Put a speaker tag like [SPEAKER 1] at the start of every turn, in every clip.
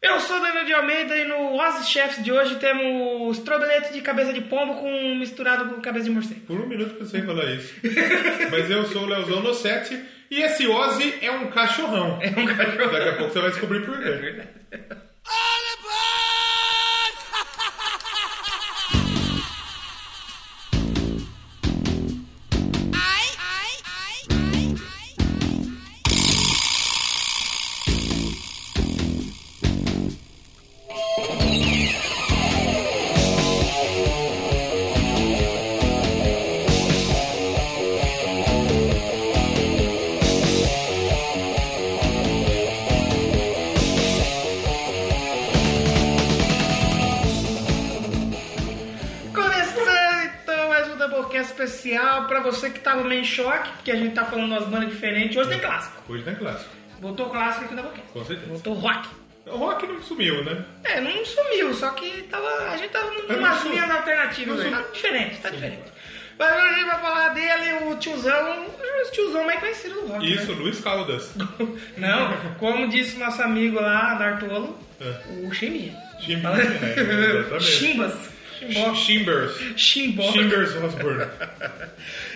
[SPEAKER 1] Eu sou o Daniel de Almeida e no Oz Chefs de hoje temos trobelete de cabeça de pombo com um misturado com cabeça de morcego.
[SPEAKER 2] Por um minuto pensei em falar isso. Mas eu sou o Leozão no set e esse Ozzy é um cachorrão.
[SPEAKER 1] É um cachorro.
[SPEAKER 2] Daqui a pouco você vai descobrir por
[SPEAKER 1] É
[SPEAKER 2] quê.
[SPEAKER 1] verdade. Começando então mais um Doublecast especial pra você que tava meio em choque, porque a gente tá falando umas bandas diferentes. Hoje tem clássico.
[SPEAKER 2] Hoje tem clássico,
[SPEAKER 1] Voltou o clássico aqui no Doublecast.
[SPEAKER 2] com certeza.
[SPEAKER 1] Voltou o rock.
[SPEAKER 2] O rock não sumiu, né?
[SPEAKER 1] É, não sumiu, só que tava, a gente tava
[SPEAKER 2] Mas
[SPEAKER 1] numa
[SPEAKER 2] não sumiu.
[SPEAKER 1] linha alternativa,
[SPEAKER 2] Não
[SPEAKER 1] né?
[SPEAKER 2] sumiu.
[SPEAKER 1] Tá diferente, tá diferente. Mas hoje a gente vai falar dele, o tiozão, o tiozão mais conhecido do rock.
[SPEAKER 2] Isso, Luiz Caldas.
[SPEAKER 1] Né? Não, como disse nosso amigo lá, Dartolo,
[SPEAKER 2] É.
[SPEAKER 1] o Chimia.
[SPEAKER 2] Chim- é, exatamente.
[SPEAKER 1] Chimbas.
[SPEAKER 2] Ch- Chimbers.
[SPEAKER 1] Chimboca.
[SPEAKER 2] Chimbers Osborne.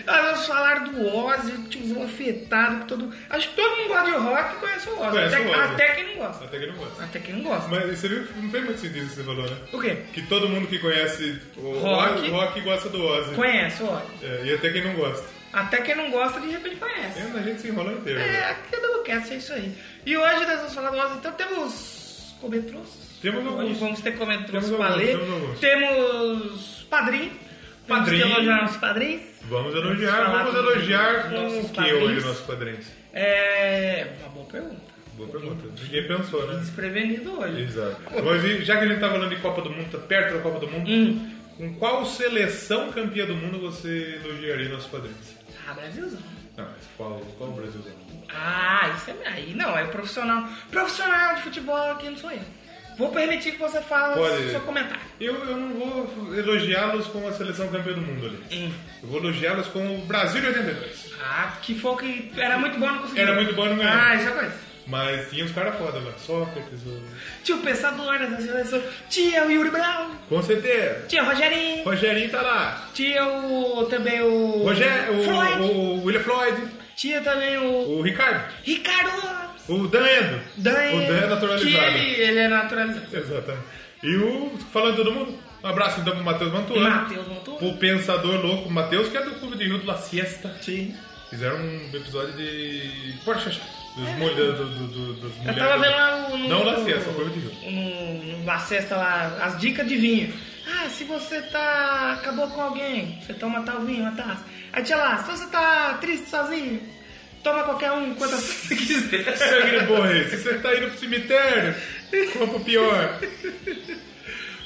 [SPEAKER 1] Ah, Nós vamos falar do Ozzy, tipo, o tiozão afetado, que todo. Acho que todo mundo gosta de rock e conhece o Ozzy.
[SPEAKER 2] Conhece
[SPEAKER 1] até,
[SPEAKER 2] o Ozzy.
[SPEAKER 1] até quem não gosta.
[SPEAKER 2] Até que eu não gosto.
[SPEAKER 1] Até quem não gosta.
[SPEAKER 2] Mas você viu, não fez muito sentido isso que você falou, né?
[SPEAKER 1] O quê?
[SPEAKER 2] Que todo mundo que conhece o
[SPEAKER 1] Rock.
[SPEAKER 2] o rock gosta do Ozzy.
[SPEAKER 1] Conhece o Ozzy.
[SPEAKER 2] É, e até quem não gosta.
[SPEAKER 1] Até quem não gosta, de repente conhece.
[SPEAKER 2] É, a gente se enrola inteiro.
[SPEAKER 1] É,
[SPEAKER 2] né?
[SPEAKER 1] aqui é Doublecast, é isso aí. E hoje nós vamos falar do Ozzy, então temos comentros.
[SPEAKER 2] Temos
[SPEAKER 1] Hoje
[SPEAKER 2] alguns.
[SPEAKER 1] vamos ter comentros
[SPEAKER 2] Temos
[SPEAKER 1] pra
[SPEAKER 2] alguns,
[SPEAKER 1] ler.
[SPEAKER 2] temos alguns.
[SPEAKER 1] Temos padrinho.
[SPEAKER 2] Padrinho.
[SPEAKER 1] Temos que elogiar os padrinhos.
[SPEAKER 2] Vamos elogiar,
[SPEAKER 1] falar
[SPEAKER 2] vamos
[SPEAKER 1] com
[SPEAKER 2] elogiar com
[SPEAKER 1] nossos
[SPEAKER 2] o que
[SPEAKER 1] padrinhos.
[SPEAKER 2] hoje, nossos padrinhos?
[SPEAKER 1] É uma boa pergunta. Tá
[SPEAKER 2] Boa pergunta. Ninguém pensou, né?
[SPEAKER 1] Desprevenido hoje.
[SPEAKER 2] Exato. Mas e já que a gente tá falando de Copa do Mundo, tá perto da Copa do Mundo, com qual seleção campeã do mundo você elogiaria nossos padrinhos?
[SPEAKER 1] Ah, Brasilzão.
[SPEAKER 2] Não, mas qual, qual o Brasilzão?
[SPEAKER 1] Ah, isso é. Aí não, é profissional. Profissional de futebol aqui não sou eu. Vou permitir que você fale
[SPEAKER 2] Pode.
[SPEAKER 1] seu comentário.
[SPEAKER 2] Eu, eu não vou elogiá-los com a seleção campeã do mundo ali.
[SPEAKER 1] Hum.
[SPEAKER 2] Eu vou elogiá-los com o Brasil de 82.
[SPEAKER 1] Ah, que foi o que era muito bom não conseguiu.
[SPEAKER 2] Era muito bom não ganhou.
[SPEAKER 1] Ah, isso é coisa.
[SPEAKER 2] Mas tinha uns caras foda lá. Sócrates, o...
[SPEAKER 1] Tio Pensador da seleção. Tinha o Yuri Brown.
[SPEAKER 2] Com certeza.
[SPEAKER 1] Tinha o Rogerinho.
[SPEAKER 2] Rogerinho tá lá.
[SPEAKER 1] Tinha o, também o.
[SPEAKER 2] Rogério,
[SPEAKER 1] Floyd.
[SPEAKER 2] o, o William Floyd,
[SPEAKER 1] Tinha também o.
[SPEAKER 2] o Ricardo.
[SPEAKER 1] Ricardo Lopes.
[SPEAKER 2] O Dan Endo.
[SPEAKER 1] Dan-
[SPEAKER 2] O Dan é naturalizado.
[SPEAKER 1] Que ele, ele é naturalizado.
[SPEAKER 2] Exatamente. E o. Falando todo mundo. Um abraço então pro Matheus Mantuano.
[SPEAKER 1] Matheus Montu.
[SPEAKER 2] O pensador louco, Matheus, que é do clube de Rio do La Siesta.
[SPEAKER 1] Sim.
[SPEAKER 2] Fizeram um episódio de. Porsche. Dos mulheres. Do, do, do, dos
[SPEAKER 1] É Eu
[SPEAKER 2] mulheres
[SPEAKER 1] tava
[SPEAKER 2] do-
[SPEAKER 1] vendo lá o. No,
[SPEAKER 2] Não La Siesta, Clube de Rio.
[SPEAKER 1] no, na cesta lá, as dicas de vinho. Ah, se você tá. acabou com alguém, você toma tal vinho, uma taça. Aí tinha lá, se você tá triste sozinho, toma qualquer um, quantas você quiser.
[SPEAKER 2] Sangue de boi, se você tá indo pro cemitério, compra o pior.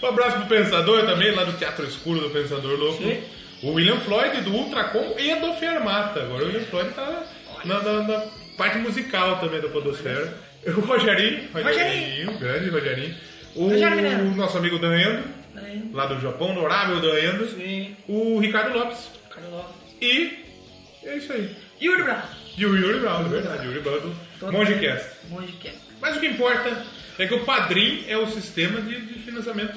[SPEAKER 2] Um abraço pro Pensador também, lá do Teatro Escuro do Pensador Louco.
[SPEAKER 1] Sim.
[SPEAKER 2] O William Floyd do Ultracom e do Fermata. Agora o William Floyd tá na, na- na parte musical também da Podosfera. O Rogerinho, Rogerinho, grande Rogerinho. O
[SPEAKER 1] Rogério Mineiro.
[SPEAKER 2] nosso amigo Danendo,
[SPEAKER 1] Aí,
[SPEAKER 2] lá do Japão, honorável Danendo.
[SPEAKER 1] Sim,
[SPEAKER 2] O Ricardo Lopes.
[SPEAKER 1] Ricardo Lopes.
[SPEAKER 2] E é isso aí.
[SPEAKER 1] Yuri Brown.
[SPEAKER 2] E o Yuri Brown, é verdade, o Yuri Brown do
[SPEAKER 1] Todo
[SPEAKER 2] Mongecast.
[SPEAKER 1] Monge que é.
[SPEAKER 2] Mas o que importa é que o Padrim é o sistema de, de financiamento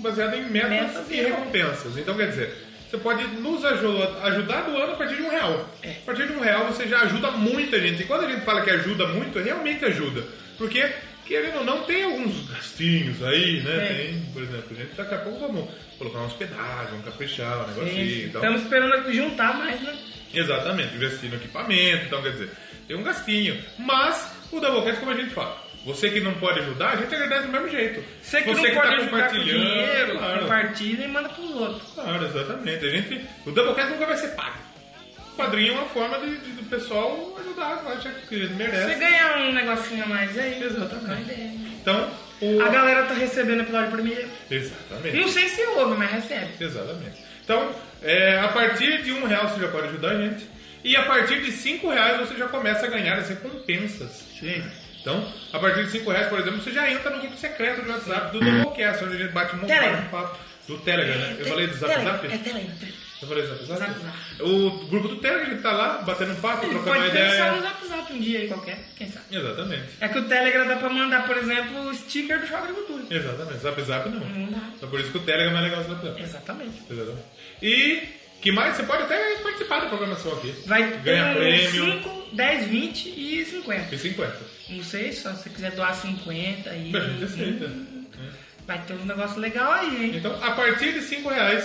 [SPEAKER 2] baseado em metas,
[SPEAKER 1] Metas
[SPEAKER 2] e
[SPEAKER 1] e
[SPEAKER 2] recompensas. Então, quer dizer, você pode nos ajudar, ajudar doando a partir de um real.
[SPEAKER 1] É.
[SPEAKER 2] A partir de um real você já ajuda muita gente. E quando a gente fala que ajuda muito, realmente ajuda. Porque, querendo ou não, tem alguns gastinhos aí, né?
[SPEAKER 1] Tem.
[SPEAKER 2] Tem, por exemplo, a gente daqui a pouco vamos colocar uma hospedagem, vamos caprichar, um negocinho e tal.
[SPEAKER 1] Estamos esperando juntar mais, né?
[SPEAKER 2] Exatamente, investir no equipamento, então quer dizer, tem um gastinho. Mas o Doublecast, como a gente fala, você que não pode ajudar, a gente agradece do mesmo jeito. tá
[SPEAKER 1] Você que tá não pode ajudar com dinheiro,
[SPEAKER 2] claro,
[SPEAKER 1] compartilha e manda pros outros.
[SPEAKER 2] claro, exatamente. A gente, o Doublecast nunca vai ser pago. O padrinho é uma forma de, de- do pessoal ajudar, acha que ele
[SPEAKER 1] Você
[SPEAKER 2] merece.
[SPEAKER 1] ganha um negocinho a mais aí.
[SPEAKER 2] Exatamente.
[SPEAKER 1] Cadê?
[SPEAKER 2] Então, o...
[SPEAKER 1] A galera tá recebendo episódio primeiro.
[SPEAKER 2] Exatamente.
[SPEAKER 1] Não sei se houve, mas recebe.
[SPEAKER 2] Exatamente. Então, é, a partir de um real você já pode ajudar a gente. E a partir de cinco reais você já começa a ganhar as recompensas. Sim. Então, a partir de cinco reais, por exemplo, você já entra no grupo secreto do WhatsApp do Doublecast, onde a gente bate um monte
[SPEAKER 1] Telegram.
[SPEAKER 2] de papo. Do Telegram, né? Eu falei do Zap
[SPEAKER 1] Telegram,
[SPEAKER 2] Zap?
[SPEAKER 1] É Telegram.
[SPEAKER 2] Eu falei zap zap?
[SPEAKER 1] Zap, zap.
[SPEAKER 2] O grupo do Telegram que tá lá, batendo um papo,
[SPEAKER 1] Ele
[SPEAKER 2] trocando uma
[SPEAKER 1] pode pensar
[SPEAKER 2] ideia.
[SPEAKER 1] no zap zap um dia aí qualquer, quem sabe.
[SPEAKER 2] Exatamente.
[SPEAKER 1] É que o Telegram dá pra mandar, por exemplo, o sticker do Jovem Agricultura.
[SPEAKER 2] Exatamente. Zap zap não.
[SPEAKER 1] Não dá.
[SPEAKER 2] Então por isso que o Telegram é mais legal do Zap Zap.
[SPEAKER 1] Exatamente.
[SPEAKER 2] Exatamente. E que mais? Você pode até participar da programação aqui.
[SPEAKER 1] Vai
[SPEAKER 2] Ganha
[SPEAKER 1] ter um
[SPEAKER 2] prêmio.
[SPEAKER 1] 5, 10, 20 e 50.
[SPEAKER 2] E 50.
[SPEAKER 1] Não sei, só se você quiser doar 50 aí.
[SPEAKER 2] A gente aceita.
[SPEAKER 1] Vai ter um negócio legal aí, hein?
[SPEAKER 2] Então, a partir de 5 reais,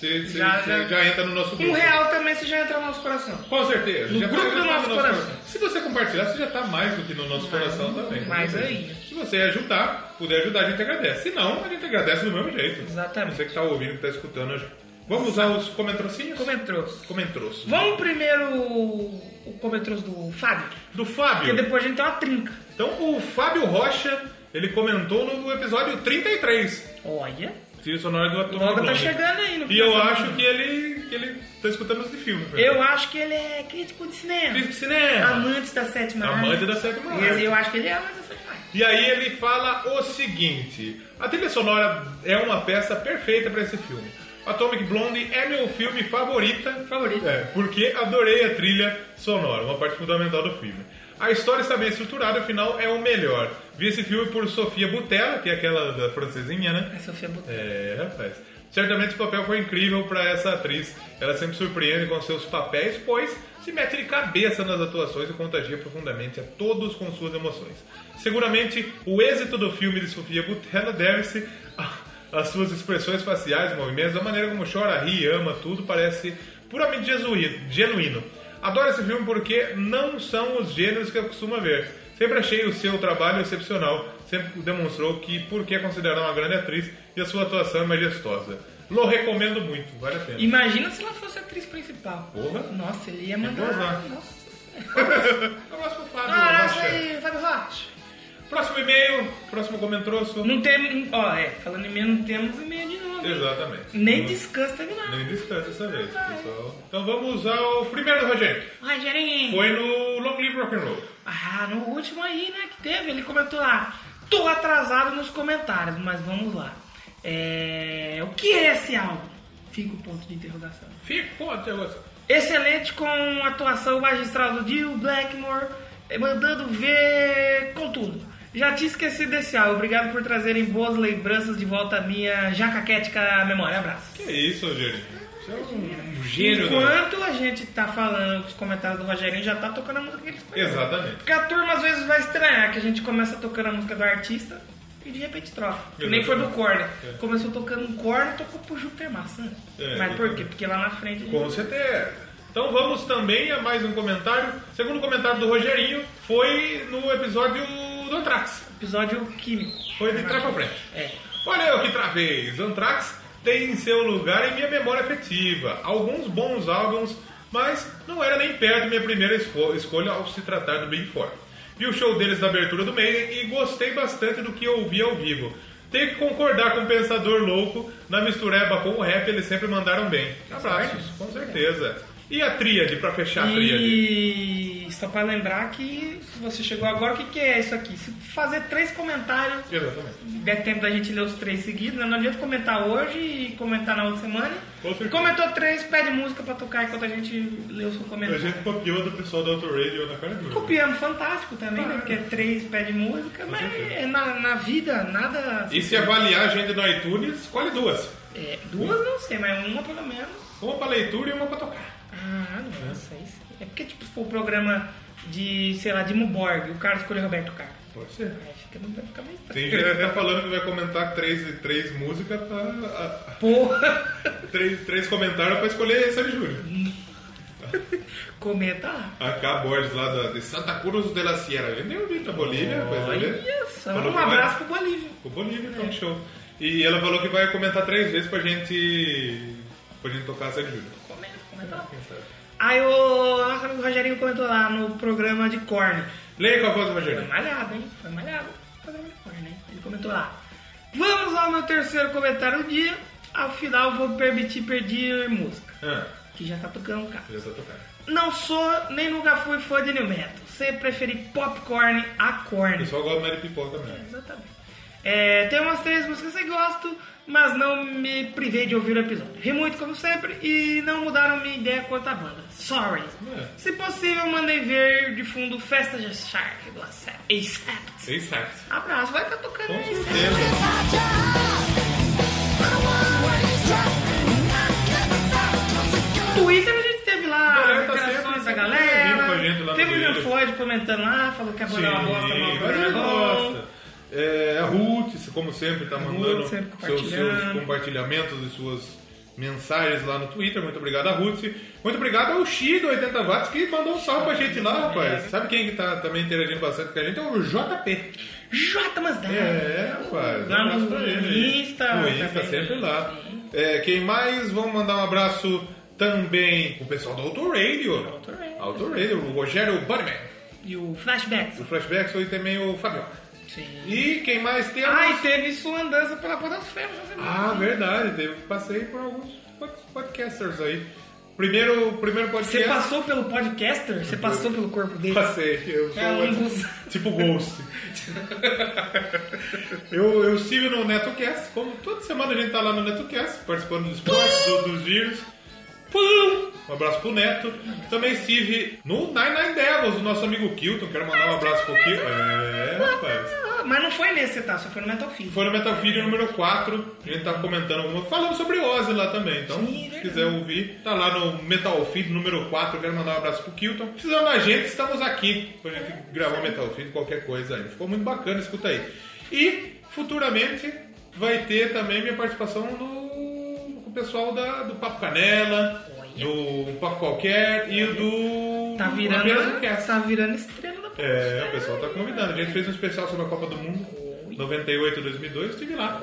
[SPEAKER 2] você você-
[SPEAKER 1] Já-
[SPEAKER 2] você
[SPEAKER 1] já-
[SPEAKER 2] já, entra no nosso grupo.
[SPEAKER 1] Um real também você já entra no nosso coração.
[SPEAKER 2] Com certeza.
[SPEAKER 1] No
[SPEAKER 2] já tá
[SPEAKER 1] grupo do
[SPEAKER 2] entrando
[SPEAKER 1] nosso coração.
[SPEAKER 2] Se você compartilhar, você já está mais do que no nosso
[SPEAKER 1] Mais- um,
[SPEAKER 2] coração também. com
[SPEAKER 1] mais
[SPEAKER 2] certeza.
[SPEAKER 1] ainda.
[SPEAKER 2] Se você ajudar, puder ajudar, a gente agradece. Se não, a gente agradece do mesmo jeito.
[SPEAKER 1] Exatamente.
[SPEAKER 2] Você que está ouvindo, que está escutando a gente. Vamos usar os comentrocinhos?
[SPEAKER 1] Comentrou.
[SPEAKER 2] Comentros.
[SPEAKER 1] Vamos primeiro o o comentrou do Fábio.
[SPEAKER 2] Do
[SPEAKER 1] Porque
[SPEAKER 2] Fábio.
[SPEAKER 1] depois a gente tem uma trinca.
[SPEAKER 2] Então, o Fábio Rocha, ele comentou no episódio 33.
[SPEAKER 1] Olha.
[SPEAKER 2] Trilha sonora do Atomic
[SPEAKER 1] Logo tá
[SPEAKER 2] Blonde.
[SPEAKER 1] chegando aí no
[SPEAKER 2] E eu
[SPEAKER 1] programa.
[SPEAKER 2] acho que ele, que ele tá escutando música de filme.
[SPEAKER 1] Eu acho que ele é crítico de cinema.
[SPEAKER 2] Crítico de cinema.
[SPEAKER 1] Amante da sétima
[SPEAKER 2] Amante
[SPEAKER 1] arte.
[SPEAKER 2] da sétima
[SPEAKER 1] E
[SPEAKER 2] arte.
[SPEAKER 1] Eu acho que ele é amante da sétima arte.
[SPEAKER 2] E aí ele fala o seguinte: a trilha sonora é uma peça perfeita para esse filme. Atomic Blonde é meu filme favorita,
[SPEAKER 1] Favorito.
[SPEAKER 2] é, porque adorei a trilha sonora, uma parte fundamental do filme. A história está bem estruturada, o final é o melhor. Vi esse filme por Sofia Butella, que é aquela da francesinha, né?
[SPEAKER 1] É Sofia Botelho.
[SPEAKER 2] É, rapaz. Certamente o papel foi incrível para essa atriz. Ela sempre surpreende com seus papéis, pois se mete de cabeça nas atuações e contagia profundamente a todos com suas emoções. Seguramente, o êxito do filme de Sofia Butella deve-se a- às suas expressões faciais, movimentos, da maneira como chora, ri, ama, tudo parece puramente jesuí- genuíno. Adoro esse filme porque não são os gêneros que eu costumo ver. Sempre achei o seu trabalho excepcional, sempre demonstrou que porque é considerada uma grande atriz e a sua atuação é majestosa. Lo recomendo muito, vale a pena.
[SPEAKER 1] Imagina se ela fosse a atriz principal.
[SPEAKER 2] Porra.
[SPEAKER 1] Nossa, ele ia
[SPEAKER 2] Porra.
[SPEAKER 1] mandar. Nossa.
[SPEAKER 2] Um abraço pro Fábio
[SPEAKER 1] Ah,
[SPEAKER 2] Rocha.
[SPEAKER 1] isso aí, Fábio Rocha.
[SPEAKER 2] Próximo e-mail, próximo comentroço.
[SPEAKER 1] Não tem. Ó, é, falando em meia, não temos e-mail de novo. hein?
[SPEAKER 2] Exatamente.
[SPEAKER 1] Nem
[SPEAKER 2] Não-
[SPEAKER 1] descanso teve nada.
[SPEAKER 2] Nem descansa dessa vez, pessoal. Então vamos ao primeiro, Rogério.
[SPEAKER 1] Ai, Rogerinho.
[SPEAKER 2] Foi no Long Live Rock'n'Roll.
[SPEAKER 1] Ah, no último aí, né, que teve, ele comentou lá. Tô atrasado nos comentários, mas vamos lá. É, O que é esse álbum? Fica o ponto de interrogação.
[SPEAKER 2] Ficou até você.
[SPEAKER 1] Excelente com a atuação magistral do Dio Blackmore, eh, mandando ver com tudo. Já tinha esquecido desse álbum. Obrigado por trazerem boas lembranças de volta à minha jacaquética memória. Abraço.
[SPEAKER 2] Que isso, Rogério? Você é um um gênio. né?
[SPEAKER 1] Enquanto a gente tá falando os comentários do Rogerinho, já tá tocando a música que eles conhecem.
[SPEAKER 2] Exatamente.
[SPEAKER 1] Porque a turma às vezes vai estranhar que a gente começa tocando a música do artista e de repente troca. Que nem foi do Corner.
[SPEAKER 2] É.
[SPEAKER 1] Começou tocando um Corner, tocou pro Júpiter Maçã.
[SPEAKER 2] É,
[SPEAKER 1] né? Mas por quê?
[SPEAKER 2] exatamente.
[SPEAKER 1] Porque lá na frente.
[SPEAKER 2] Com certeza. Então vamos também a mais um comentário. O Segundo comentário do Rogerinho foi no episódio do Antrax.
[SPEAKER 1] Episódio químico.
[SPEAKER 2] Foi de trás pra frente.
[SPEAKER 1] É.
[SPEAKER 2] Olha eu que travês! Anthrax tem seu lugar em minha memória afetiva. Alguns bons álbuns, mas não era nem perto minha primeira esco- escolha ao se tratar do Big Four. Vi o show deles na abertura do Maiden e gostei bastante do que eu ouvi ao vivo. Tenho que concordar com o Pensador Louco, na mistureba com o rap eles sempre mandaram bem. Abraços, com certeza. E a tríade, pra fechar a tríade?
[SPEAKER 1] E só pra lembrar que se você chegou agora, o que, que é isso aqui? Se fazer três comentários,
[SPEAKER 2] Exatamente.
[SPEAKER 1] der tempo da gente ler os três seguidos, né? não adianta comentar hoje e comentar na outra semana.
[SPEAKER 2] Com certeza.
[SPEAKER 1] Comentou três, pede música pra tocar enquanto a gente lê o seu
[SPEAKER 2] A
[SPEAKER 1] comentário.
[SPEAKER 2] gente copiou do pessoal da Autoradio na cara dura. né?
[SPEAKER 1] Copiamos fantástico também, né? Porque é três pé de música, mas
[SPEAKER 2] certeza.
[SPEAKER 1] é na, na vida nada. assim.
[SPEAKER 2] E se avaliar a gente no iTunes, escolhe duas.
[SPEAKER 1] É, duas não sei, mas uma pelo menos.
[SPEAKER 2] Uma pra leitura e uma pra tocar.
[SPEAKER 1] Ah, nossa, isso. É porque, tipo, se for o programa de, sei lá, de Muborg, o cara escolheu Roberto Carlos.
[SPEAKER 2] Pode ser.
[SPEAKER 1] Aí fica, não vai ficar mais estranho.
[SPEAKER 2] Tem gente que tá falando que vai comentar três, três músicas pra. a-
[SPEAKER 1] Porra!
[SPEAKER 2] a- três, três comentários pra escolher Sandy Júnior.
[SPEAKER 1] Comenta lá.
[SPEAKER 2] A K Borges lá da, de Santa Cruz de la Sierra. Vendeu vídeo da Bolívia, rapaz. olha.
[SPEAKER 1] Olha só.
[SPEAKER 2] Falou
[SPEAKER 1] Um
[SPEAKER 2] que vai-
[SPEAKER 1] abraço pro Bolívia.
[SPEAKER 2] O Bolívia, que é um show. E ela falou que vai comentar três vezes pra gente. pra gente tocar Sandy Júnior.
[SPEAKER 1] Comenta, comenta lá. Aí o nosso amigo Rogerinho comentou lá no programa de Corne.
[SPEAKER 2] Leia com a voz do
[SPEAKER 1] Foi
[SPEAKER 2] Rogério.
[SPEAKER 1] malhado, hein? Foi malhado. Foi melhor, né? Ele comentou lá. Vamos ao meu terceiro comentário do dia. Ao final vou permitir perder música.
[SPEAKER 2] Ah,
[SPEAKER 1] Que já tá tocando o carro.
[SPEAKER 2] já tá tocando.
[SPEAKER 1] Não sou, nem nunca fui fã de New Metal. Sempre preferi popcorn a
[SPEAKER 2] O
[SPEAKER 1] corn.
[SPEAKER 2] pessoal gosta mais de pipoca mesmo.
[SPEAKER 1] Exatamente. É, tem umas três músicas que eu gosto, mas não me privei de ouvir o episódio. Ri muito, como sempre, e não mudaram minha ideia quanto à banda. Sorry.
[SPEAKER 2] É.
[SPEAKER 1] Se possível, mandei ver de fundo Festa de Shark do Acep- Acept.
[SPEAKER 2] Seis sacos.
[SPEAKER 1] Abraço, vai estar tocando
[SPEAKER 2] Com
[SPEAKER 1] isso.
[SPEAKER 2] certeza.
[SPEAKER 1] Twitter a gente teve lá
[SPEAKER 2] Galera, tá
[SPEAKER 1] interações
[SPEAKER 2] sempre-
[SPEAKER 1] da
[SPEAKER 2] sempre com a gente
[SPEAKER 1] galera.
[SPEAKER 2] lá
[SPEAKER 1] Teve
[SPEAKER 2] no
[SPEAKER 1] o William
[SPEAKER 2] Twitter.
[SPEAKER 1] Floyd comentando lá, falou que a banda é uma bosta, mas
[SPEAKER 2] Sim,
[SPEAKER 1] a banda
[SPEAKER 2] ele
[SPEAKER 1] é bom.
[SPEAKER 2] gosta. É, a Ruth, como sempre, está mandando
[SPEAKER 1] É sempre
[SPEAKER 2] seus, seus
[SPEAKER 1] compartilhando.
[SPEAKER 2] compartilhamentos e suas mensagens lá no Twitter. Muito obrigado a Ruth. Muito obrigado ao Xi do 80 Watts que mandou um salve pra gente lá, rapaz. Sabe quem que tá também interagindo bastante com a gente? É o JP.
[SPEAKER 1] J Masdar.
[SPEAKER 2] É, rapaz. Um
[SPEAKER 1] Lá
[SPEAKER 2] abraço
[SPEAKER 1] no
[SPEAKER 2] pra ele. aí.
[SPEAKER 1] Insta, tá
[SPEAKER 2] No Insta,
[SPEAKER 1] também.
[SPEAKER 2] sempre lá. É, quem mais? Vamos mandar um abraço também pro pessoal do Auto Radio.
[SPEAKER 1] Auto Radio.
[SPEAKER 2] Auto Radio, o Rogério Bunnyman,
[SPEAKER 1] é. E o Flashbacks.
[SPEAKER 2] o Flashbacks e também o Fabioca.
[SPEAKER 1] Sim.
[SPEAKER 2] E quem mais tem?
[SPEAKER 1] Ah, e teve sua andança pela Podosfera essa semana.
[SPEAKER 2] Ah, verdade. Teve, passei por alguns pod- podcasters aí. Primeiro, primeiro podcast.
[SPEAKER 1] Você passou pelo podcaster? Você passou pelo corpo dele?
[SPEAKER 2] Passei. Eu sou
[SPEAKER 1] É, um
[SPEAKER 2] ótimo.
[SPEAKER 1] dos-
[SPEAKER 2] tipo Ghost. eu, eu estive no NetoCast, como toda semana a gente tá lá no NetoCast, participando dos esportes, do- dos vírus. Pum! Um abraço pro Neto. Também estive no Nine Nine Devils, do nosso amigo Kilton. Quero mandar um abraço pro Kilton. É, rapaz.
[SPEAKER 1] Ah, Mas não foi nesse, tá? Só foi no Metal Field.
[SPEAKER 2] Foi no Metavideo número 4, a gente tá comentando alguma falando sobre Ozzy lá também. Então,
[SPEAKER 1] Sim,
[SPEAKER 2] se
[SPEAKER 1] verdade.
[SPEAKER 2] quiser ouvir, tá lá no Metal Feed número 4. Quero mandar um abraço pro Kilton. Precisando da gente, estamos aqui. Pra gente gravar o Metal Feed, qualquer coisa aí. Ficou muito bacana, escuta aí. E futuramente vai ter também minha participação no com o pessoal da, do Papo Canela,
[SPEAKER 1] Olha.
[SPEAKER 2] do Papo Qualquer e do.
[SPEAKER 1] Tá
[SPEAKER 2] Apenas
[SPEAKER 1] virando,
[SPEAKER 2] um Cast.
[SPEAKER 1] tá virando estrela da Podosfera.
[SPEAKER 2] É, o pessoal tá convidando. A gente fez um especial sobre a Copa do Mundo, 98 2002, estive lá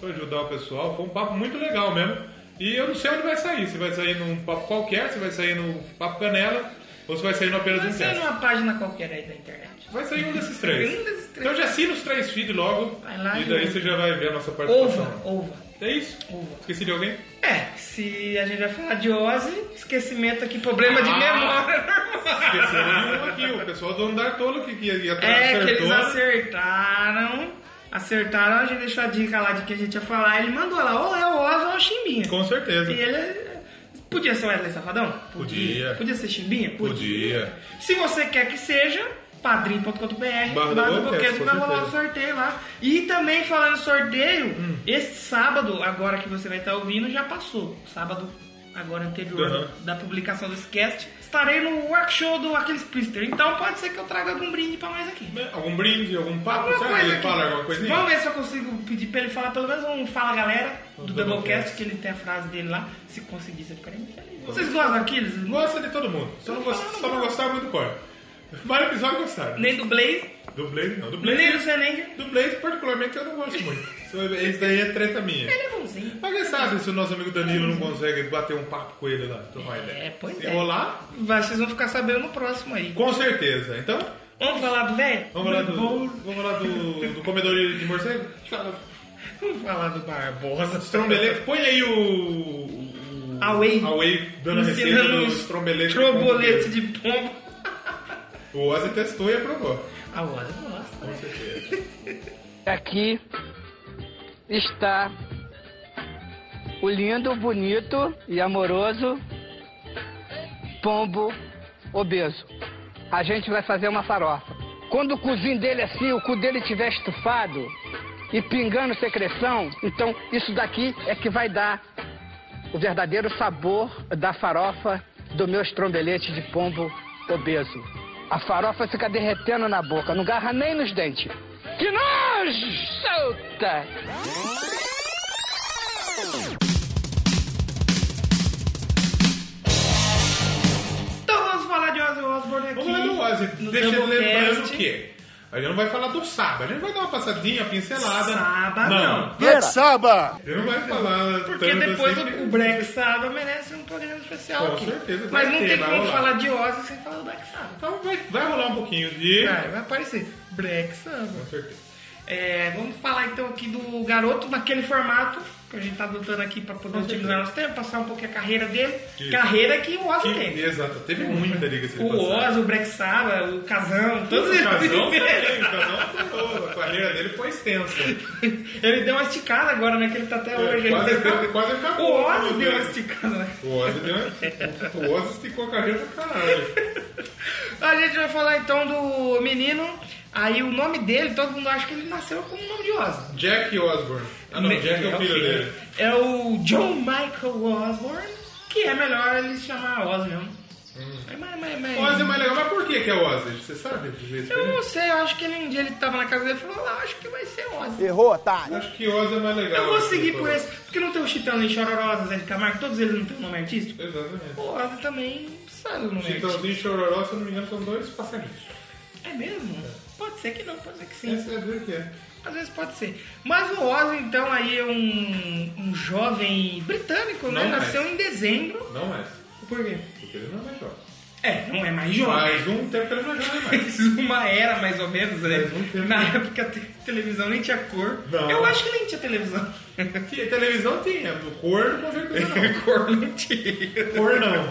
[SPEAKER 2] pra ajudar o pessoal. Foi um papo muito legal mesmo. E eu não sei onde vai sair, se vai sair num papo qualquer, se vai sair no papo canela, ou se vai sair no apenas
[SPEAKER 1] Vai
[SPEAKER 2] um
[SPEAKER 1] ser
[SPEAKER 2] cast.
[SPEAKER 1] numa página qualquer aí da internet.
[SPEAKER 2] Vai sair um desses três.
[SPEAKER 1] Um desses três.
[SPEAKER 2] Então já assina os três feed logo,
[SPEAKER 1] Vai lá
[SPEAKER 2] e
[SPEAKER 1] e-
[SPEAKER 2] daí você já vai ver a nossa participação.
[SPEAKER 1] Ova, ova.
[SPEAKER 2] É isso?
[SPEAKER 1] Ova.
[SPEAKER 2] Esqueci de alguém?
[SPEAKER 1] É, se a gente vai falar de Ozzy, esquecimento aqui, problema de
[SPEAKER 2] Ah.
[SPEAKER 1] memória.
[SPEAKER 2] Esqueci de um aqui, o pessoal do Andartolo que, que ia
[SPEAKER 1] É, que
[SPEAKER 2] acertou.
[SPEAKER 1] eles acertaram. Acertaram, a gente deixou a dica lá de que a gente ia falar. Ele mandou lá, ou é o Ozzy ou é o Chimbinha.
[SPEAKER 2] Com certeza.
[SPEAKER 1] E é- ele. Podia ser o Wesley Safadão?
[SPEAKER 2] Podia.
[SPEAKER 1] Podia ser Chimbinha?
[SPEAKER 2] Podia.
[SPEAKER 1] Se você quer que seja, padrim.com.br,
[SPEAKER 2] Barra do
[SPEAKER 1] barra do
[SPEAKER 2] Boquete,
[SPEAKER 1] Boquete,
[SPEAKER 2] com
[SPEAKER 1] vai rolar o
[SPEAKER 2] certeza. Hum.
[SPEAKER 1] sorteio lá. E também falando em sorteio, esse sábado, agora que você vai estar ouvindo, já passou. Sábado, agora anterior
[SPEAKER 2] Aham.
[SPEAKER 1] da publicação desse cast, estarei no workshop do Aquiles Priester. Então pode ser que eu traga algum brinde pra nós aqui.
[SPEAKER 2] Algum brinde, algum papo?
[SPEAKER 1] Alguma
[SPEAKER 2] Será
[SPEAKER 1] coisa
[SPEAKER 2] que ele
[SPEAKER 1] aqui.
[SPEAKER 2] fala alguma coisinha?
[SPEAKER 1] Vamos ver se eu consigo pedir pra ele falar pelo menos um Fala Galera do Doublecast, que ele tem a frase dele lá. Se conseguir, você ficaria muito feliz. Vocês gostam daqueles?
[SPEAKER 2] Gosta de todo mundo. Só não, gost... só não gostava muito do Core. Vários episódios gostaram.
[SPEAKER 1] Nem do Blaze,
[SPEAKER 2] Do Blaze é? não. Do
[SPEAKER 1] nem do
[SPEAKER 2] Blaze,
[SPEAKER 1] Zenenger.
[SPEAKER 2] do Blaze particularmente eu não gosto muito. Isso- Esse daí é treta
[SPEAKER 1] Ele
[SPEAKER 2] minha.
[SPEAKER 1] é bonzinho.
[SPEAKER 2] Mas quem sabe se o nosso amigo Danilo não consegue bater um papo com ele lá. Tomar
[SPEAKER 1] É,
[SPEAKER 2] ideia.
[SPEAKER 1] pois
[SPEAKER 2] se
[SPEAKER 1] é.
[SPEAKER 2] rolar,
[SPEAKER 1] Vai, vocês vão ficar sabendo no próximo aí.
[SPEAKER 2] com certeza. Então,
[SPEAKER 1] Vamos falar do velho?
[SPEAKER 2] vamos lá do, vamos lá do, do comedor de morcego?
[SPEAKER 1] Vamos falar do Barbosa.
[SPEAKER 2] Trombelete, põe aí o...
[SPEAKER 1] Away.
[SPEAKER 2] Away dando a receita
[SPEAKER 1] Ensinando
[SPEAKER 2] dos
[SPEAKER 1] os
[SPEAKER 2] trombeletes.
[SPEAKER 1] Trobolete de pombo.
[SPEAKER 2] O Ozzy testou e aprovou.
[SPEAKER 1] A hora gosta, né?
[SPEAKER 3] Aqui está o lindo, bonito e amoroso pombo obeso. A gente vai fazer uma farofa. Quando o cozinho dele é assim, o cu dele estiver estufado e pingando secreção, então isso daqui é que vai dar o verdadeiro sabor da farofa do meu estrombelete de pombo obeso. A farofa fica derretendo na boca, não garra nem nos dentes. Que nojo! Solta!
[SPEAKER 1] Então vamos falar de Ozzy Osbourne aqui.
[SPEAKER 2] Vamos lá do Ozzy.
[SPEAKER 1] no
[SPEAKER 2] Deixa eu
[SPEAKER 1] Doublecast.
[SPEAKER 2] lembrando que a gente não vai falar do Saba. A gente vai dar uma passadinha, pincelada.
[SPEAKER 1] Saba, não.
[SPEAKER 4] Black Saba!
[SPEAKER 2] A gente não vai falar
[SPEAKER 1] Porque
[SPEAKER 2] tanto
[SPEAKER 1] depois
[SPEAKER 2] assim que-
[SPEAKER 1] o, o Black Sabbath merece um programa especial
[SPEAKER 2] Com
[SPEAKER 1] aqui.
[SPEAKER 2] certeza, vai
[SPEAKER 1] Mas não
[SPEAKER 2] ter,
[SPEAKER 1] tem
[SPEAKER 2] vai
[SPEAKER 1] como
[SPEAKER 2] rolar.
[SPEAKER 1] falar de Ozzy sem falar do Black Sabbath.
[SPEAKER 2] Então vai, vai rolar um pouquinho de...
[SPEAKER 1] Vai, vai aparecer. Black Sabbath.
[SPEAKER 2] Com certeza.
[SPEAKER 1] É, vamos falar então aqui do garoto naquele formato que a gente tá adotando aqui pra poder otimizar nosso tempo, passar um pouquinho a carreira dele.
[SPEAKER 2] Que-
[SPEAKER 1] Carreira que o Ozzy
[SPEAKER 2] Que-
[SPEAKER 1] tem.
[SPEAKER 2] exato. Teve muita liga.
[SPEAKER 1] O Ozzy, o Black Sabbath, o Casão, todos eles.
[SPEAKER 2] Casão tem, casão tem. carreira dele foi extensa.
[SPEAKER 1] Ele deu uma esticada agora, né? Que ele tá até hoje. aí.
[SPEAKER 2] É, quase, deu, quase
[SPEAKER 1] O
[SPEAKER 2] acabou.
[SPEAKER 1] Ozzy
[SPEAKER 2] né?
[SPEAKER 1] deu uma esticada, né?
[SPEAKER 2] O Ozzy deu uma- O Ozzy esticou a carreira pra caralho.
[SPEAKER 1] A gente vai falar então do menino. Aí o nome dele, todo mundo acha que ele nasceu com o nome de Ozzy.
[SPEAKER 2] Jack Osborne. Ah não,
[SPEAKER 1] Me-
[SPEAKER 2] Jack é o filho dele.
[SPEAKER 1] É o John Michael Osborne, que é melhor ele se chamar Ozzy mesmo. Mas, mas, mas...
[SPEAKER 2] Ozzy é mais legal, mas por que que é Ozzy? Você sabe? Luiz?
[SPEAKER 1] Eu não sei, eu acho que ele um dia ele tava na casa dele e falou, ah, acho que vai ser Ozzy.
[SPEAKER 4] Errou, otário.
[SPEAKER 2] Acho que Ozzy é mais legal.
[SPEAKER 1] Eu vou seguir por
[SPEAKER 2] Você
[SPEAKER 1] esse, porque não tem o Chitão e Chororó, Zé de Camargo, todos eles não têm um nome artístico.
[SPEAKER 2] falou. Exatamente.
[SPEAKER 1] O Ozzy também saiu no nome.
[SPEAKER 2] Chitãozinho e Chororó, se eu não me engano, são dois passarinhos.
[SPEAKER 1] É mesmo? Pode ser que não, pode ser que sim.
[SPEAKER 2] Essa é a ver que é.
[SPEAKER 1] Às vezes pode ser. Mas o Ozzy, então, aí é um, um jovem britânico, né?
[SPEAKER 2] Não é.
[SPEAKER 1] Nasceu em dezembro.
[SPEAKER 2] Não é.
[SPEAKER 1] Por quê?
[SPEAKER 2] Porque ele não é mais jovem.
[SPEAKER 1] É, não é mais jovem.
[SPEAKER 2] Faz um tempo que ele não é jovem mais.
[SPEAKER 1] Fez uma era, mais ou menos, né?
[SPEAKER 2] Faz um tempo.
[SPEAKER 1] Na época a te- televisão nem tinha cor.
[SPEAKER 2] Não.
[SPEAKER 1] Eu acho que nem tinha televisão.
[SPEAKER 2] Tinha- Televisão tinha, cor com certeza não.
[SPEAKER 1] cor não tinha.
[SPEAKER 2] Cor não.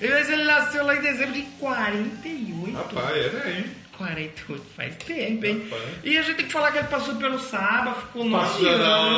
[SPEAKER 1] Mas ele nasceu lá em dezembro de 48.
[SPEAKER 2] Rapaz, é, né, era aí.
[SPEAKER 1] 48 faz tempo, hein?
[SPEAKER 2] Ah. Rapaz.
[SPEAKER 1] E a gente tem que falar que ele passou pelo Saba, ficou nove
[SPEAKER 2] Passou
[SPEAKER 1] anos.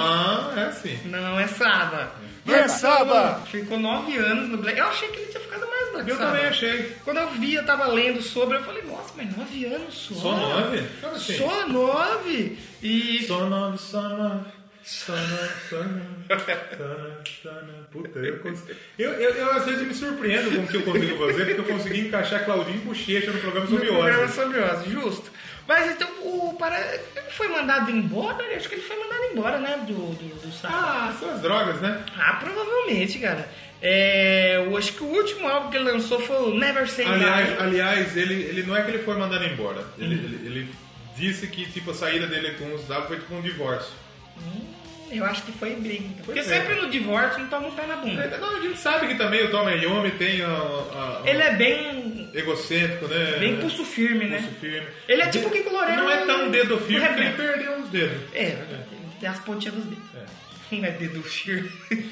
[SPEAKER 2] não, é assim.
[SPEAKER 1] Não, é Saba.
[SPEAKER 4] Não é Saba.
[SPEAKER 1] Ficou nove anos no Black. Eu achei que ele tinha ficado mais Black
[SPEAKER 2] Eu
[SPEAKER 1] Sabbath.
[SPEAKER 2] também achei.
[SPEAKER 1] Quando eu vi, eu tava lendo sobre, eu falei, nossa, mas nove anos só.
[SPEAKER 2] Só nove? Como assim?
[SPEAKER 1] Só nove? E.
[SPEAKER 2] Só nove, só nove. Só nove, só nove. Só nove, só nove. Puta, eu consigo. Eu, eu, eu às vezes me surpreendo com o que eu consigo fazer, porque eu consegui encaixar Claudinho e Bochecha no programa sobre
[SPEAKER 1] no programa
[SPEAKER 2] óleo.
[SPEAKER 1] sobre Ozzy, justo. Mas então o para ele foi mandado embora? Eu acho que ele foi mandado embora, né? Do, do, do Saba.
[SPEAKER 2] Ah, são as drogas, né?
[SPEAKER 1] Ah, provavelmente, cara. É, eu acho que o último álbum que ele lançou foi o Never Say Die.
[SPEAKER 2] Aliás, aliás ele, ele não é que ele foi mandado embora. Ele,
[SPEAKER 1] Uhum.
[SPEAKER 2] ele, ele disse que tipo, a saída dele com os W foi tipo um divórcio.
[SPEAKER 1] Eu acho que foi briga. então. Porque
[SPEAKER 2] é.
[SPEAKER 1] sempre no divórcio então, não toma o pé na bunda.
[SPEAKER 2] É, Não, a gente sabe que também o Tom Iommi tem a, a- a-
[SPEAKER 1] Ele é bem.
[SPEAKER 2] egocêntrico, né?
[SPEAKER 1] bem pulso firme, né?
[SPEAKER 2] Pulso firme.
[SPEAKER 1] Ele é tipo o Kiko Loureiro
[SPEAKER 2] Não é tão dedo
[SPEAKER 1] no
[SPEAKER 2] firme que ele
[SPEAKER 1] Rebeca.
[SPEAKER 2] perdeu os dedos.
[SPEAKER 1] É, tem as pontinhas dos dedos. Não é dedo firme.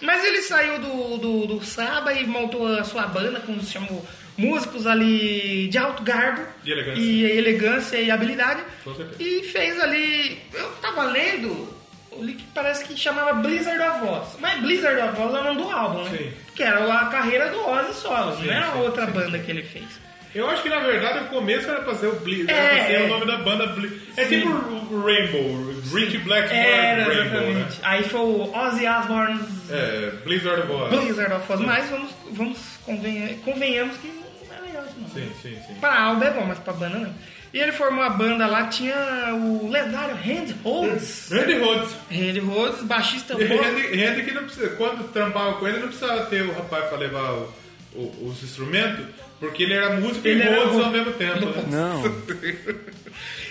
[SPEAKER 1] Mas ele saiu do, do, do Saba e montou a sua banda com os chamou, músicos ali de alto garbo.
[SPEAKER 2] E elegância.
[SPEAKER 1] E elegância e habilidade.
[SPEAKER 2] Com certeza.
[SPEAKER 1] E fez ali. Eu tava lendo, eu li que parece que chamava Blizzard of Oz. Mas Blizzard of Oz é o nome do álbum, né?
[SPEAKER 2] Sim.
[SPEAKER 1] Que era a carreira do Ozzy solo,
[SPEAKER 2] Sim,
[SPEAKER 1] não era
[SPEAKER 2] sim,
[SPEAKER 1] outra banda que ele fez.
[SPEAKER 2] Eu acho que na verdade o começo era pra ser o Blizzard,
[SPEAKER 1] É,
[SPEAKER 2] era pra ser
[SPEAKER 1] é.
[SPEAKER 2] o nome da banda Blizzard. É
[SPEAKER 1] Sim.
[SPEAKER 2] tipo o Rainbow, Rich Black
[SPEAKER 1] Era,
[SPEAKER 2] Rainbow.
[SPEAKER 1] exatamente.
[SPEAKER 2] É, Né?
[SPEAKER 1] Aí foi o Ozzy Osbourne's
[SPEAKER 2] É, Blizzard of Oz.
[SPEAKER 1] Blizzard of Oz, mas vamos, vamos convenha- convenhamos que não é legal isso não.
[SPEAKER 2] Sim, sim, sim.
[SPEAKER 1] Pra Alba é bom, mas pra banda não. E ele formou a banda lá, tinha o lendário Hand Rhodes.
[SPEAKER 2] Randy Rhodes.
[SPEAKER 1] Hand Rhodes, baixista Tá bom.
[SPEAKER 2] Randy, Randy que não precisa, quando trampava com ele, não precisava ter o rapaz pra levar o- o- os instrumentos, porque ele era músico
[SPEAKER 1] Ele
[SPEAKER 2] e
[SPEAKER 1] era
[SPEAKER 2] Rhodes
[SPEAKER 1] o-
[SPEAKER 2] ao mesmo tempo. né?
[SPEAKER 4] Não.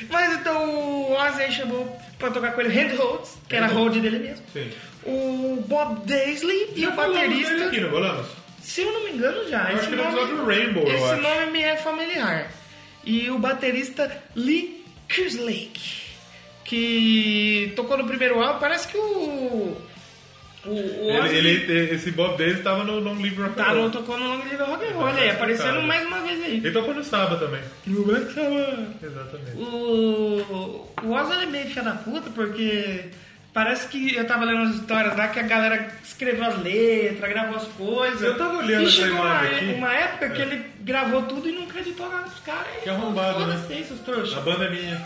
[SPEAKER 1] Mas então o Ozzy aí chamou pra tocar com ele Hand Rhodes, que era Rhodes dele mesmo.
[SPEAKER 2] Sim.
[SPEAKER 1] O Bob Daisley e o
[SPEAKER 2] Falamos dele
[SPEAKER 1] é um baterista.
[SPEAKER 2] Aqui, não falamos?
[SPEAKER 1] Se eu não me engano, já.
[SPEAKER 2] Eu acho
[SPEAKER 1] esse
[SPEAKER 2] que no
[SPEAKER 1] nome,
[SPEAKER 2] episódio do Rainbow, eu
[SPEAKER 1] Esse
[SPEAKER 2] acho.
[SPEAKER 1] nome me é familiar. E o baterista Lee Kerslake, que tocou no primeiro álbum, parece que o. O, o Ozzy
[SPEAKER 2] Ele, ele- esse Bob Davis tava no, no livro rock and
[SPEAKER 1] tá, não
[SPEAKER 2] roll.
[SPEAKER 1] tocou no Long Live Rock and Roll, olha aí, aparecendo mais uma vez aí.
[SPEAKER 2] Ele tocou no sábado também.
[SPEAKER 1] No Black Sabbath.
[SPEAKER 2] Exatamente.
[SPEAKER 1] O, o Ozzy ele é meio filho da puta, porque parece que eu tava lendo as histórias lá que a galera escreveu as letras, gravou as coisas.
[SPEAKER 2] Eu tava olhando
[SPEAKER 1] E
[SPEAKER 2] essa
[SPEAKER 1] chegou uma,
[SPEAKER 2] imagem aqui. É.
[SPEAKER 1] uma época que ele gravou tudo e não acreditou nada dos caras.
[SPEAKER 2] Que arrombado, né?
[SPEAKER 1] Foda-se aí, seus trouxas.
[SPEAKER 2] A banda é minha.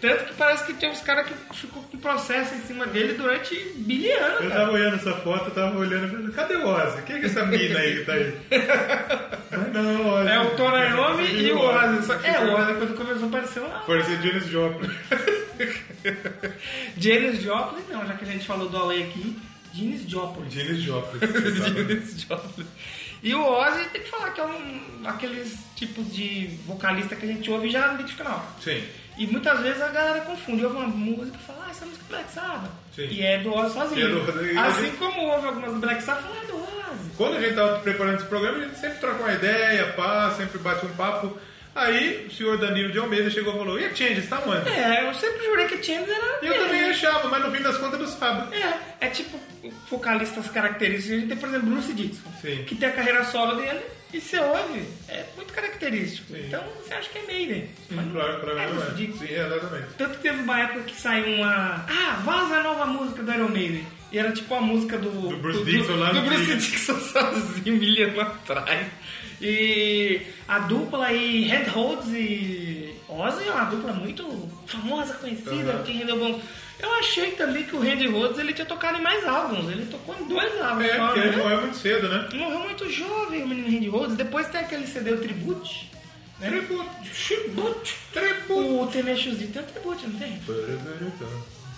[SPEAKER 1] Tanto que parece que tem uns caras que ficou com processo em cima dele durante bilhões
[SPEAKER 2] Eu
[SPEAKER 1] anos.
[SPEAKER 2] tava olhando essa foto, eu tava olhando e falando, cadê o Ozzy? Quem é que essa mina aí que tá aí? Mas não, Ozzy.
[SPEAKER 1] É o Torayomi e o Ozzy. Só- É, o Ozzy quando começou apareceu uma
[SPEAKER 2] Parecia Janis Joplin.
[SPEAKER 1] Janis Joplin, não, já que a gente falou do Away aqui, Janis Joplin.
[SPEAKER 2] Janis Joplin. né? exatamente.
[SPEAKER 1] Janis Joplin. E o Ozzy tem que falar que é um aqueles tipos de vocalista que a gente ouve e já identifica na hora.
[SPEAKER 2] Sim.
[SPEAKER 1] E muitas vezes a galera confunde, ouve uma música e fala, ah, essa música é Black Sabbath.
[SPEAKER 2] Sim.
[SPEAKER 1] E é do Ozzy sozinho.
[SPEAKER 2] E é do Ozzy.
[SPEAKER 1] Assim como ouve algumas do Black Sabbath, fala, ah, é do Ozzy.
[SPEAKER 2] Quando a gente tava preparando esse programa, a gente sempre troca uma ideia, pá, sempre bate um papo. Aí o senhor Danilo de Almeida chegou e falou, e a Changes, tá onde?
[SPEAKER 1] É, eu sempre jurei que Chains era.
[SPEAKER 2] E eu
[SPEAKER 1] dele.
[SPEAKER 2] também achava, mas no fim das contas não sabe.
[SPEAKER 1] É, é tipo vocalistas característicos. A gente tem, por exemplo, Bruce Dixon,
[SPEAKER 2] Sim.
[SPEAKER 1] que tem a carreira solo dele, E você ouve, é muito característico.
[SPEAKER 2] Sim.
[SPEAKER 1] Então você acha que é Maiden. mas não
[SPEAKER 2] Claro, pra mim
[SPEAKER 1] é
[SPEAKER 2] não é.
[SPEAKER 1] ridículo.
[SPEAKER 2] Sim, exatamente.
[SPEAKER 1] Tanto que teve uma época que saiu uma. Ah, vaza a nova música do Iron Maiden. E era tipo a música do.
[SPEAKER 2] Do Bruce Dickinson lá
[SPEAKER 1] Do
[SPEAKER 2] no
[SPEAKER 1] Bruce
[SPEAKER 2] Twitter.
[SPEAKER 1] Dickinson sozinho, milhando atrás. E a dupla aí, Red Holds e Ozzy é uma dupla muito famosa, conhecida,
[SPEAKER 2] Aham.
[SPEAKER 1] que rendeu bons. Eu achei também que o Randy Rhodes ele tinha tocado em mais álbuns, ele tocou em dois álbuns.
[SPEAKER 2] É,
[SPEAKER 1] só,
[SPEAKER 2] porque ele
[SPEAKER 1] né?
[SPEAKER 2] morreu muito cedo, né?
[SPEAKER 1] Morreu muito jovem o menino Randy Rhodes. Depois tem aquele CD, o Tribute. né?
[SPEAKER 2] Tributo.
[SPEAKER 1] Tribute.
[SPEAKER 2] Tributo.
[SPEAKER 1] O Tenacious D tem um tribute, não tem?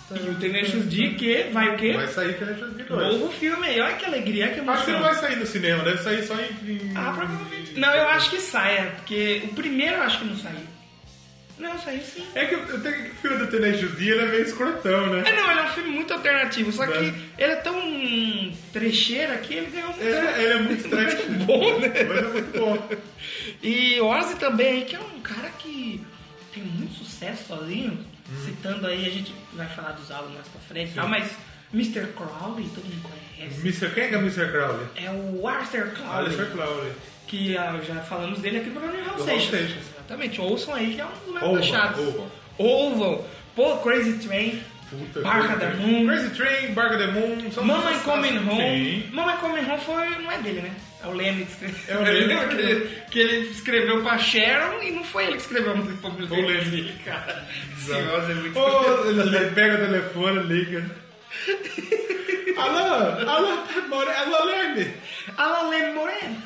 [SPEAKER 1] E o Tenacious D que vai o quê?
[SPEAKER 2] então. Vai sair é Tenacious D 2.
[SPEAKER 1] Novo filme aí, olha que alegria, que
[SPEAKER 2] Acho que
[SPEAKER 1] emoção.
[SPEAKER 2] não vai sair no cinema, deve sair só em... em-
[SPEAKER 1] Ah, provavelmente. Não, eu acho que saia, porque o primeiro eu acho que não saiu. Não, saiu sim.
[SPEAKER 2] É que o o filme do Tenacious D ele é meio escrotão, né?
[SPEAKER 1] É, não, ele é um filme muito alternativo, só que
[SPEAKER 2] Né?
[SPEAKER 1] ele é tão trecheira que ele ganhou um muito.
[SPEAKER 2] É, ele é muito trash.
[SPEAKER 1] Muito bom, né?
[SPEAKER 2] Mas é muito bom.
[SPEAKER 1] E Ozzy também, que é um cara que tem muito sucesso sozinho.
[SPEAKER 2] Uhum.
[SPEAKER 1] Citando aí, a gente vai falar dos álbuns mais pra frente, e tal, mas Mr. Crowley, todo mundo conhece.
[SPEAKER 2] Mr. Quem é que é Mr. Crowley?
[SPEAKER 1] É o Arthur
[SPEAKER 2] Ah,
[SPEAKER 1] Crowley.
[SPEAKER 2] Mr. Crowley.
[SPEAKER 1] que ah, já falamos dele aqui no programa de Raul
[SPEAKER 2] Do
[SPEAKER 1] Seixas.
[SPEAKER 2] Raul Seixas.
[SPEAKER 1] Exatamente, ouçam aí que é um dos mais
[SPEAKER 2] Ouvam,
[SPEAKER 1] taxados.
[SPEAKER 2] ouvam.
[SPEAKER 1] Ouvam. Pô, Crazy Train,
[SPEAKER 2] Puta
[SPEAKER 1] Barca
[SPEAKER 2] Crazy
[SPEAKER 1] da
[SPEAKER 2] Train.
[SPEAKER 1] Moon.
[SPEAKER 2] Crazy Train, Barca da Moon. são
[SPEAKER 1] Mama
[SPEAKER 2] sucessos.
[SPEAKER 1] Coming Home.
[SPEAKER 2] Sim.
[SPEAKER 1] Mama Coming Home foi, não é dele, né? É o Leme que escreveu.
[SPEAKER 2] É o Leme que
[SPEAKER 1] que,
[SPEAKER 2] escreveu.
[SPEAKER 1] ele- que ele escreveu pra Sharon e não foi ele que escreveu a música pra mulher.
[SPEAKER 2] Foi o Leme.
[SPEAKER 1] dele, cara. Esse Ozzy é muito...
[SPEAKER 2] Ô, ele pega o telefone, liga. Alô, alô, More- alô, Leme.
[SPEAKER 1] Alô, Leme Moreno.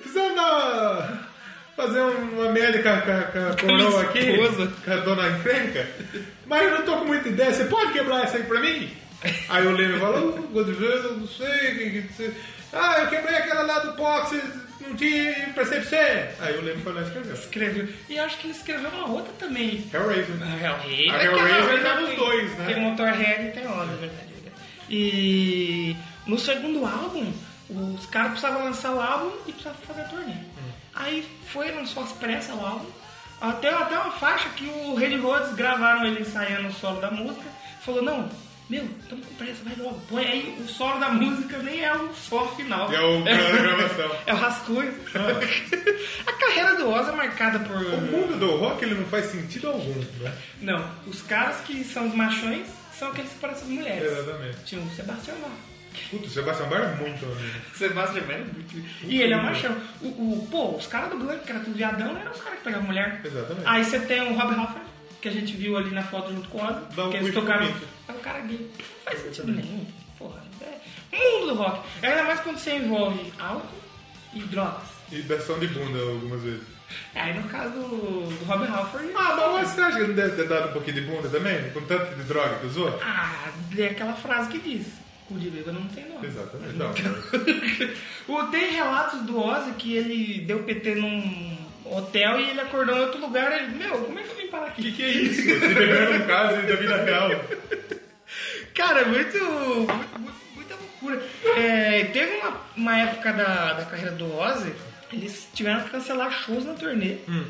[SPEAKER 2] Precisamos dar uma- fazer uma média com a, com a- com a
[SPEAKER 1] Com a minha
[SPEAKER 2] coroa aqui,
[SPEAKER 1] esposa.
[SPEAKER 2] com a dona encrenca, mas eu não tô com muita ideia, você pode quebrar essa aí pra mim? Aí o Leme falou, Godfrey, eu não sei, que, que, que, ah, eu quebrei aquela lá do boxe, não tinha percepção. Aí o Leme foi lá e escreveu.
[SPEAKER 1] Escreveu. E acho que ele escreveu uma outra também.
[SPEAKER 2] Hellraiser.
[SPEAKER 1] A Hellraiser.
[SPEAKER 2] né? A
[SPEAKER 1] que é
[SPEAKER 2] Hellraiser
[SPEAKER 1] uma-
[SPEAKER 2] tá nos dois, né?
[SPEAKER 1] Tem Motorhead e tem Ozzy, é verdade. é verdade. E no segundo álbum, os caras precisavam lançar o álbum e precisavam fazer a turnê.
[SPEAKER 2] É.
[SPEAKER 1] Aí foi, lançou às pressas o álbum. Ah, Tem até uma faixa que o Red Rhodes gravaram ele ensaiando o solo da música. Falou, não, meu, estamos com pressa, vai logo. Põe aí o solo da música, nem é o solo final.
[SPEAKER 2] É o grande gravação.
[SPEAKER 1] É o rascunho. a carreira do Ozzy é marcada por...
[SPEAKER 2] O mundo do rock ele não faz sentido algum, né?
[SPEAKER 1] Não, os caras que são os machões são aqueles que parecem as mulheres.
[SPEAKER 2] Exatamente.
[SPEAKER 1] Tinha o Sebastião Bach.
[SPEAKER 2] Puta, o Sebastião Bar é muito amigo.
[SPEAKER 1] Sebastião Bach é muito... E ele é machão. O, o- pô, os caras do Blank, que era tudo viadão, eram os caras que pegavam mulher.
[SPEAKER 2] Exatamente.
[SPEAKER 1] Aí você tem o Rob Halford, que a gente viu ali na foto junto com o Ozzy.
[SPEAKER 2] Dá um
[SPEAKER 1] que eles
[SPEAKER 2] puxo
[SPEAKER 1] tocaram...
[SPEAKER 2] bonito.
[SPEAKER 1] É um cara gay. Não faz sentido nenhum. Porra, é... Mundo do rock. Ainda mais quando você envolve álcool e drogas. É,
[SPEAKER 2] E versão de bunda algumas vezes.
[SPEAKER 1] Aí no caso do, do Rob Halford...
[SPEAKER 2] Ah, mas você acha que não deve ter dado um pouquinho de bunda também? Com tanto de droga que usou?
[SPEAKER 1] Ah, é aquela frase que diz: cu de bêbado não tem nome.
[SPEAKER 2] Exatamente. Não,
[SPEAKER 1] o, tem relatos do Ozzy que ele deu PT num hotel e ele acordou em outro lugar. Ele, meu, como é que eu vim parar
[SPEAKER 2] o que,
[SPEAKER 1] aqui?
[SPEAKER 2] que é isso? Se beber no caso da vida real.
[SPEAKER 1] Cara, é muito. muito- muito- muita loucura. É, teve uma, uma época da, da carreira do Ozzy, eles tiveram que cancelar shows na turnê.
[SPEAKER 2] Hum.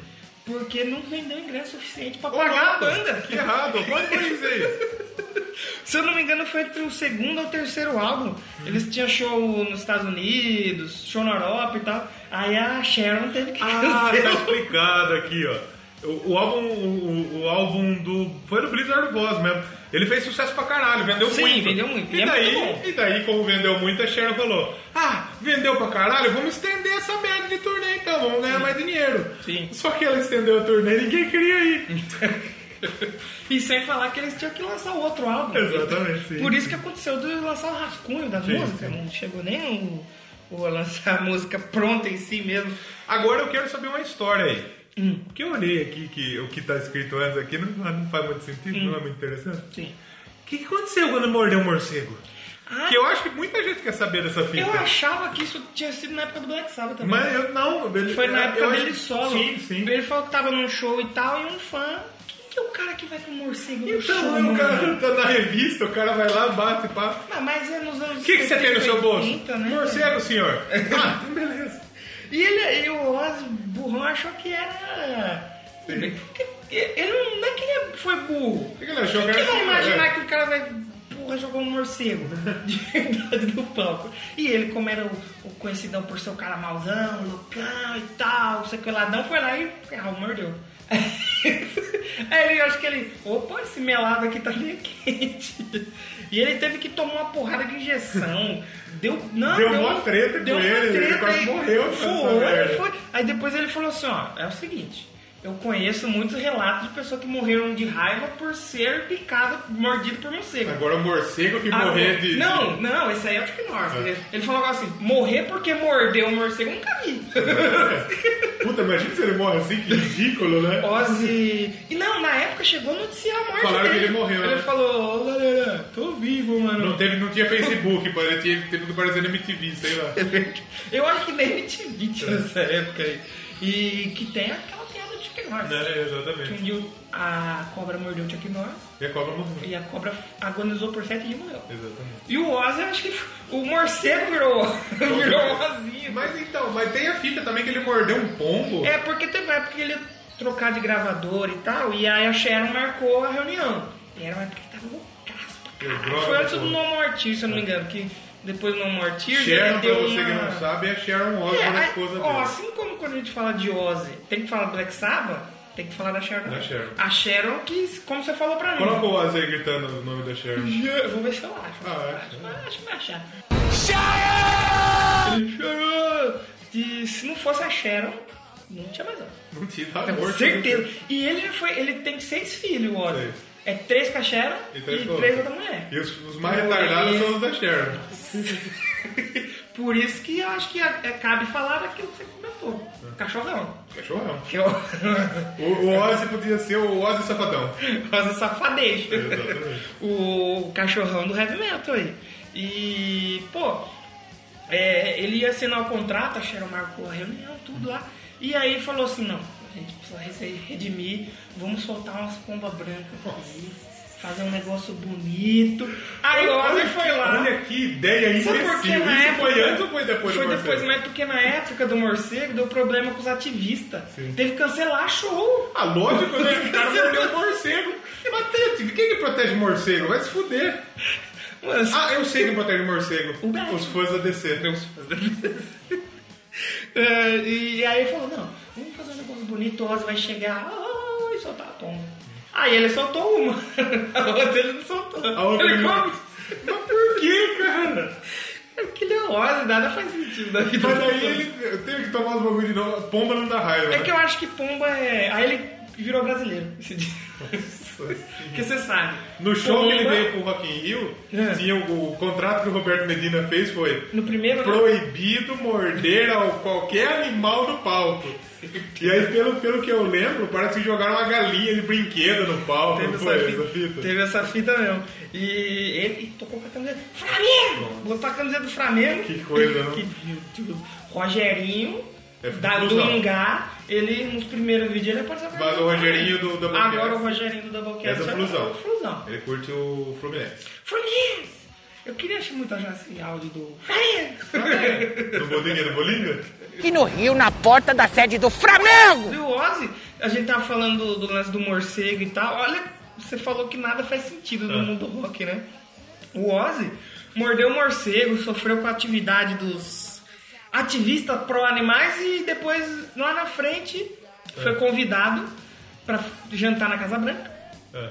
[SPEAKER 1] Porque não vendeu ingresso suficiente pra pagar a banda.
[SPEAKER 2] É, Que errado, pode por isso aí.
[SPEAKER 1] Se eu não me engano, foi entre o segundo ou o terceiro álbum. Eles tinham show nos Estados Unidos, show na Europa e tal. Aí a Sharon teve que
[SPEAKER 2] Ah, tá
[SPEAKER 1] cancelar.
[SPEAKER 2] explicado aqui, ó. O, o álbum, o, o álbum do. Foi do Blizzard Boss mesmo. Ele fez sucesso pra caralho, vendeu
[SPEAKER 1] Sim,
[SPEAKER 2] muito.
[SPEAKER 1] vendeu muito. E
[SPEAKER 2] E,
[SPEAKER 1] é
[SPEAKER 2] daí,
[SPEAKER 1] muito bom.
[SPEAKER 2] e daí, como vendeu muito, a Sharon falou: Ah, vendeu pra caralho, vamos estender essa merda de turnê então, vamos ganhar mais dinheiro.
[SPEAKER 1] Sim.
[SPEAKER 2] Só que ela estendeu a turnê e ninguém queria ir.
[SPEAKER 1] E sem falar que eles tinham que lançar o outro álbum.
[SPEAKER 2] Exatamente, sim.
[SPEAKER 1] Por isso que aconteceu de lançar o rascunho da
[SPEAKER 2] Sim,
[SPEAKER 1] música.
[SPEAKER 2] sim.
[SPEAKER 1] Não chegou nem o, o lançar a música pronta em si mesmo.
[SPEAKER 2] Agora eu quero saber uma história aí.
[SPEAKER 1] Hum.
[SPEAKER 2] Porque eu olhei aqui que o que tá escrito antes aqui não, não faz muito sentido, não é muito interessante.
[SPEAKER 1] Hum. Sim.
[SPEAKER 2] O que, que aconteceu quando mordeu um morcego?
[SPEAKER 1] Ah,
[SPEAKER 2] Que eu acho que muita gente quer saber dessa fita.
[SPEAKER 1] eu achava que isso tinha sido na época do Black Sabbath também.
[SPEAKER 2] Mas eu não, ele, é,
[SPEAKER 1] Foi na época
[SPEAKER 2] eu acho-
[SPEAKER 1] dele solo.
[SPEAKER 2] Sim, sim.
[SPEAKER 1] Ele falou que tava num show e tal, e um fã. Quem que é o cara que vai com o morcego no né? show?
[SPEAKER 2] Então, o
[SPEAKER 1] mano?
[SPEAKER 2] cara tá na revista, o cara vai lá, bate, pá.
[SPEAKER 1] Ah, mas é nos anos
[SPEAKER 2] O que, que você tem no seu
[SPEAKER 1] 70,
[SPEAKER 2] bolso?
[SPEAKER 1] 80, né?
[SPEAKER 2] Morcego, senhor. Ah, beleza.
[SPEAKER 1] E ele, e o Oz burrão achou que era.
[SPEAKER 2] Sim.
[SPEAKER 1] Ele não, não é que ele foi burro.
[SPEAKER 2] O que que ele achou?
[SPEAKER 1] Quem
[SPEAKER 2] cara?
[SPEAKER 1] vai imaginar
[SPEAKER 2] É.
[SPEAKER 1] que o cara vai vai jogar um morcego de verdade do palco. E ele, como era o, o conhecidão por ser o cara mauzão, loucão e tal, sequeladão, foi lá e ah, mordeu. Aí ele, acho que ele, opa, esse melado aqui tá meio quente. E ele teve que tomar uma porrada de injeção. Deu, Ah, não,
[SPEAKER 2] Deu uma treta com
[SPEAKER 1] uma
[SPEAKER 2] ele, ele quase
[SPEAKER 1] aí
[SPEAKER 2] morreu com essa
[SPEAKER 1] Foi,
[SPEAKER 2] merda.
[SPEAKER 1] ele foi. Aí depois ele falou assim, ó, é o seguinte, eu conheço muitos relatos de pessoas que morreram de raiva por ser picado, mordido por morcego.
[SPEAKER 2] Agora o morcego que
[SPEAKER 1] Ah,
[SPEAKER 2] morrer de.
[SPEAKER 1] Não, não, esse aí é o Chuck Norris.
[SPEAKER 2] É.
[SPEAKER 1] Ele falou assim, morrer porque mordeu um morcego, eu nunca vi.
[SPEAKER 2] Puta, imagina se ele morre assim, que ridículo, né?
[SPEAKER 1] Ozzy. E não, na época chegou a noticiar a morte
[SPEAKER 2] Falaram que
[SPEAKER 1] dele.
[SPEAKER 2] ele morreu,
[SPEAKER 1] Ele
[SPEAKER 2] né?
[SPEAKER 1] falou, ô galera, tô vivo,
[SPEAKER 2] Não,
[SPEAKER 1] mano.
[SPEAKER 2] teve, não tinha Facebook, pô, ele tinha, teve que aparecer na MTV, sei lá.
[SPEAKER 1] Eu acho que nem MTV
[SPEAKER 2] É.
[SPEAKER 1] tinha nessa época aí. E que tem aquela piada do Chuck Norris.
[SPEAKER 2] Né,
[SPEAKER 1] Que
[SPEAKER 2] exatamente.
[SPEAKER 1] um dia a cobra mordeu o Chuck Norris
[SPEAKER 2] E a cobra morreu.
[SPEAKER 1] e a cobra agonizou por sete dias e morreu.
[SPEAKER 2] Exatamente.
[SPEAKER 1] E o Ozzy, acho que o morcego virou, virou um Ozzy.
[SPEAKER 2] Mas então, mas tem a fita também que ele mordeu um pombo.
[SPEAKER 1] É, porque teve época que ele ia trocar de gravador e tal, e aí a Sharon marcou a reunião. E era uma época que tava loucaço pra
[SPEAKER 2] Eu
[SPEAKER 1] caralho.
[SPEAKER 2] droga,
[SPEAKER 1] Foi antes do
[SPEAKER 2] pô.
[SPEAKER 1] No More Tears, se eu não me engano, que depois do No More Tears ele
[SPEAKER 2] É. Sharon, pra
[SPEAKER 1] deu
[SPEAKER 2] você
[SPEAKER 1] uma...
[SPEAKER 2] que não sabe, é Sharon
[SPEAKER 1] É,
[SPEAKER 2] Osbourne, a
[SPEAKER 1] aí-
[SPEAKER 2] esposa dele.
[SPEAKER 1] ó, assim como quando a gente fala de Ozzy, tem que falar do Black Sabbath, tem que falar da Sharon.
[SPEAKER 2] Da Sharon.
[SPEAKER 1] A Sharon que, como você falou pra mim...
[SPEAKER 2] Coloca o Ozzy aí gritando o nome da Sharon.
[SPEAKER 1] Eu Vou ver se eu acho. acho,
[SPEAKER 2] Ah, é?
[SPEAKER 1] acho, acho que vai achar. Sharon! E se não fosse a Sharon, não tinha mais nada.
[SPEAKER 2] Não tinha, tá
[SPEAKER 1] Com
[SPEAKER 2] morto.
[SPEAKER 1] certeza. E ele já foi. Ele tem seis filhos, o Ozzy.
[SPEAKER 2] Sei.
[SPEAKER 1] É três cacheros
[SPEAKER 2] E
[SPEAKER 1] e
[SPEAKER 2] três
[SPEAKER 1] três,
[SPEAKER 2] com outra.
[SPEAKER 1] da mulher.
[SPEAKER 2] E os, os mais retardados são os da Sharon.
[SPEAKER 1] Por isso que eu acho que é- é- cabe falar daquilo que você comentou.
[SPEAKER 2] É.
[SPEAKER 1] Cachorrão.
[SPEAKER 2] Cachorrão.
[SPEAKER 1] Que é o
[SPEAKER 2] O, o Ozzy podia ser o Ozzy Safadão.
[SPEAKER 1] Ozzy safadeixo.
[SPEAKER 2] Exatamente.
[SPEAKER 1] o cachorrão do heavy metal aí. E, pô, é, ele ia assinar o contrato, a Sharon marcou a reunião, tudo lá. E aí falou assim, não, a gente precisa rece- redimir, vamos soltar umas pombas brancas aqui, fazer um negócio bonito. Aí o Ozzy foi lá.
[SPEAKER 2] Olha que ideia
[SPEAKER 1] Sabe
[SPEAKER 2] imbecil.
[SPEAKER 1] por que
[SPEAKER 2] Isso
[SPEAKER 1] na época.
[SPEAKER 2] foi antes ou foi depois
[SPEAKER 1] Foi
[SPEAKER 2] do
[SPEAKER 1] depois,
[SPEAKER 2] Marcelo?
[SPEAKER 1] mas porque na época do morcego deu problema com os ativistas.
[SPEAKER 2] Sim.
[SPEAKER 1] Teve que cancelar show.
[SPEAKER 2] Ah, lógico, né? O cara mordeu um morcego. Mas tem, assim, quem que protege morcego? Vai se fuder.
[SPEAKER 1] Mano,
[SPEAKER 2] Ah, eu sei quem protege morcego.
[SPEAKER 1] O Batman.
[SPEAKER 2] Os fãs da DC. Os fãs da DC.
[SPEAKER 1] É, e aí ele falou, não, vamos fazer um negócio bonito, o Ozzy vai chegar ah, e soltar a pomba. Aí ele soltou uma, a outra ele não soltou.
[SPEAKER 2] A outra
[SPEAKER 1] ele
[SPEAKER 2] não.
[SPEAKER 1] come.
[SPEAKER 2] Mas por que, cara?
[SPEAKER 1] É porque ele é Ozzy, nada faz sentido na vida
[SPEAKER 2] Mas
[SPEAKER 1] dele.
[SPEAKER 2] aí ele eu tenho que tomar os bagulho de novo. Pomba não dá raiva.
[SPEAKER 1] É
[SPEAKER 2] né?
[SPEAKER 1] que eu acho que pomba é... Aí ele virou brasileiro esse dia. Porque você sabe.
[SPEAKER 2] No show que ele
[SPEAKER 1] pomba-
[SPEAKER 2] veio pro Rock in Rio,
[SPEAKER 1] É.
[SPEAKER 2] tinha o, o contrato que o Roberto Medina fez foi
[SPEAKER 1] No primeiro...
[SPEAKER 2] proibido morder ao qualquer animal no palco. E aí, pelo, pelo que eu lembro, parece que jogaram uma galinha de brinquedo no palco.
[SPEAKER 1] Teve
[SPEAKER 2] Não
[SPEAKER 1] essa,
[SPEAKER 2] foi
[SPEAKER 1] fita,
[SPEAKER 2] essa fita?
[SPEAKER 1] teve essa fita mesmo. E ele tocou com a camiseta. Flamengo! Botou a camiseta do Flamengo.
[SPEAKER 2] Que coisa, né?
[SPEAKER 1] Que, meu Deus. Rogerinho,
[SPEAKER 2] É
[SPEAKER 1] da
[SPEAKER 2] confusão.
[SPEAKER 1] Dungá, ele nos primeiros vídeos ele é apareceu com a
[SPEAKER 2] Mas o
[SPEAKER 1] camiseta do
[SPEAKER 2] Rogerinho do
[SPEAKER 1] Flamengo.
[SPEAKER 2] Doublecast.
[SPEAKER 1] Agora o Rogerinho do Doublecast.
[SPEAKER 2] Essa
[SPEAKER 1] já-
[SPEAKER 2] flusão.
[SPEAKER 1] Flusão.
[SPEAKER 2] Ele curte o Fluminense.
[SPEAKER 1] Fluminense! Eu queria achar muito já esse áudio do Flamengo!
[SPEAKER 2] Do Bolinga, do Bolinga?
[SPEAKER 4] aqui no Rio, na porta da sede do Flamengo.
[SPEAKER 1] E o Ozzy, a gente tava falando do, do lance do morcego e tal. Olha, você falou que nada faz sentido no
[SPEAKER 2] Ah.
[SPEAKER 1] mundo rock, né? O Ozzy mordeu o morcego, sofreu com a atividade dos ativistas pró-animais e depois, lá na frente, foi convidado pra jantar na Casa Branca.
[SPEAKER 2] É.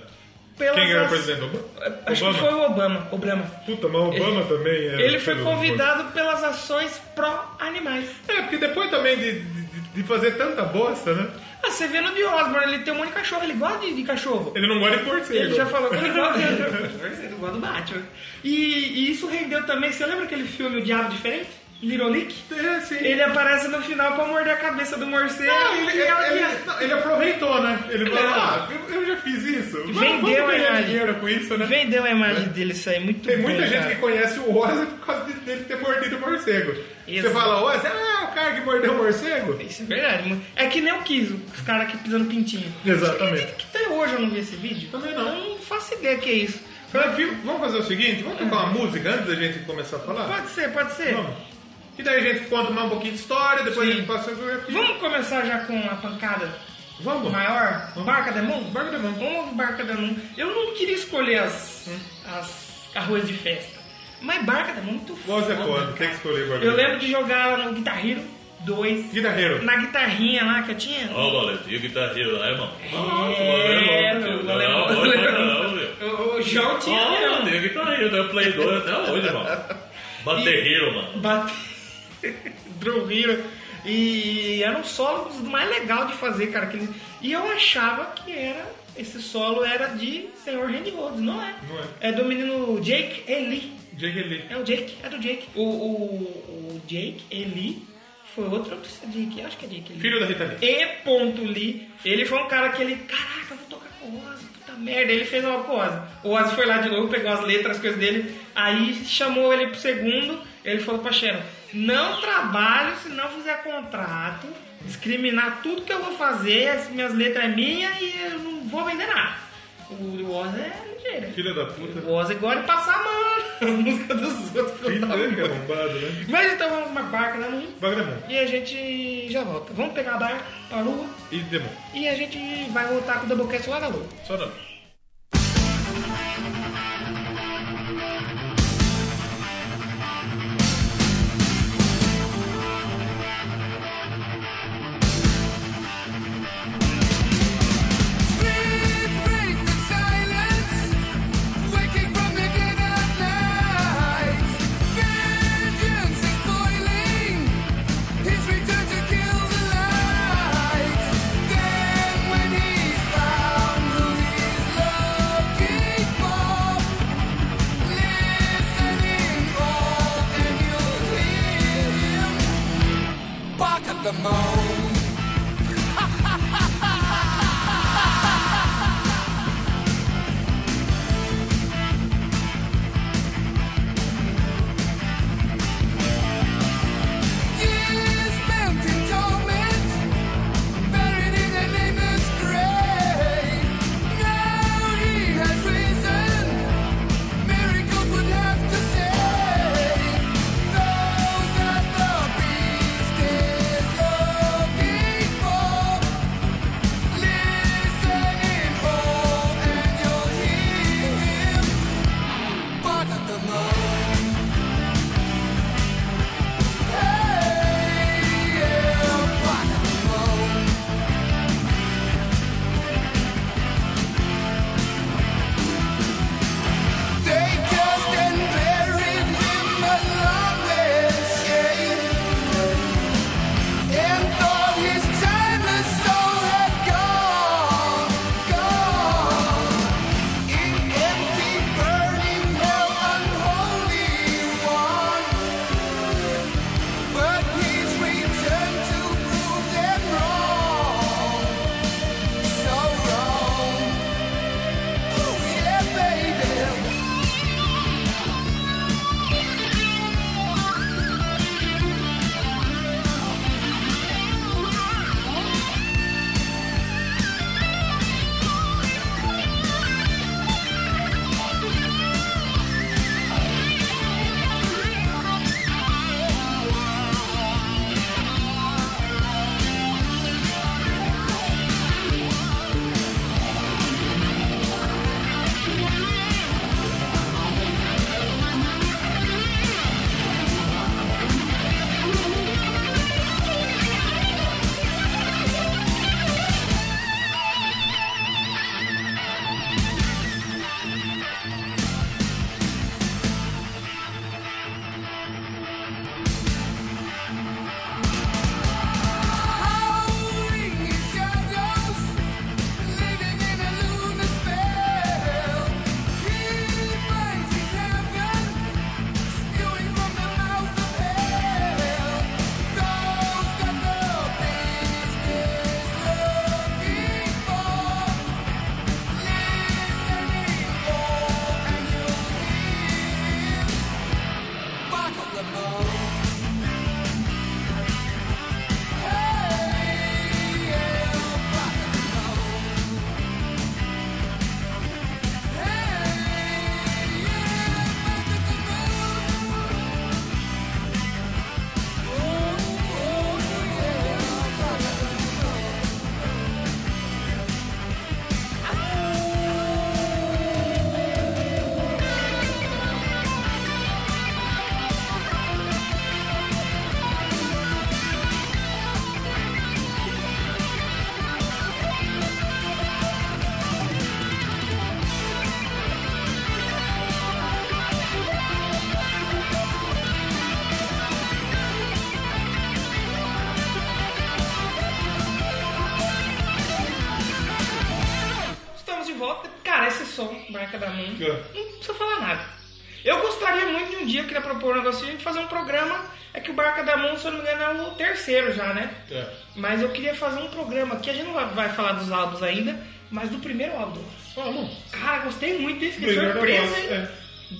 [SPEAKER 1] Pelas
[SPEAKER 2] Quem era o
[SPEAKER 1] as- É,
[SPEAKER 2] presidente? Obama?
[SPEAKER 1] Acho que foi o Obama. Obama.
[SPEAKER 2] Puta, mas o Obama também era.
[SPEAKER 1] Ele foi
[SPEAKER 2] pelo-
[SPEAKER 1] convidado pelas ações pró-animais.
[SPEAKER 2] É, porque depois também de, de, de fazer tanta bosta, né?
[SPEAKER 1] Ah, você vê no de Osborne, ele tem um monte de cachorro, ele gosta de- de cachorro.
[SPEAKER 2] Ele não gosta de porcego.
[SPEAKER 1] Ele já falou que ele gosta ele gosta do Batman. E, e isso rendeu também. Você lembra aquele filme O Diabo Diferente? Little Nick?
[SPEAKER 2] É, sim.
[SPEAKER 1] Ele é aparece no final pra morder a cabeça do morcego.
[SPEAKER 2] Ah, ele,
[SPEAKER 1] e ela-
[SPEAKER 2] ele- ele- não, ele aproveitou, né? Ele falou,
[SPEAKER 1] É.
[SPEAKER 2] ah, eu, eu já fiz isso. Vamos-
[SPEAKER 1] Vendeu
[SPEAKER 2] vamos
[SPEAKER 1] a
[SPEAKER 2] ganhar
[SPEAKER 1] imagem.
[SPEAKER 2] dinheiro com isso, né?
[SPEAKER 1] Vendeu a imagem dele, isso aí. Muito
[SPEAKER 2] Tem muita
[SPEAKER 1] bom,
[SPEAKER 2] gente
[SPEAKER 1] cara.
[SPEAKER 2] que conhece o Ozzy por causa de- dele ter mordido o morcego. Você
[SPEAKER 1] Exato.
[SPEAKER 2] fala, Ozzy, ah, o cara que mordeu o morcego?
[SPEAKER 1] Isso é verdade. mano. É que nem eu quis, os caras aqui pisando pintinho.
[SPEAKER 2] Exatamente.
[SPEAKER 1] Que, que até hoje eu não vi esse vídeo.
[SPEAKER 2] Também não.
[SPEAKER 1] Eu não faço ideia que é isso.
[SPEAKER 2] Mas, viu, vamos fazer o seguinte, vamos tocar uma música antes da gente começar a falar?
[SPEAKER 1] Pode ser, pode ser.
[SPEAKER 2] Vamos. E daí a gente conta mais um pouquinho de história, depois
[SPEAKER 1] Sim.
[SPEAKER 2] a gente passa... Vamos.
[SPEAKER 1] Vamos começar já com a pancada
[SPEAKER 2] Vamos.
[SPEAKER 1] maior?
[SPEAKER 2] Vamos.
[SPEAKER 1] Barca da mão?
[SPEAKER 2] Barca da Mão.
[SPEAKER 1] Vamos ao Barca da Mão. Eu não queria escolher as, as arroz de festa. Mas barca tá muito foda.
[SPEAKER 2] Você é foda, tem
[SPEAKER 1] cara.
[SPEAKER 2] que escolher barca.
[SPEAKER 1] Eu lembro de jogar no Guitar Hero 2.
[SPEAKER 2] Guitarreiro.
[SPEAKER 1] Na guitarrinha lá que eu tinha.
[SPEAKER 5] Ó, o boleto, e o guitarreiro lá, irmão?
[SPEAKER 1] É,
[SPEAKER 5] Não,
[SPEAKER 1] o
[SPEAKER 5] não,
[SPEAKER 1] alemão.
[SPEAKER 5] não, hoje não, meu.
[SPEAKER 1] O o João tinha
[SPEAKER 5] Ó,
[SPEAKER 1] mesmo.
[SPEAKER 5] tem o guitarreiro, tem o Play 2 até hoje, irmão. Baterreiro, mano.
[SPEAKER 1] Bate... Drum Hero. E era um solo dos mais legal de fazer, cara. que eles- E eu achava que era esse solo era de Senhor Randy Rhodes, não é?
[SPEAKER 2] Não
[SPEAKER 1] é. do menino Jake Eli.
[SPEAKER 2] Jake Lee.
[SPEAKER 1] É o Jake, é do Jake. O, o, o Jake Eli foi outro artista Jake, eu acho que é Jake Eli.
[SPEAKER 2] Filho da Rita Lee.
[SPEAKER 1] E ponto Lee, ele foi um cara que ele, caraca, eu vou tocar com o Ozzy, puta merda. Ele fez uma com o Ozzy. O Ozzy foi lá de novo, pegou as letras, as coisas dele, aí chamou ele pro segundo, ele falou pra Sharon, não trabalho se não fizer contrato, discriminar tudo que eu vou fazer, as minhas letras é minha e eu não vou vender nada. O, o Ozzy é ligeiro.
[SPEAKER 2] Filha da puta.
[SPEAKER 1] O Ozzy gosta de passar a mão nas músicas dos outros.
[SPEAKER 2] Filho
[SPEAKER 1] filho da
[SPEAKER 2] dele que é
[SPEAKER 1] puta.
[SPEAKER 2] arrombado, né?
[SPEAKER 1] Mas então vamos pra barca, né? Luiz?
[SPEAKER 2] Bagdemon.
[SPEAKER 1] E a gente já volta. Vamos pegar a barca, a lua,
[SPEAKER 2] E Demon.
[SPEAKER 1] e a gente vai voltar com o Doublecast lá na lua.
[SPEAKER 2] Só não.
[SPEAKER 6] Then when he's found, who is
[SPEAKER 1] som, marca da mão.
[SPEAKER 2] Que-
[SPEAKER 1] Não precisa falar nada. Eu gostaria muito de um dia, eu queria propor um negócio, a gente fazer um programa. É que o Barca da Mão, se eu não me engano, é o terceiro já, né?
[SPEAKER 2] É.
[SPEAKER 1] Mas eu queria fazer um programa aqui, a gente não vai- vai falar dos álbuns ainda, mas do primeiro álbum.
[SPEAKER 2] Vamos.
[SPEAKER 1] Cara, gostei muito disso, que
[SPEAKER 2] Melhor
[SPEAKER 1] surpresa,
[SPEAKER 2] negócio, é.
[SPEAKER 1] hein?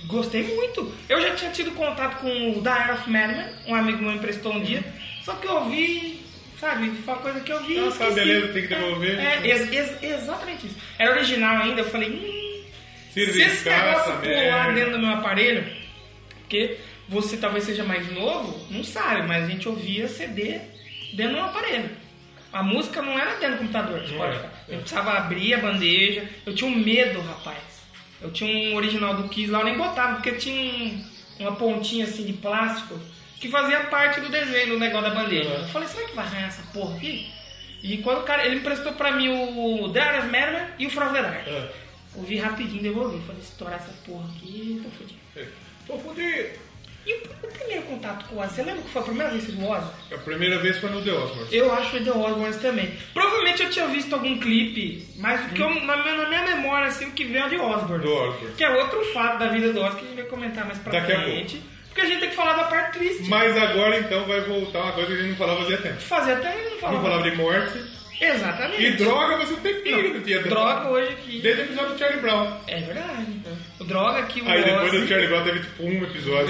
[SPEAKER 1] Gostei muito. Eu já tinha tido contato com o Dire of Madman, um amigo meu emprestou um dia, só que eu vi, sabe, foi uma coisa que eu vi. e
[SPEAKER 2] Ah, tá,
[SPEAKER 1] esqueci.
[SPEAKER 2] beleza, tem que devolver.
[SPEAKER 1] É, é, ex- ex- exatamente isso. Era original ainda, eu falei, hum, se
[SPEAKER 2] Se
[SPEAKER 1] esse
[SPEAKER 2] riscar
[SPEAKER 1] negócio
[SPEAKER 2] essa
[SPEAKER 1] pular né?
[SPEAKER 2] merda.
[SPEAKER 1] dentro do meu aparelho, porque você talvez seja mais novo, não sabe, mas a gente ouvia CD dentro do aparelho. A música não era dentro do computador, você
[SPEAKER 2] Não
[SPEAKER 1] pode
[SPEAKER 2] é,
[SPEAKER 1] falar.
[SPEAKER 2] é.
[SPEAKER 1] Eu precisava abrir a bandeja. Eu tinha um medo, rapaz. Eu tinha um original do Kiss lá, eu nem botava, porque tinha um- uma pontinha assim de plástico que fazia parte do desenho do negócio da bandeja. Eu falei, será que vai arranhar essa porra aqui? E quando o cara, ele emprestou pra mim o Darius Merman e o Frozerar.
[SPEAKER 2] É.
[SPEAKER 1] Ouvi rapidinho, devolvi. Falei, estourar essa porra aqui, tô fodido.
[SPEAKER 2] É. Tô fudido.
[SPEAKER 1] E o, o primeiro contato com o Ozzy, você lembra que foi a primeira vez que você viu o Ozzy?
[SPEAKER 2] A primeira vez foi no The Osmond.
[SPEAKER 1] Eu acho o The Osborns também. Provavelmente eu tinha visto algum clipe, mas o que eu, na, minha, na minha memória, assim, o que vem é o The Osborns.
[SPEAKER 2] Do Osborns.
[SPEAKER 1] Que é outro fato da vida do Ozzy que a gente vai comentar mais pra
[SPEAKER 2] Daqui a
[SPEAKER 1] frente. Porque a gente tem que falar da parte triste. né?
[SPEAKER 2] Mas agora então vai voltar uma coisa que a gente não falava fazia tempo.
[SPEAKER 1] Fazer até ele não falar.
[SPEAKER 2] Não falava de morte.
[SPEAKER 1] Exatamente.
[SPEAKER 2] E droga, você não tem pinga do dia.
[SPEAKER 1] Droga hoje que...
[SPEAKER 2] Desde o episódio do Charlie Brown.
[SPEAKER 1] É verdade. O droga que o
[SPEAKER 2] Aí depois
[SPEAKER 1] Ozzy-
[SPEAKER 2] do Charlie Brown teve tipo um episódio.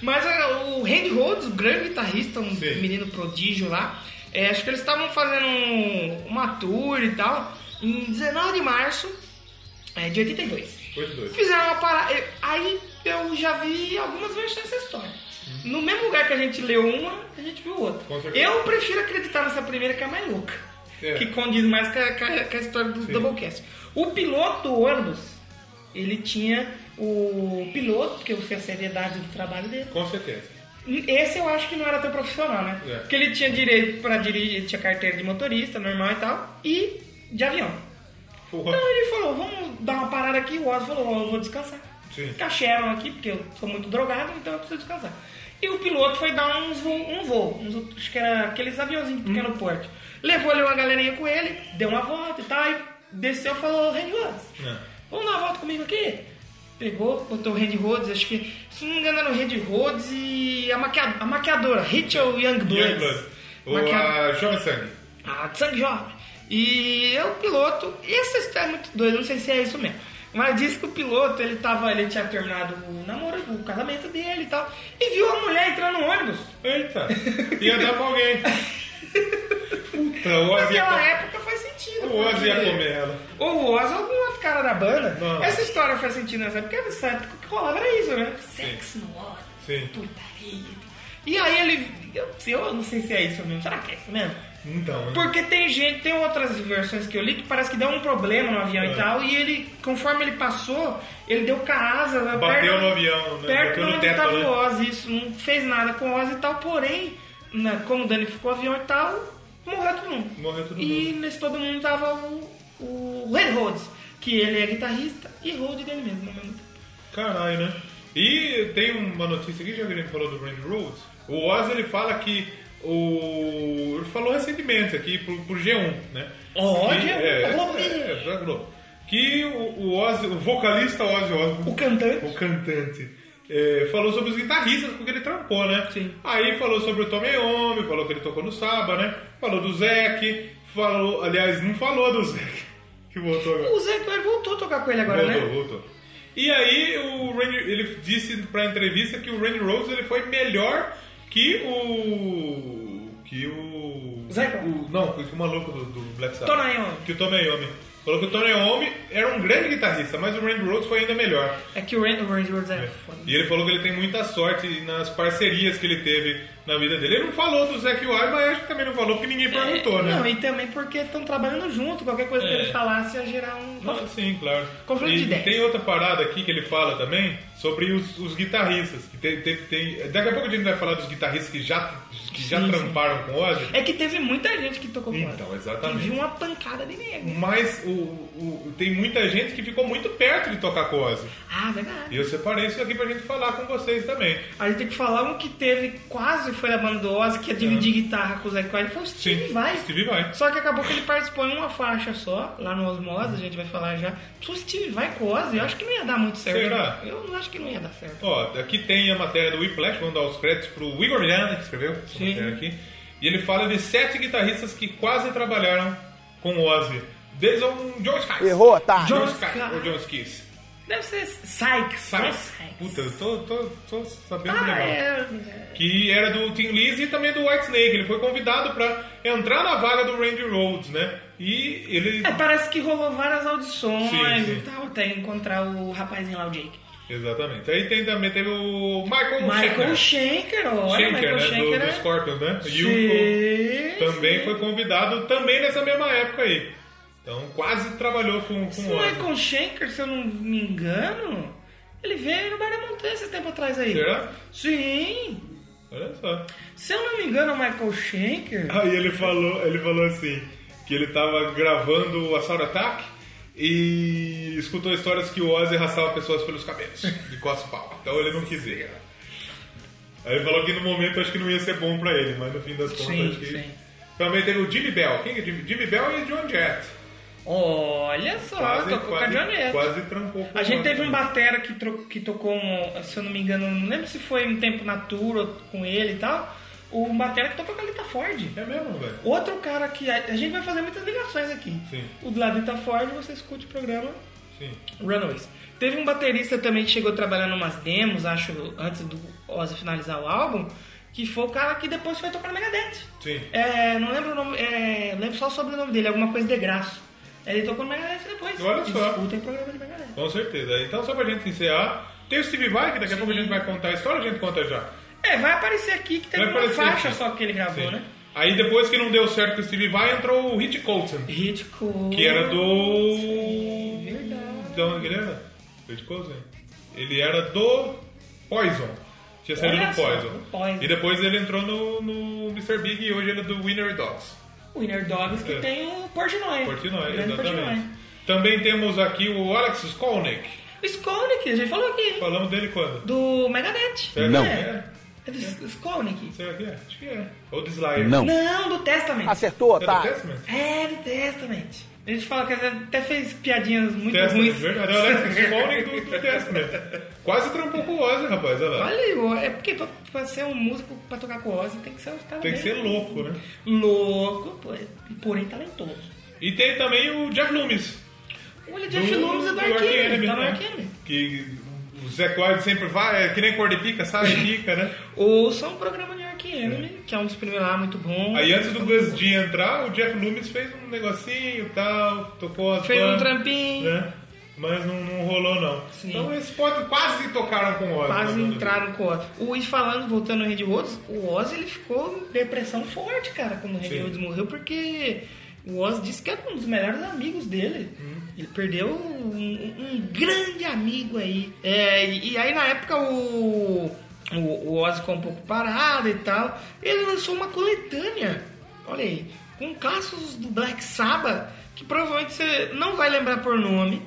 [SPEAKER 1] Mas ah, o Randy Rhodes, o grande guitarrista, um
[SPEAKER 2] Sim.
[SPEAKER 1] menino prodígio lá, é, acho que eles estavam fazendo um- uma tour e tal, em 19 de março é, de 82.
[SPEAKER 2] Foi de dois.
[SPEAKER 1] Fizeram uma parada. eu- Aí eu já vi algumas versões dessa história. No mesmo lugar que a gente leu uma, a gente viu
[SPEAKER 2] Com
[SPEAKER 1] outra.
[SPEAKER 2] certeza.
[SPEAKER 1] Eu prefiro acreditar nessa primeira que é a mais louca.
[SPEAKER 2] É.
[SPEAKER 1] Que condiz mais com a, com a- com a história do Doublecast. O piloto do ônibus, ele tinha o piloto, porque eu sei a seriedade do trabalho dele.
[SPEAKER 2] Com certeza.
[SPEAKER 1] Esse eu acho que não era tão profissional, né?
[SPEAKER 2] É.
[SPEAKER 1] Porque ele tinha direito pra dirigir, ele tinha carteira de motorista, normal e tal, e de avião.
[SPEAKER 2] Porra.
[SPEAKER 1] Então ele falou, vamos dar uma parada aqui, o Oz falou, ó, eu vou descansar.
[SPEAKER 2] Sim.
[SPEAKER 1] Cachearam aqui, porque eu sou muito drogado, então eu preciso descansar. E o piloto foi dar uns vo- um voo, uns- acho que era aqueles aviãozinhos de
[SPEAKER 2] Hum.
[SPEAKER 1] pequeno porte. Levou ali uma galerinha com ele, deu uma volta e tal, e desceu e falou, Randy Oz,
[SPEAKER 2] É.
[SPEAKER 1] vamos dar uma volta comigo aqui? Pegou, botou o Randy Rhodes, acho que, se não me engano, era o Randy Rhodes e a, maquia- a maquiadora, Rachel Youngblood.
[SPEAKER 2] Youngblood. Ou
[SPEAKER 1] Maquiadora.
[SPEAKER 2] a Jovem Sangue.
[SPEAKER 1] Ah, de sangue jovem. E eu, piloto, e essa história é muito doida, não sei se é isso mesmo. Mas disse que o piloto, ele tava, ele tinha terminado o namoro, o casamento dele e tal, e viu a mulher entrando no ônibus.
[SPEAKER 2] Eita. Ia dar pra alguém. Puta, o Ozzy ia,
[SPEAKER 1] Naquela
[SPEAKER 2] co-
[SPEAKER 1] época faz sentido.
[SPEAKER 2] o Ozzy ia
[SPEAKER 1] porque-
[SPEAKER 2] comer ela.
[SPEAKER 1] Ou o Oz, é algum outro cara da banda.
[SPEAKER 2] Não.
[SPEAKER 1] Essa história faz sentido nessa época, porque nessa época o que rolava era isso, né? Sexo no ônibus.
[SPEAKER 2] Sim.
[SPEAKER 1] Putaria. E aí ele, eu, eu não sei se é isso mesmo, será que é isso mesmo?
[SPEAKER 2] Então, né?
[SPEAKER 1] Porque tem gente, tem outras versões que eu li que parece que deu um problema no avião
[SPEAKER 2] É.
[SPEAKER 1] e tal, e ele, conforme ele passou, ele deu com a asa né,
[SPEAKER 2] Bateu
[SPEAKER 1] perto,
[SPEAKER 2] no avião, né?
[SPEAKER 1] perto
[SPEAKER 2] Bateu
[SPEAKER 1] de
[SPEAKER 2] no
[SPEAKER 1] onde
[SPEAKER 2] teto,
[SPEAKER 1] estava
[SPEAKER 2] né?
[SPEAKER 1] o Ozzy, isso não fez nada com o Ozzy e tal, porém, na, como danificou o avião e tal, morreu todo mundo.
[SPEAKER 2] Morreu todo
[SPEAKER 1] E nesse todo mundo tava o, o Ray Rhodes, que ele é guitarrista e Rhodes dele mesmo. no mesmo tempo.
[SPEAKER 2] Caralho, né? E tem uma notícia aqui, já que a gente falou do Randy Rhodes. O Oz, ele fala que o... Ele falou recentemente aqui pro, pro G1, né?
[SPEAKER 1] Olha, tá
[SPEAKER 2] Que- é,
[SPEAKER 1] pra Globo.
[SPEAKER 2] é, pra Globo. Que o, o Oz, o vocalista Ozzy Osbourne,
[SPEAKER 1] O cantante.
[SPEAKER 2] o cantante, é, falou sobre os guitarristas, porque ele trampou, né?
[SPEAKER 1] Sim.
[SPEAKER 2] Aí falou sobre o Tommy Iommi, falou que ele tocou no Saba, né? Falou do Zac, falou... Aliás, não falou do Zac, que voltou agora.
[SPEAKER 1] O Zé Clair voltou a tocar com ele agora,
[SPEAKER 2] Voltou,
[SPEAKER 1] né?
[SPEAKER 2] voltou. E aí o Randy, ele disse pra entrevista que o Randy Rhodes ele foi melhor que o. que o.
[SPEAKER 1] Zé?
[SPEAKER 2] o não, que o maluco do, do Black Sabbath.
[SPEAKER 1] Tony Iommi.
[SPEAKER 2] Que o Tony Iommi. Falou que o Tony Iommi era um grande guitarrista, mas o Randy Rhodes foi ainda melhor.
[SPEAKER 1] É que o Randy o Randy Rhodes é foda.
[SPEAKER 2] E ele falou que ele tem muita sorte nas parcerias que ele teve na vida dele. Ele não falou do Zac Wilde, mas acho que também não falou porque ninguém perguntou,
[SPEAKER 1] É,
[SPEAKER 2] né?
[SPEAKER 1] Não, e também porque estão trabalhando junto, qualquer coisa que
[SPEAKER 2] É.
[SPEAKER 1] ele falasse ia gerar um.
[SPEAKER 2] Não, sim, claro.
[SPEAKER 1] Conflito
[SPEAKER 2] e
[SPEAKER 1] de ideias.
[SPEAKER 2] Tem outra parada aqui que ele fala também sobre os, os guitarristas. Que tem, tem- tem- daqui a pouco a gente vai falar dos guitarristas que já, que já
[SPEAKER 1] Sim, sim.
[SPEAKER 2] tramparam com o Ozzy.
[SPEAKER 1] É que teve muita gente que tocou com ela.
[SPEAKER 2] Então, exatamente.
[SPEAKER 1] Teve uma pancada de nego.
[SPEAKER 2] Mas o, o- tem muita gente que ficou muito perto de tocar com o Ozzy.
[SPEAKER 1] Ah, verdade.
[SPEAKER 2] E eu separei isso aqui pra gente falar com vocês também.
[SPEAKER 1] A gente tem que falar um que teve quase foi na banda do Ozzy, que ia dividir guitarra com o Zé Coelho, foi o Steve
[SPEAKER 2] É. Sim,
[SPEAKER 1] Vai.
[SPEAKER 2] Steve Vai.
[SPEAKER 1] Só que acabou que ele participou em uma faixa só, lá no Osmose, a gente vai falar já. Se o Steve Vai com o Ozzy, eu acho que não ia dar muito certo.
[SPEAKER 2] Será?
[SPEAKER 1] Eu não acho que não ia dar certo.
[SPEAKER 2] Ó, aqui tem a matéria do Whiplash, vamos dar os créditos pro Igor Milhana, que escreveu essa
[SPEAKER 1] Sim.
[SPEAKER 2] matéria aqui. E ele fala de sete guitarristas que quase trabalharam com o Ozzy. Deles é um John Sykes.
[SPEAKER 6] Errou, tá?
[SPEAKER 2] John
[SPEAKER 1] John
[SPEAKER 2] Sykes.
[SPEAKER 1] Sykes.
[SPEAKER 2] Ou John Sykes.
[SPEAKER 1] Deve ser Sykes. não é
[SPEAKER 2] Sykes. né?
[SPEAKER 1] Sykes.
[SPEAKER 2] Puta, eu tô, tô, tô sabendo
[SPEAKER 1] Ah,
[SPEAKER 2] legal.
[SPEAKER 1] é.
[SPEAKER 2] Que era do Tim Lizzy e também do Whitesnake. Ele foi convidado pra entrar na vaga do Randy Rhodes, né? E ele...
[SPEAKER 1] É, parece que rolou várias audições
[SPEAKER 2] Sim, sim.
[SPEAKER 1] e tal, até encontrar o rapazinho lá, o Jake.
[SPEAKER 2] Exatamente. Aí tem também teve É o Michael
[SPEAKER 1] Michael
[SPEAKER 2] Schenker. né?
[SPEAKER 1] Schenker, olha,
[SPEAKER 2] Schenker,
[SPEAKER 1] Michael
[SPEAKER 2] né?
[SPEAKER 1] Schenker
[SPEAKER 2] do, do
[SPEAKER 1] é-
[SPEAKER 2] Scorpions, né? E o-
[SPEAKER 1] Sim,
[SPEAKER 2] também
[SPEAKER 1] sim.
[SPEAKER 2] foi convidado também nessa mesma época aí. Então quase trabalhou com, com
[SPEAKER 1] Esse
[SPEAKER 2] o Ozzy.
[SPEAKER 1] Michael Schenker, se eu não me engano, ele veio no Barra Montanha esse tempo atrás aí.
[SPEAKER 2] Será?
[SPEAKER 1] Sim.
[SPEAKER 2] Olha só.
[SPEAKER 1] Se eu não me engano, é o Michael Schenker...
[SPEAKER 2] Aí ele falou, ele falou assim, que ele tava gravando o Assault Attack e escutou histórias que o Ozzy raçava pessoas pelos cabelos, de costas pau. Então ele não quis ir. Aí ele falou que no momento acho que não ia ser bom pra ele, mas no fim das contas
[SPEAKER 1] Sim,
[SPEAKER 2] acho que...
[SPEAKER 1] sim.
[SPEAKER 2] Também teve o Jimmy Bell. Quem que é Jimmy? Jimmy Bell e John Jett.
[SPEAKER 1] Olha só, tocou Ah, com a Johnette.
[SPEAKER 2] quase trampou com
[SPEAKER 1] A
[SPEAKER 2] o
[SPEAKER 1] gente
[SPEAKER 2] Ozzy.
[SPEAKER 1] teve um batera que, tro- que tocou, um- se eu não me engano, não lembro se foi um tempo na tour ou com ele e tal, um batera que tocou com a Lita Ford.
[SPEAKER 2] É mesmo, velho.
[SPEAKER 1] Outro cara que. A, a gente vai fazer muitas ligações aqui.
[SPEAKER 2] Sim.
[SPEAKER 1] O do Ladita Ford, você escute o programa
[SPEAKER 2] Sim.
[SPEAKER 1] Runaways. Teve um baterista também que chegou trabalhando umas demos, acho, antes do Ozzy finalizar o álbum, que foi o cara que depois foi tocar no Megadeth.
[SPEAKER 2] Sim.
[SPEAKER 1] É, não lembro o nome, é, lembro só o sobrenome dele, alguma coisa de graça. Ele tocou no Megadeth depois.
[SPEAKER 2] Olha só.
[SPEAKER 1] Escutem o programa de Megadeth.
[SPEAKER 2] Com certeza. Então, só pra gente encerrar, tem o Steve Vai, que daqui a pouco a gente vai contar a história, a gente conta já.
[SPEAKER 1] É, vai aparecer aqui que teve
[SPEAKER 2] Vai
[SPEAKER 1] uma
[SPEAKER 2] aparecer
[SPEAKER 1] faixa
[SPEAKER 2] aqui.
[SPEAKER 1] só que ele gravou,
[SPEAKER 2] Sim.
[SPEAKER 1] né?
[SPEAKER 2] Aí depois que não deu certo com o Steve Vai, entrou o Hit Colson,
[SPEAKER 1] Hit Cool.
[SPEAKER 2] que era do.
[SPEAKER 1] Verdade.
[SPEAKER 2] De onde que ele era? Hit Colson? Ele era do Poison. Tinha saído
[SPEAKER 1] Olha
[SPEAKER 2] do
[SPEAKER 1] só,
[SPEAKER 2] Poison.
[SPEAKER 1] do Poison.
[SPEAKER 2] E depois ele entrou no, no Mr. Big e hoje ele é do Winner Dogs.
[SPEAKER 1] Winner Dogs que
[SPEAKER 2] É.
[SPEAKER 1] tem o Portnoy.
[SPEAKER 2] Portnoy,
[SPEAKER 1] Grande
[SPEAKER 2] exatamente.
[SPEAKER 1] Portnoy.
[SPEAKER 2] Também temos aqui o Alex Skolnick.
[SPEAKER 1] O Skolnick, a gente falou aqui, hein?
[SPEAKER 2] Falamos dele quando?
[SPEAKER 1] Do Megadeth.
[SPEAKER 2] Será
[SPEAKER 6] Não.
[SPEAKER 2] que é?
[SPEAKER 1] É do Skolnick.
[SPEAKER 2] Será que é? Acho que é. Ou do Slayer.
[SPEAKER 6] Não.
[SPEAKER 1] Não, do Testament.
[SPEAKER 6] Acertou,
[SPEAKER 2] É do
[SPEAKER 6] tá?
[SPEAKER 2] Testament?
[SPEAKER 1] É, do Testament. A gente fala que até fez piadinhas muito
[SPEAKER 2] Testament,
[SPEAKER 1] ruins.
[SPEAKER 2] verdade. É o Alex Skolnick do, do Testament. Quase trampou com o Ozzy, rapaz. Olha lá.
[SPEAKER 1] Olha aí, ó, é porque pra, pra ser um músico, pra tocar com o Ozzy, tem que ser um cara
[SPEAKER 2] Tem que ser
[SPEAKER 1] bem
[SPEAKER 2] louco, né?
[SPEAKER 1] Louco, pô, porém talentoso.
[SPEAKER 2] E tem também o Jeff Loomis.
[SPEAKER 1] Olha, Jeff Loomis é do Arquême, tá no
[SPEAKER 2] né?
[SPEAKER 1] Arquême.
[SPEAKER 2] Que o Zé Quad sempre vai, é que nem cor de pica, sai e pica, né?
[SPEAKER 1] Ouçam o um programa de Arquême, que é um dos primeiros lá, muito bom.
[SPEAKER 2] Aí antes do Gus D entrar, o Jeff Loomis fez um negocinho e tal, tocou as
[SPEAKER 1] Fez um
[SPEAKER 2] bandas,
[SPEAKER 1] trampinho.
[SPEAKER 2] Né? Mas não, não rolou, não.
[SPEAKER 1] Sim.
[SPEAKER 2] Então eles podem, quase tocaram com o Ozzy.
[SPEAKER 1] Quase
[SPEAKER 2] né?
[SPEAKER 1] entraram com o Ozzy. O, e falando, voltando ao Randy Woods, o Ozzy ele ficou em depressão forte, cara, quando o Randy
[SPEAKER 2] Sim.
[SPEAKER 1] Woods morreu, porque o Ozzy disse que era um dos melhores amigos dele.
[SPEAKER 2] Uhum.
[SPEAKER 1] Ele perdeu um, um grande amigo aí. É, e, e aí na época o, o, o Ozzy ficou um pouco parado e tal. Ele lançou uma coletânea, olha aí, com casos do Black Sabbath, que provavelmente você não vai lembrar por nome.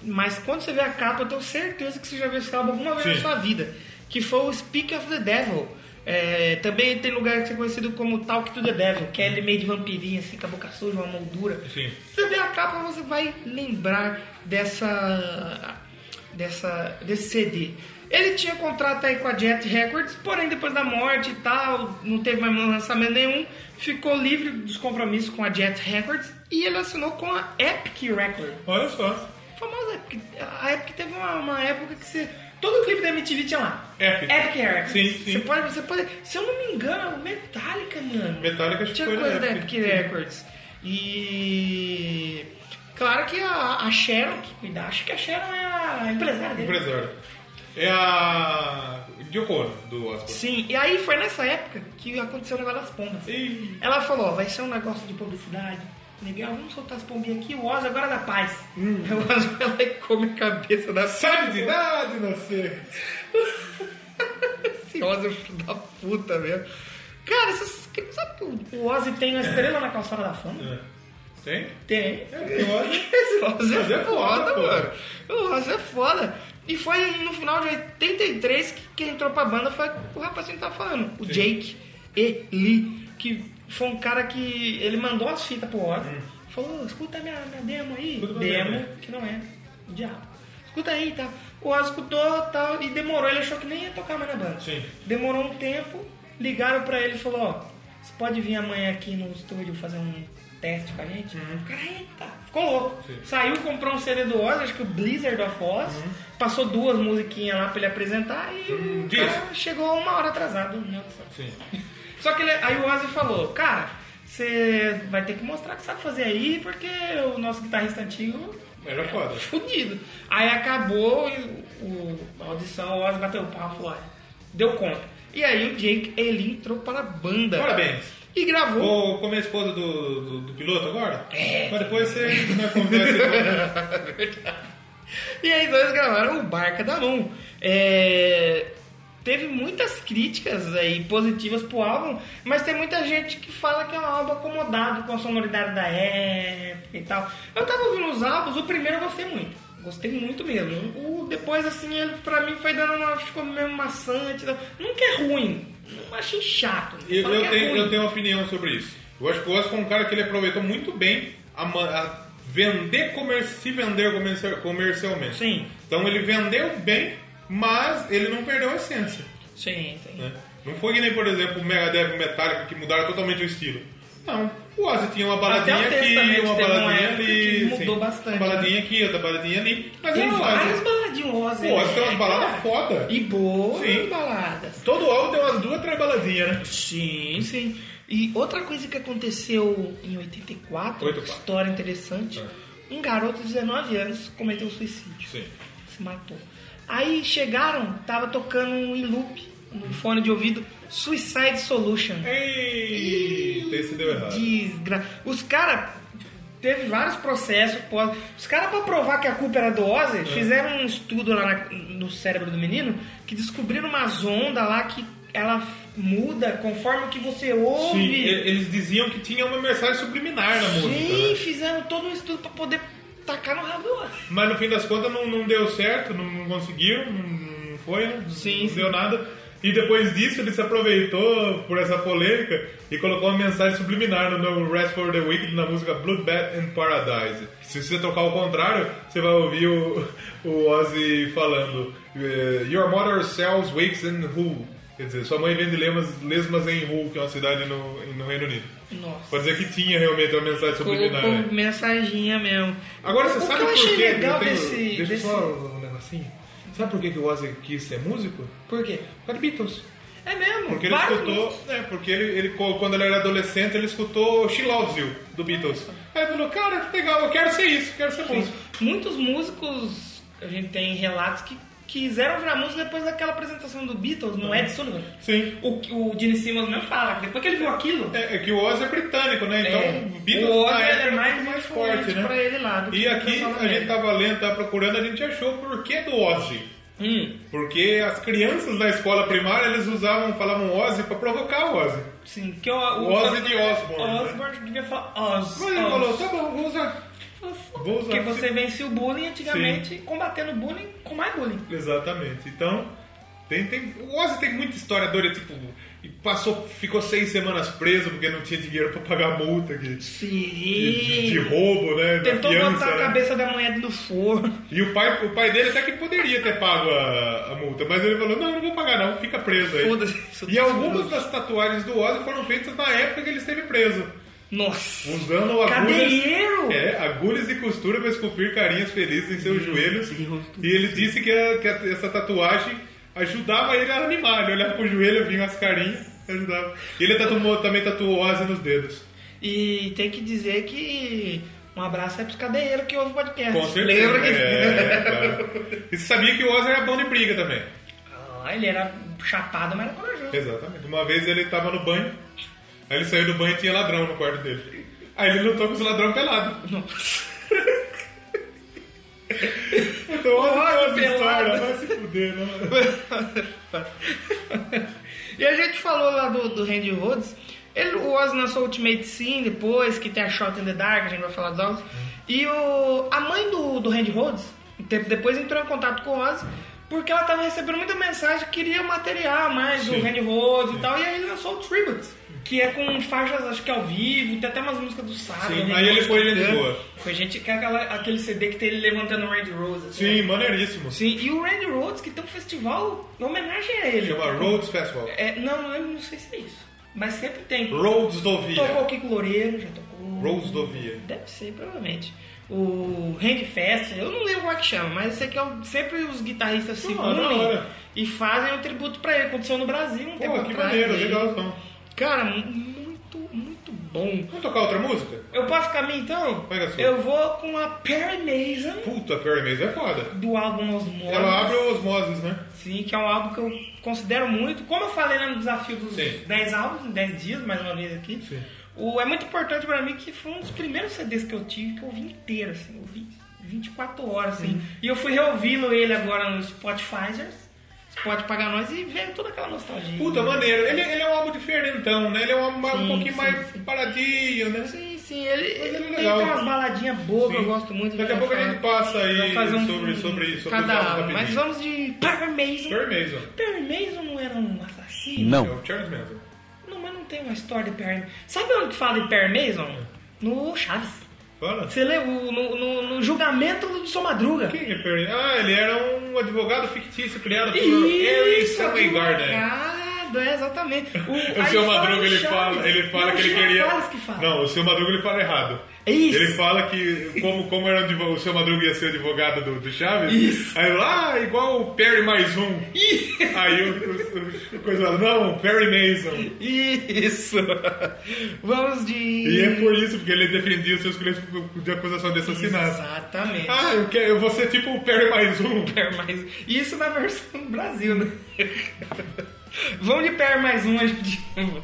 [SPEAKER 1] Mas quando você vê a capa, eu tenho certeza que você já viu esse álbum alguma vez
[SPEAKER 2] Sim.
[SPEAKER 1] na sua vida. Que foi o Speak of the Devil. É, também tem lugar que é conhecido como Talk to the Devil, que é ele meio de vampirinha, assim, com a boca suja, uma moldura.
[SPEAKER 2] Sim.
[SPEAKER 1] Você vê a capa, você vai lembrar dessa, dessa, desse CD. Ele tinha contrato aí com a Jet Records, porém depois da morte e tal, não teve mais lançamento nenhum, ficou livre dos compromissos com a Jet Records e ele assinou com a Epic Records
[SPEAKER 2] Olha só.
[SPEAKER 1] famosa época. A época teve uma, uma época que você. Todo o clipe da MTV tinha lá.
[SPEAKER 2] Epic.
[SPEAKER 1] Epic Records.
[SPEAKER 2] Sim, sim.
[SPEAKER 1] Você pode, você pode. Se eu não me engano, o Metallica, mano.
[SPEAKER 2] Metallica acho que
[SPEAKER 1] tinha
[SPEAKER 2] foi né? na
[SPEAKER 1] coisa né? da
[SPEAKER 2] Epic.
[SPEAKER 1] Epic Records. E. Claro que a, a Sharon, que cuida, acho que a Sharon é a empresária dele.
[SPEAKER 2] Empresário. É a. Yoko Ono, do Osborne.
[SPEAKER 1] Sim, e aí foi nessa época que aconteceu o negócio das pombas.
[SPEAKER 2] Ih.
[SPEAKER 1] Ela falou, ó, vai ser um negócio de publicidade. Legal, vamos soltar as pombinhas aqui, o Oz agora é da paz. Eu O Oz vai lá e come a cabeça da
[SPEAKER 2] Hum. Sabe de idade, não sei.
[SPEAKER 1] Esse Ozzy é um filho da puta mesmo. Cara, essas, sabe que o- o Ozzy tem uma estrela na calçada da fama?
[SPEAKER 2] Tem?
[SPEAKER 1] Tem.
[SPEAKER 2] Tem um Ozzy.
[SPEAKER 1] Esse Ozzy é
[SPEAKER 2] Mas é
[SPEAKER 1] foda,
[SPEAKER 2] foda,
[SPEAKER 1] mano. O Ozzy é foda. E foi no final de 83 que quem entrou pra banda foi o rapazinho que tava falando, o Jake E. Lee, que foi um cara que ele mandou as fitas pro Ozzy, falou, escuta minha, minha demo aí,
[SPEAKER 2] Escuta minha
[SPEAKER 1] demo,
[SPEAKER 2] demo.
[SPEAKER 1] que não é, diabo. Escuta aí, tá? O Ozzy escutou tal, e demorou, ele achou que nem ia tocar mais na banda.
[SPEAKER 2] Sim.
[SPEAKER 1] Demorou um tempo, ligaram pra ele e falou, ó, você pode vir amanhã aqui no estúdio fazer um teste com a gente? O cara, eita, ficou louco.
[SPEAKER 2] Uhum. Sim. Uhum.
[SPEAKER 1] Saiu, comprou um CD do Oz, acho que o Blizzard of Oz, passou duas musiquinhas lá pra ele apresentar e o
[SPEAKER 2] Diz.
[SPEAKER 1] cara chegou uma hora atrasado. Meu Deus do céu.
[SPEAKER 2] Sim.
[SPEAKER 1] Só que ele, aí o Ozzy falou, cara, você vai ter que mostrar o que sabe fazer aí, porque o nosso guitarrista antigo
[SPEAKER 2] Era foda.
[SPEAKER 1] fudido. Aí acabou e o, a audição, o Ozzy bateu o pau e falou, "Olha, deu conta. E aí o Jake, ele entrou para a banda.
[SPEAKER 2] Parabéns.
[SPEAKER 1] E gravou.
[SPEAKER 2] Vou comer a esposa do, do, do piloto agora? É. Mas depois você vai conversar.
[SPEAKER 1] E aí nós gravaram o Barca da Mão. É, Teve muitas críticas aí positivas pro álbum, mas tem muita gente que fala que é um álbum acomodado com a sonoridade da época e tal. Eu tava ouvindo os álbuns, o primeiro eu gostei muito. Gostei muito mesmo. O depois, assim, ele pra mim foi dando uma. ficou meio maçante. Nunca é ruim. Não achei chato. não
[SPEAKER 2] Eu,
[SPEAKER 1] falo
[SPEAKER 2] eu
[SPEAKER 1] que é
[SPEAKER 2] tenho,
[SPEAKER 1] ruim.
[SPEAKER 2] eu tenho uma opinião sobre isso. Eu acho que o Oscar é um cara que ele aproveitou muito bem a, ma- a vender comer, se vender comerci- comercialmente.
[SPEAKER 1] Sim.
[SPEAKER 2] Então ele vendeu bem, mas ele não perdeu a essência.
[SPEAKER 1] Sim, sim.
[SPEAKER 2] né? Não foi que nem, por exemplo, o Megadeth e o Metallica que mudaram totalmente o estilo. Não. O Ozzy tinha uma baladinha
[SPEAKER 1] Até o
[SPEAKER 2] aqui,
[SPEAKER 1] Testament
[SPEAKER 2] uma
[SPEAKER 1] teve uma
[SPEAKER 2] baladinha
[SPEAKER 1] época
[SPEAKER 2] ali.
[SPEAKER 1] que mudou
[SPEAKER 2] sim.
[SPEAKER 1] bastante, né?
[SPEAKER 2] Uma baladinha aqui, outra baladinha ali. Mas é
[SPEAKER 1] Tem
[SPEAKER 2] ele
[SPEAKER 1] várias
[SPEAKER 2] faz.
[SPEAKER 1] baladinhas, o Ozzy.
[SPEAKER 2] O Ozzy tem umas baladas
[SPEAKER 1] Cara,
[SPEAKER 2] é foda.
[SPEAKER 1] E boas
[SPEAKER 2] Sim.
[SPEAKER 1] baladas.
[SPEAKER 2] Todo álbum tem umas duas, três baladinhas, né?
[SPEAKER 1] Sim, sim. E outra coisa que aconteceu em 84,
[SPEAKER 2] 84.
[SPEAKER 1] história interessante, um garoto de 19 anos cometeu um suicídio.
[SPEAKER 2] Sim.
[SPEAKER 1] Se matou. Aí chegaram, tava tocando um em loop no fone de ouvido, Suicide Solution.
[SPEAKER 2] É, Eita, esse deu errado.
[SPEAKER 1] Desgra... Os caras teve vários processos. pós- Os caras, pra provar que a culpa era do
[SPEAKER 2] É.
[SPEAKER 1] Ozzy, fizeram um estudo lá na- no cérebro do menino que descobriram umas ondas lá que ela f- muda conforme o que você ouve.
[SPEAKER 2] Sim, e- eles diziam que tinha uma mensagem subliminar na música.
[SPEAKER 1] Sim,
[SPEAKER 2] né?
[SPEAKER 1] fizeram todo um estudo pra poder tacar no rabo do Ozzy.
[SPEAKER 2] Mas no fim das contas não, não deu certo, não, não conseguiram, não, não foi, né?
[SPEAKER 1] Sim,
[SPEAKER 2] não
[SPEAKER 1] sim.
[SPEAKER 2] deu nada. E depois disso ele se aproveitou por essa polêmica e colocou uma mensagem subliminar no novo Rest for the Wicked na música Bloodbath in Paradise. Se você tocar ao contrário, você vai ouvir o, o Ozzy falando eh, Your mother sells wigs in Hull. Quer dizer, sua mãe vende lemas- lesmas em Hull, que é uma cidade no, no Reino Unido.
[SPEAKER 1] Nossa.
[SPEAKER 2] Pode dizer que tinha realmente uma mensagem subliminar.
[SPEAKER 1] Colocou
[SPEAKER 2] né?
[SPEAKER 1] mensaginha mesmo.
[SPEAKER 2] Agora você
[SPEAKER 1] o
[SPEAKER 2] sabe
[SPEAKER 1] que eu
[SPEAKER 2] por
[SPEAKER 1] achei
[SPEAKER 2] quê?
[SPEAKER 1] legal
[SPEAKER 2] Eu tenho-
[SPEAKER 1] desse.
[SPEAKER 2] Deixa eu
[SPEAKER 1] desse...
[SPEAKER 2] só um negocinho. Sabe por que que o Ozzy quis ser músico?
[SPEAKER 1] Por quê?
[SPEAKER 2] Por causa de Beatles.
[SPEAKER 1] É mesmo.
[SPEAKER 2] Porque ele
[SPEAKER 1] vários
[SPEAKER 2] escutou, né, porque ele, ele, co- quando ele era adolescente, ele escutou She Loves You, do Beatles. Aí ele falou, cara, que legal, eu quero ser isso, quero ser músico.
[SPEAKER 1] Muitos músicos, a gente tem relatos que quiseram virar músico depois daquela apresentação do Beatles é no Ed Sullivan.
[SPEAKER 2] Sim.
[SPEAKER 1] O, o Gene Simmons mesmo fala, que depois que ele viu aquilo,
[SPEAKER 2] É, é que o Ozzy é britânico, né? Então,
[SPEAKER 1] é,
[SPEAKER 2] Beatles
[SPEAKER 1] o
[SPEAKER 2] na
[SPEAKER 1] Ozzy
[SPEAKER 2] época
[SPEAKER 1] é
[SPEAKER 2] era
[SPEAKER 1] mais,
[SPEAKER 2] muito né?
[SPEAKER 1] mais forte pra ele lá. do
[SPEAKER 2] E
[SPEAKER 1] que o
[SPEAKER 2] aqui
[SPEAKER 1] pessoal da
[SPEAKER 2] a gente
[SPEAKER 1] América.
[SPEAKER 2] tá- tava lendo, tava procurando, a gente achou o porquê do Ozzy.
[SPEAKER 1] Hum,
[SPEAKER 2] Porque as crianças da escola primária, eles usavam, falavam Ozzy pra provocar o Ozzy.
[SPEAKER 1] sim, que é o, o,
[SPEAKER 2] O Ozzy de Osbourne, né?
[SPEAKER 1] Osbourne devia falar Oz.
[SPEAKER 2] Mas ele
[SPEAKER 1] Oz.
[SPEAKER 2] falou, tá bom, vou usar. Vou usar.
[SPEAKER 1] Porque você vencia o bullying antigamente, combatendo bullying com mais bullying.
[SPEAKER 2] Exatamente. Então, tem, tem... o Ozzy tem muita história doida, tipo, e passou, ficou seis semanas preso porque não tinha dinheiro pra pagar a multa de, de- de,
[SPEAKER 1] Sim.
[SPEAKER 2] roubo, né? da
[SPEAKER 1] Tentou
[SPEAKER 2] fiança,
[SPEAKER 1] botar a
[SPEAKER 2] né?
[SPEAKER 1] cabeça da moeda no forno.
[SPEAKER 2] E o pai, o pai dele até que poderia ter pago a, a multa, mas ele falou, não, não vou pagar não, fica preso aí.
[SPEAKER 1] Foda-se.
[SPEAKER 2] E algumas das tatuagens do Ozzy foram feitas na época que ele esteve preso.
[SPEAKER 1] Nossa.
[SPEAKER 2] Usando agulhas.
[SPEAKER 1] Cadeiro!
[SPEAKER 2] É, agulhas de costura para esculpir carinhas felizes em seus joelhos. E ele disse que, a- que a- essa tatuagem ajudava ele a animar. né? Ele olhava pro joelho, vinha as carinhas, ajudava. E ele tatuou, também tatuou Ozzy nos dedos.
[SPEAKER 1] E tem que dizer que um abraço é pros cadeiros que ouvem o podcast.
[SPEAKER 2] Com certeza.
[SPEAKER 1] Lembra que.
[SPEAKER 2] É, claro. E você sabia que o Ozzy era bom de briga também.
[SPEAKER 1] Ah, ele era chapado, mas era corajoso.
[SPEAKER 2] Exatamente. Uma vez ele tava no banho, aí ele saiu do banho e tinha ladrão no quarto dele. Aí ele lutou com os ladrão pelado. Então,
[SPEAKER 1] Ozzy
[SPEAKER 2] olha essa
[SPEAKER 1] pelado.
[SPEAKER 2] história, vai se fuder, né?
[SPEAKER 1] e a gente falou lá do, do Randy Rhodes. Ele, o Ozzy lançou Ultimate Sim depois, que tem a Shot in the Dark, a gente vai falar dos álbuns. E o, a mãe do, do Randy Rhodes Um tempo depois entrou em contato com o Ozzy, porque ela tava recebendo muita mensagem que queria material mais do Randy Rhodes e tal, e aí ele lançou o Tribute, que é com faixas, acho que ao vivo, tem até umas músicas do Sábado.
[SPEAKER 2] Sim,
[SPEAKER 1] né,
[SPEAKER 2] aí
[SPEAKER 1] que
[SPEAKER 2] ele foi e ele
[SPEAKER 1] cantando.
[SPEAKER 2] ligou.
[SPEAKER 1] Foi gente que é aquela, aquele CD que tem ele levantando o Randy Rhodes. assim,
[SPEAKER 2] Sim,
[SPEAKER 1] né?
[SPEAKER 2] maneiríssimo.
[SPEAKER 1] Sim, e o Randy Rhodes, que tem um festival em homenagem a ele.
[SPEAKER 2] Chama Rhodes Festival.
[SPEAKER 1] É, não, eu não sei se é isso. Mas sempre tem.
[SPEAKER 2] Rhodes Dovia.
[SPEAKER 1] Tocou o Kiko Loureiro, já tocou.
[SPEAKER 2] Rhodes Dovia.
[SPEAKER 1] Deve ser, provavelmente. O Hang Fest, eu não lembro como é que chama, mas esse aqui é o- sempre os guitarristas se
[SPEAKER 2] Ah, da
[SPEAKER 1] unem
[SPEAKER 2] hora.
[SPEAKER 1] e fazem o tributo pra ele. Aconteceu no Brasil um tempo
[SPEAKER 2] Pô, que
[SPEAKER 1] atrás.
[SPEAKER 2] maneiro,
[SPEAKER 1] aí.
[SPEAKER 2] legal então.
[SPEAKER 1] Cara, mu- muito, muito bom.
[SPEAKER 2] Vamos tocar outra música?
[SPEAKER 1] Eu posso caminhar então?
[SPEAKER 2] Pega sua.
[SPEAKER 1] Eu vou com a Perry Mason
[SPEAKER 2] Puta, Perry Mason é foda.
[SPEAKER 1] do álbum Os Mortos.
[SPEAKER 2] Ela abre o Osmosis, né?
[SPEAKER 1] Sim, que é um álbum que eu considero muito. Como eu falei lá no desafio dos
[SPEAKER 2] Sim.
[SPEAKER 1] 10 álbuns, em 10 dias, mais uma vez aqui.
[SPEAKER 2] Sim.
[SPEAKER 1] O, é muito importante pra mim que foi um dos primeiros CDs que eu tive que eu ouvi inteiro, assim. Eu ouvi 24 horas, assim. E eu fui reouvindo ele agora no Spotify. Spotify pagar nós e veio toda aquela nostalgia.
[SPEAKER 2] Puta, maneiro. Ele, ele é um álbum diferentão, né? Ele é um álbum mais- um
[SPEAKER 1] Sim,
[SPEAKER 2] pouquinho
[SPEAKER 1] sim,
[SPEAKER 2] mais paradinho, né?
[SPEAKER 1] Sim, sim, ele, ele,
[SPEAKER 2] ele é
[SPEAKER 1] tem
[SPEAKER 2] legal.
[SPEAKER 1] umas baladinhas boas que eu
[SPEAKER 2] Sim.
[SPEAKER 1] gosto muito.
[SPEAKER 2] Daqui a
[SPEAKER 1] vai
[SPEAKER 2] pouco a
[SPEAKER 1] falar-
[SPEAKER 2] gente passa aí
[SPEAKER 1] vai fazer um
[SPEAKER 2] sobre- sobre- sobre os
[SPEAKER 1] cada
[SPEAKER 2] álbuns
[SPEAKER 1] álbum. Mas
[SPEAKER 2] rapidinho.
[SPEAKER 1] vamos de Perry Mason.
[SPEAKER 2] Perry Mason.
[SPEAKER 1] Perry Mason não era um assassino?
[SPEAKER 2] É o Charles Manson.
[SPEAKER 1] Não, mas não tem uma história de Perry Sabe onde que fala de Perry Mason? No Chaves.
[SPEAKER 2] Fala.
[SPEAKER 1] Você leu o- no, no- no julgamento do São Madruga.
[SPEAKER 2] Quem é Perry? Ah, ele era um advogado fictício criado
[SPEAKER 1] É
[SPEAKER 2] por Harry
[SPEAKER 1] Isso,
[SPEAKER 2] Stanley Gardner.
[SPEAKER 1] advogado, é, exatamente.
[SPEAKER 2] né? O seu Madruga ele fala, ele fala que ele queria.
[SPEAKER 1] Não.
[SPEAKER 2] Não, o seu Madruga ele fala errado.
[SPEAKER 1] É isso.
[SPEAKER 2] Ele fala que como, como era advo- o seu Madruga ia ser advogado do, do Chaves,
[SPEAKER 1] Isso.
[SPEAKER 2] aí lá ah, igual o Perry mais um. Aí o, o, o coisa fala, não, Perry Mason.
[SPEAKER 1] Isso. Vamos de...
[SPEAKER 2] E é por isso, porque ele defendia os seus clientes de acusação de assassinato.
[SPEAKER 1] Exatamente.
[SPEAKER 2] Ah, eu, quero, eu vou ser tipo o Perry mais um.
[SPEAKER 1] Pair mais Isso na versão Brasil, né? Vamos de pair mais um, a gente.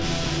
[SPEAKER 2] Perry Mason.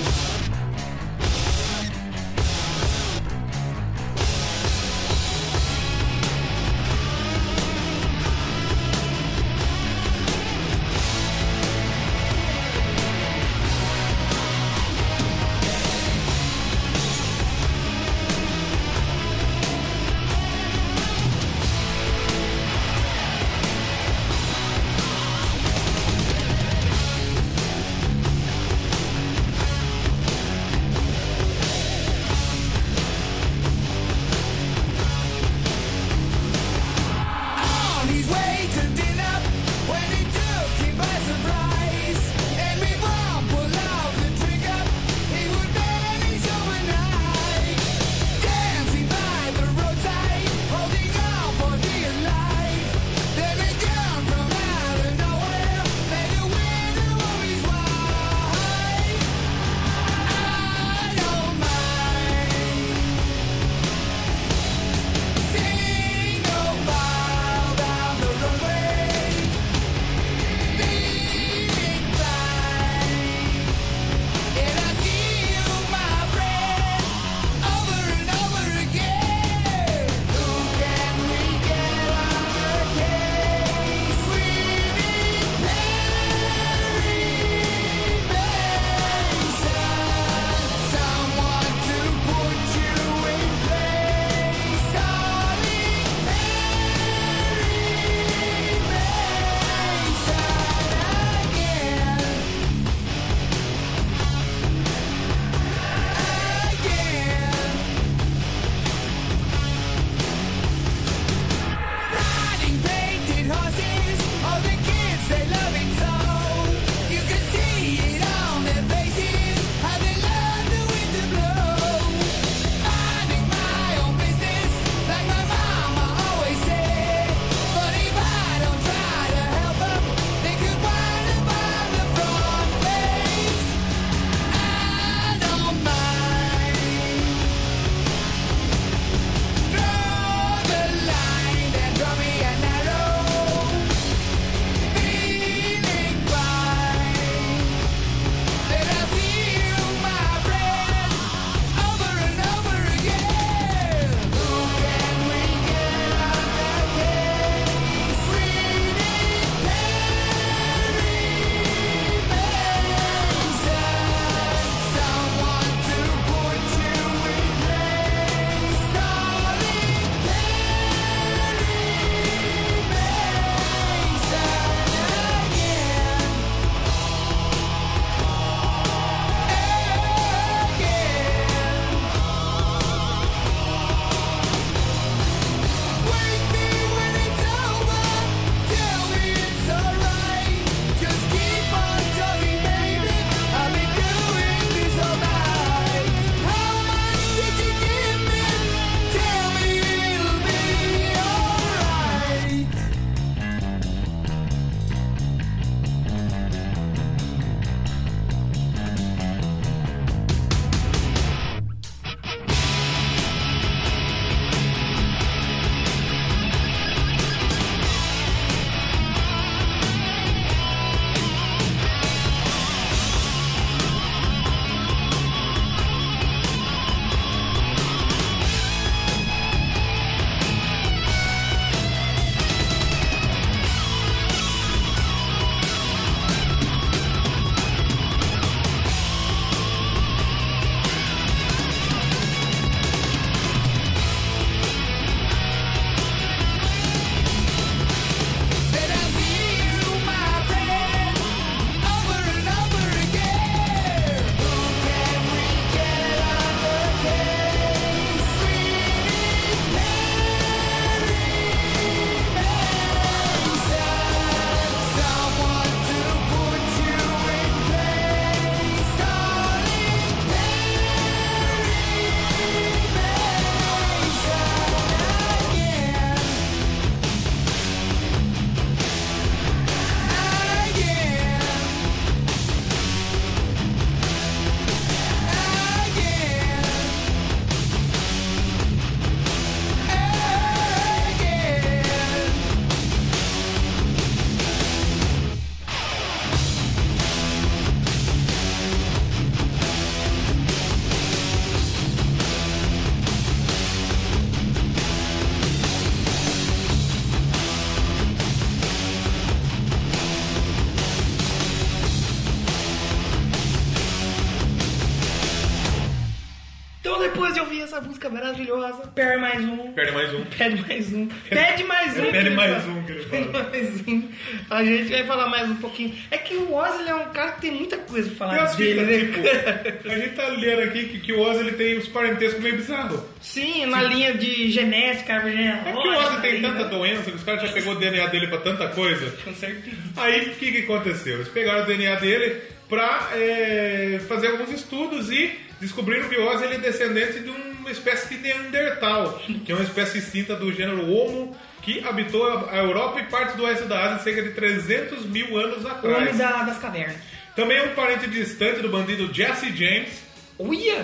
[SPEAKER 1] Então, Depois de ouvir essa música maravilhosa, perde mais um.
[SPEAKER 2] Perde mais um.
[SPEAKER 1] Pede mais um. Pede mais um.
[SPEAKER 2] Pede
[SPEAKER 1] que ele
[SPEAKER 2] mais
[SPEAKER 1] fala.
[SPEAKER 2] um que ele
[SPEAKER 1] Pede
[SPEAKER 2] fala.
[SPEAKER 1] mais um. A gente vai falar mais um pouquinho. É que o Oz ele é um cara que tem muita coisa pra falar
[SPEAKER 2] E as
[SPEAKER 1] dele,
[SPEAKER 2] fitas,
[SPEAKER 1] né?
[SPEAKER 2] tipo, a gente tá lendo aqui que, que o Oz ele tem os parentescos meio bizarros.
[SPEAKER 1] Sim, na linha de genética, árvore
[SPEAKER 2] É que
[SPEAKER 1] genealógica.
[SPEAKER 2] o Oz tem
[SPEAKER 1] né?
[SPEAKER 2] tanta doença que os caras já pegou o DNA dele pra tanta coisa.
[SPEAKER 1] Com certeza.
[SPEAKER 2] Aí o que, que aconteceu? Eles pegaram o DNA dele pra é, fazer alguns estudos e descobriram que o Oz ele é descendente de uma espécie de Neandertal, que é uma espécie extinta do gênero Homo que habitou a a Europa e parte do oeste da Ásia cerca de 300 mil anos
[SPEAKER 1] O homem
[SPEAKER 2] atrás.
[SPEAKER 1] da- das cavernas.
[SPEAKER 2] Também é um parente distante do bandido Jesse James
[SPEAKER 1] Uia!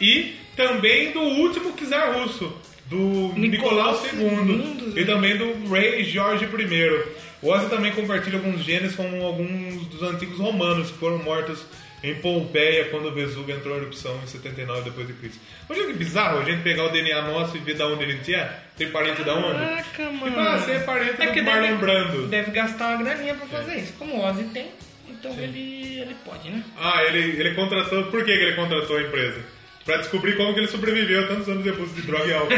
[SPEAKER 2] e também do último czar russo, do
[SPEAKER 1] Nicolau
[SPEAKER 2] Nicolau
[SPEAKER 1] II,
[SPEAKER 2] II e também do rei Jorge I. O Oz também compartilha alguns genes com alguns dos antigos romanos que foram mortos em Pompeia quando o Vesúvio entrou em erupção em 79 depois de Cristo. Mas olha que bizarro a gente pegar o DNA nosso e ver da onde a gente é. Tem parente da onde?
[SPEAKER 1] Caraca, mano.
[SPEAKER 2] Tipo, ah, você é parente
[SPEAKER 1] porque
[SPEAKER 2] do Marlon Brando. É.
[SPEAKER 1] Deve gastar uma graninha pra fazer isso. Como o Ozzy tem, então ele, ele pode, né?
[SPEAKER 2] Ah, ele, ele contratou. Por que, que ele contratou a empresa? Pra descobrir como que ele sobreviveu a tantos anos de abuso de droga e álcool.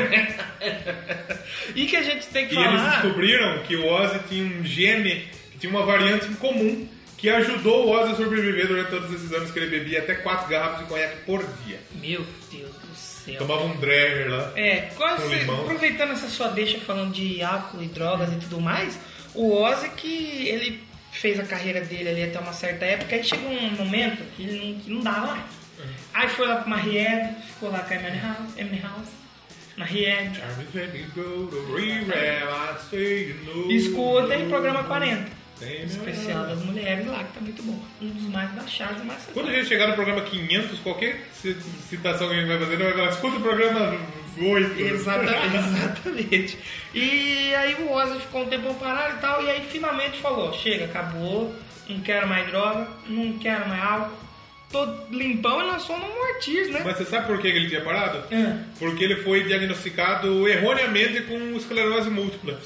[SPEAKER 1] E que a gente tem que
[SPEAKER 2] E eles
[SPEAKER 1] falar...
[SPEAKER 2] descobriram que o Ozzy tinha um gene, que tinha uma variante em comum, que ajudou o Ozzy a sobreviver durante todos esses anos que ele bebia até 4 garrafas de conhaque por dia.
[SPEAKER 1] Meu Deus do céu.
[SPEAKER 2] Tomava um Dreher lá.
[SPEAKER 1] É, quase,
[SPEAKER 2] Com limão.
[SPEAKER 1] aproveitando essa sua deixa falando de álcool e drogas e tudo mais, o Ozzy que ele fez a carreira dele ali até uma certa época, aí chegou um momento que ele não, que não dava mais. Aí foi lá pro Marielle, ficou lá com a Emily House, Emily House Marielle,
[SPEAKER 2] Jarvis, let me go to rehab, I say you know.
[SPEAKER 1] escuta em programa 40.
[SPEAKER 2] Tem- né?
[SPEAKER 1] Especial das mulheres lá, que tá muito bom. Um dos mais baixados e mais
[SPEAKER 2] Quando a gente chegar no programa 500, qualquer ci- citação que a gente vai fazer, ele vai falar, escuta o programa 8.
[SPEAKER 1] Exatamente, exatamente. E aí o Ozzy ficou um tempo parado e tal, e aí finalmente falou, chega, acabou, não quero mais droga, não quero mais álcool, tô limpão e lançou no Mortis, né?
[SPEAKER 2] Mas você sabe por que ele tinha parado?
[SPEAKER 1] Ah.
[SPEAKER 2] Porque ele foi diagnosticado erroneamente com esclerose múltipla.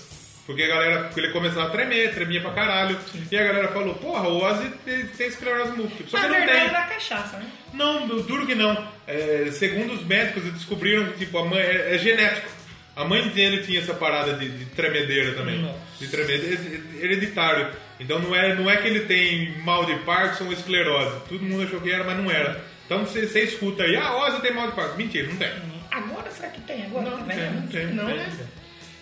[SPEAKER 2] Porque a galera, porque ele começava a tremer, tremia pra caralho. E a galera falou, porra, o Ozzy tem, tem esclerose múltipla. Só
[SPEAKER 1] Na
[SPEAKER 2] que não
[SPEAKER 1] verdade
[SPEAKER 2] tem.
[SPEAKER 1] era cachaça, né?
[SPEAKER 2] Não, eu duro que não. É, segundo os médicos, eles descobriram que tipo, a mãe, é, é genético. A mãe dele tinha essa parada de, de tremedeira também.
[SPEAKER 1] Nossa.
[SPEAKER 2] De tremedeira, é- é hereditário. Então não é, não é que ele tem mal de Parkinson ou esclerose. Todo mundo achou que era, mas não era. Então você você escuta aí, ah, Ozzy tem mal de Parkinson. Mentira, não tem.
[SPEAKER 1] Uhum. Agora será que tem? Agora
[SPEAKER 2] Não,
[SPEAKER 1] que
[SPEAKER 2] tem, não tem,
[SPEAKER 1] Não,
[SPEAKER 2] tem,
[SPEAKER 1] né?
[SPEAKER 2] tem.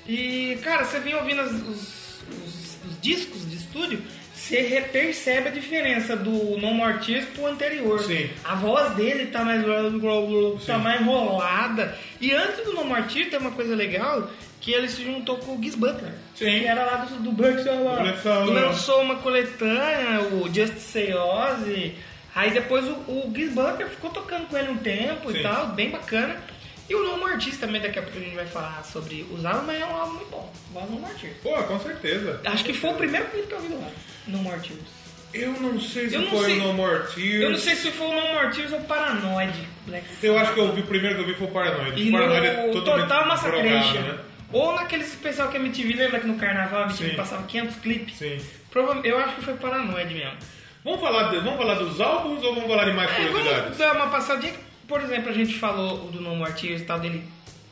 [SPEAKER 1] E, cara, você vem ouvindo os, os- os- os discos de estúdio, você re- percebe a diferença do No More Tears pro anterior.
[SPEAKER 2] Sim.
[SPEAKER 1] A voz dele tá mais, tá mais enrolada. E antes do No More Tears tem uma coisa legal, que ele se juntou com o Giz Butler.
[SPEAKER 2] Sim.
[SPEAKER 1] Que era lá do, do Black Sabbath.
[SPEAKER 2] Black Sabbath.
[SPEAKER 1] Lançou uma coletânea, o Just Say Ozzy. Aí depois o, o Giz Butler ficou tocando com ele um tempo e
[SPEAKER 2] Sim.
[SPEAKER 1] tal, bem bacana. E o Nomo Artista também, daqui a pouco a gente vai falar sobre os álbuns, mas é um álbum muito bom. Voz Nomo Artista.
[SPEAKER 2] Pô, com certeza.
[SPEAKER 1] Acho que foi o primeiro clipe que eu vi do álbum, Nomo Artista.
[SPEAKER 2] Eu não sei se
[SPEAKER 1] Eu não
[SPEAKER 2] foi
[SPEAKER 1] sei.
[SPEAKER 2] o No More Tears.
[SPEAKER 1] Eu não sei se foi o Nomo Artista ou Paranoid. Black
[SPEAKER 2] Eu acho que eu vi o primeiro que eu vi foi o Paranoide.
[SPEAKER 1] E
[SPEAKER 2] o Paranoide é
[SPEAKER 1] no
[SPEAKER 2] totalmente
[SPEAKER 1] Total Massacration.
[SPEAKER 2] drogado, né?
[SPEAKER 1] Ou naqueles especial que a MTV, lembra que no carnaval a MTV
[SPEAKER 2] Sim.
[SPEAKER 1] passava 500 clipes?
[SPEAKER 2] Sim.
[SPEAKER 1] Prova- Eu acho que foi Paranoid mesmo.
[SPEAKER 2] Vamos falar, de- vamos falar dos álbuns ou vamos falar de mais
[SPEAKER 1] É, vamos
[SPEAKER 2] curiosidades?
[SPEAKER 1] dar uma passadinha. Por exemplo, a gente falou do Nomo Artista e tal, dele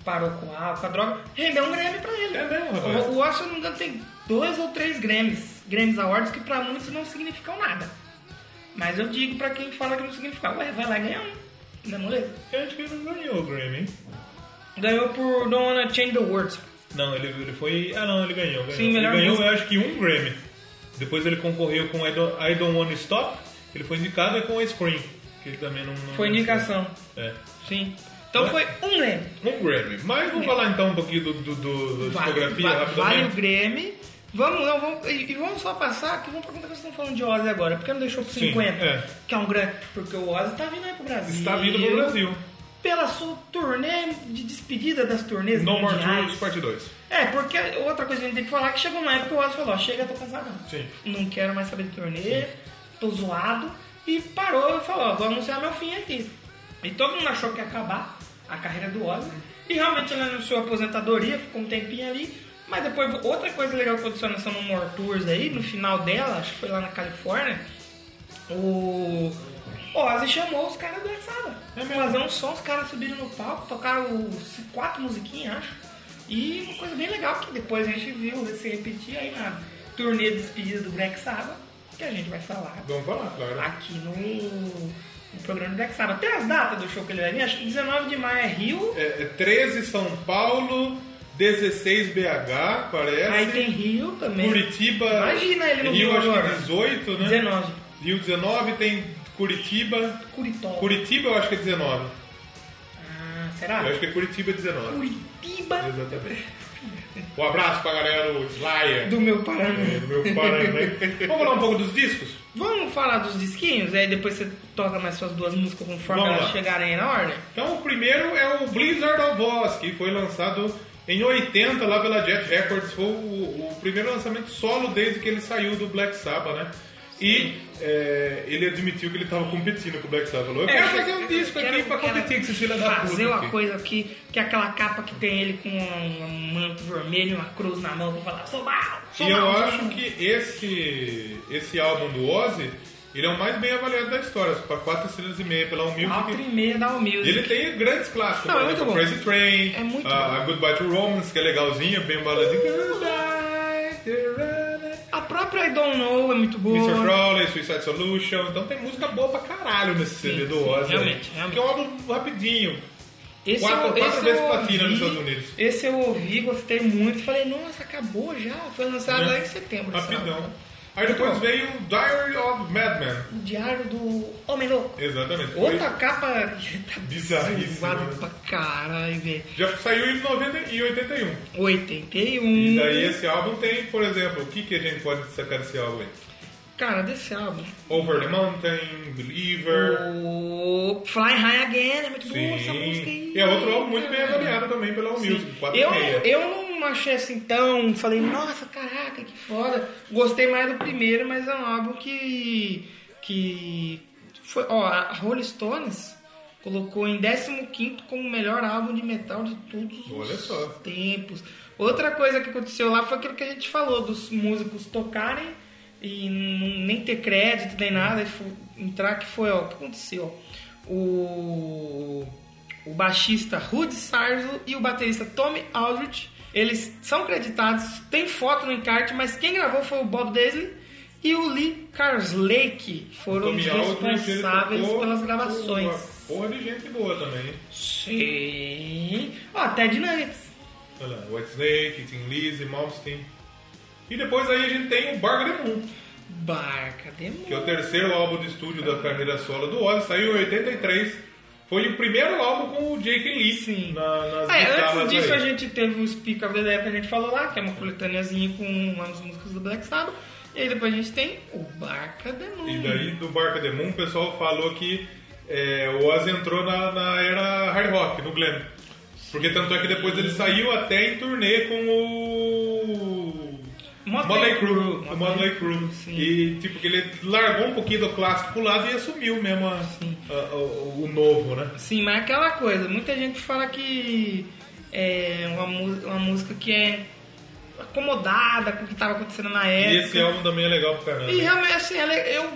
[SPEAKER 1] parou com a, com a droga, rendeu um Grammy pra ele.
[SPEAKER 2] É mesmo, rapaz?
[SPEAKER 1] O, o Oscar, se eu não me engano, tem dois ou três Grammys, Grammys Awards, que pra muitos não significam nada. Mas eu digo pra quem fala que não significa, ué, vai lá ganhar um. Não é moleza?
[SPEAKER 2] Eu acho que ele não ganhou o Grammy, hein?
[SPEAKER 1] Ganhou por Don't Wanna Change the World.
[SPEAKER 2] Não, ele, ele foi. Ah, não, ele ganhou. ganhou.
[SPEAKER 1] Sim, melhor
[SPEAKER 2] ele ganhou,
[SPEAKER 1] música.
[SPEAKER 2] eu acho que um Grammy. Depois ele concorreu com I Don't, I Don't Wanna Stop. Ele foi indicado e com a Scream. Que ele também não. não
[SPEAKER 1] Foi indicação.
[SPEAKER 2] É.
[SPEAKER 1] Sim. Então
[SPEAKER 2] Ué?
[SPEAKER 1] foi um Grammy.
[SPEAKER 2] Um Grammy. Mas vamos falar então um pouquinho do, do, do- da discografia
[SPEAKER 1] vale, vale o
[SPEAKER 2] rapidamente.
[SPEAKER 1] Grammy. Vamos, não, vamos, e e vamos só passar, que vamos perguntar que vocês estão falando de Ozzy agora, porque não deixou pro
[SPEAKER 2] Sim,
[SPEAKER 1] 50,
[SPEAKER 2] é.
[SPEAKER 1] que é um grande. Porque o Ozzy tá vindo aí pro Brasil.
[SPEAKER 2] Está vindo pro Brasil.
[SPEAKER 1] Pela sua turnê de despedida das turnês
[SPEAKER 2] No More
[SPEAKER 1] mundiais.
[SPEAKER 2] Tours, parte 2.
[SPEAKER 1] É, porque outra coisa que a gente tem que falar é que chegou uma época que o Ozzy falou, ó, chega, tô cansado.
[SPEAKER 2] Sim.
[SPEAKER 1] Não quero mais saber de turnê, tô zoado. E parou e falou, ó, vou anunciar meu fim aqui. E todo mundo achou que ia acabar a carreira do Ozzy. E realmente ele anunciou a aposentadoria, ficou um tempinho ali. Mas depois, outra coisa legal que aconteceu nessa No More Tours aí, no final dela, acho que foi lá na Califórnia, o Ozzy chamou os caras do Black Sabbath.
[SPEAKER 2] É
[SPEAKER 1] Fazer um som, os caras subiram no palco, tocaram os quatro musiquinhas, acho. E uma coisa bem legal, que depois a gente viu se repetir aí na turnê de despedida do Black Sabbath, que a gente vai falar
[SPEAKER 2] Vamos falar, claro.
[SPEAKER 1] aqui no, no programa do Black Sabbath. Tem as datas do show que ele vai vir, acho que 19 de maio é Rio,
[SPEAKER 2] É, é 13 São Paulo, 16 BH, parece.
[SPEAKER 1] aí tem Rio também.
[SPEAKER 2] É, Curitiba.
[SPEAKER 1] Imagina ele no
[SPEAKER 2] Rio,
[SPEAKER 1] Rio
[SPEAKER 2] acho
[SPEAKER 1] agora.
[SPEAKER 2] que 18, né?
[SPEAKER 1] 19.
[SPEAKER 2] Rio 19, tem Curitiba.
[SPEAKER 1] Curitó.
[SPEAKER 2] Curitiba eu acho que é 19.
[SPEAKER 1] Ah, será?
[SPEAKER 2] Eu acho que é Curitiba 19.
[SPEAKER 1] Curitiba
[SPEAKER 2] Exatamente. Um abraço pra galera do Slayer.
[SPEAKER 1] do meu Paraná.
[SPEAKER 2] É, do meu Paraná. Vamos falar um pouco dos discos?
[SPEAKER 1] Vamos falar dos disquinhos, aí depois você toca mais suas duas músicas conforme
[SPEAKER 2] Vamos
[SPEAKER 1] elas
[SPEAKER 2] lá.
[SPEAKER 1] chegarem na ordem.
[SPEAKER 2] Então o primeiro é o Blizzard of Oz, que foi lançado em 80 lá pela Jet Records. Foi o, o primeiro lançamento solo desde que ele saiu do Black Sabbath, né? E é, ele admitiu que ele tava competindo com o Black Sabbath. Falou, eu quero fazer um disco
[SPEAKER 1] É, eu
[SPEAKER 2] aqui
[SPEAKER 1] quero-
[SPEAKER 2] pra
[SPEAKER 1] quero
[SPEAKER 2] competir com esse filho da puta.
[SPEAKER 1] Fazer uma
[SPEAKER 2] aqui."
[SPEAKER 1] coisa aqui, que é aquela capa que tem ele com um, um manto vermelho e uma cruz na mão pra falar, sou mal, sou
[SPEAKER 2] E
[SPEAKER 1] mal.
[SPEAKER 2] eu
[SPEAKER 1] sou
[SPEAKER 2] acho
[SPEAKER 1] mal."
[SPEAKER 2] que esse, esse álbum do Ozzy, ele é o mais bem avaliado da história, para 4 estrelas e meia pela Allmusic.
[SPEAKER 1] Quatro e meia da All
[SPEAKER 2] E
[SPEAKER 1] Music.
[SPEAKER 2] ele tem grandes clássicos,
[SPEAKER 1] Não,
[SPEAKER 2] por
[SPEAKER 1] é muito
[SPEAKER 2] exemplo,
[SPEAKER 1] bom.
[SPEAKER 2] Crazy Train,
[SPEAKER 1] É muito
[SPEAKER 2] a, a Goodbye to Romance, que é legalzinha, bem baladinha. Goodbye to Romance.
[SPEAKER 1] A própria I Don't Know é muito boa.
[SPEAKER 2] Mr. Crowley, Suicide Solution, então tem música boa pra caralho nesse CD do
[SPEAKER 1] sim,
[SPEAKER 2] Ozzy.
[SPEAKER 1] realmente,
[SPEAKER 2] né?
[SPEAKER 1] realmente.
[SPEAKER 2] Que é um álbum rapidinho.
[SPEAKER 1] Esse
[SPEAKER 2] Quatro-
[SPEAKER 1] eu-
[SPEAKER 2] quatro
[SPEAKER 1] esse
[SPEAKER 2] vezes
[SPEAKER 1] eu
[SPEAKER 2] platina
[SPEAKER 1] ouvi,
[SPEAKER 2] nos Estados Unidos.
[SPEAKER 1] Esse eu ouvi, gostei muito. Falei, nossa, acabou já. Foi lançado
[SPEAKER 2] né?
[SPEAKER 1] lá em setembro. sabe?
[SPEAKER 2] Rapidão. Aí depois
[SPEAKER 1] bom.
[SPEAKER 2] veio o Diary of Madman.
[SPEAKER 1] O Diário do Homem Louco.
[SPEAKER 2] Exatamente. Foi-
[SPEAKER 1] Outra capa que tá
[SPEAKER 2] Bizarríssimo,
[SPEAKER 1] zoado
[SPEAKER 2] né?
[SPEAKER 1] pra caralho, velho.
[SPEAKER 2] Já saiu em 90 e 81.
[SPEAKER 1] 81.
[SPEAKER 2] E daí
[SPEAKER 1] Hum.
[SPEAKER 2] esse álbum tem, por exemplo, o que, que a gente pode destacar desse álbum aí?
[SPEAKER 1] Cara, desse álbum.
[SPEAKER 2] Over the Mountain, Believer.
[SPEAKER 1] O Fly High Again é muito boa essa música aí.
[SPEAKER 2] Sim. E é outro álbum muito bem avaliado também pela Allmusic, 4,5.
[SPEAKER 1] Eu, eu não achei assim tão. Falei, nossa, caraca, que foda. Gostei mais do primeiro, mas é um álbum que. que. Foi, ó, a Rolling Stones colocou em 15 como o melhor álbum de metal de todos
[SPEAKER 2] Olha
[SPEAKER 1] os
[SPEAKER 2] só.
[SPEAKER 1] tempos. Outra coisa que aconteceu lá foi aquilo que a gente falou, dos músicos tocarem e n- nem ter crédito nem nada, e fu- entrar que foi, ó, o que aconteceu? O, o baixista Rudy Sarzo e o baterista Tommy Aldrich, eles são creditados, tem foto no encarte, mas quem gravou foi o Bob Daisley e o Lee Carslake, foram os
[SPEAKER 2] Tommy Aldridge, ele
[SPEAKER 1] responsáveis
[SPEAKER 2] tocou
[SPEAKER 1] pelas gravações.
[SPEAKER 2] Uma porra de gente boa também.
[SPEAKER 1] Sim. Ó, Ted Nuggets.
[SPEAKER 2] Olha lá, White Snake, Tim Lizzy, Malmsteen. E depois aí a gente tem o Bargain Moon,
[SPEAKER 1] Barca,
[SPEAKER 2] que é
[SPEAKER 1] demônio.
[SPEAKER 2] o terceiro álbum de estúdio da carreira solo do Ozzy, saiu em 83. Foi o primeiro álbum com o Jake Lee
[SPEAKER 1] Sim.
[SPEAKER 2] na- nas
[SPEAKER 1] É,
[SPEAKER 2] guitarras
[SPEAKER 1] antes disso
[SPEAKER 2] aí.
[SPEAKER 1] a gente teve o Speak of the Dead que a gente falou lá, que é uma coletâneazinha com umas músicas do Black Sabbath. E aí depois a gente tem o Barca
[SPEAKER 2] E
[SPEAKER 1] Demônio.
[SPEAKER 2] daí do Barca The Moon o pessoal falou que é, o Ozzy entrou na, na era hard rock, no glam. Porque tanto é que depois ele saiu até em turnê com o...
[SPEAKER 1] Motley
[SPEAKER 2] Motley Crue.
[SPEAKER 1] Crue.
[SPEAKER 2] O Motley Crue.
[SPEAKER 1] Sim.
[SPEAKER 2] E tipo, que ele largou um pouquinho do clássico pro lado e assumiu mesmo a- a- o, o novo, né?
[SPEAKER 1] Sim, mas é aquela coisa, muita gente fala que é uma, mu- uma música que é acomodada com o que estava acontecendo na
[SPEAKER 2] E
[SPEAKER 1] época.
[SPEAKER 2] esse álbum também é legal pra caramba.
[SPEAKER 1] E realmente, assim, ela, eu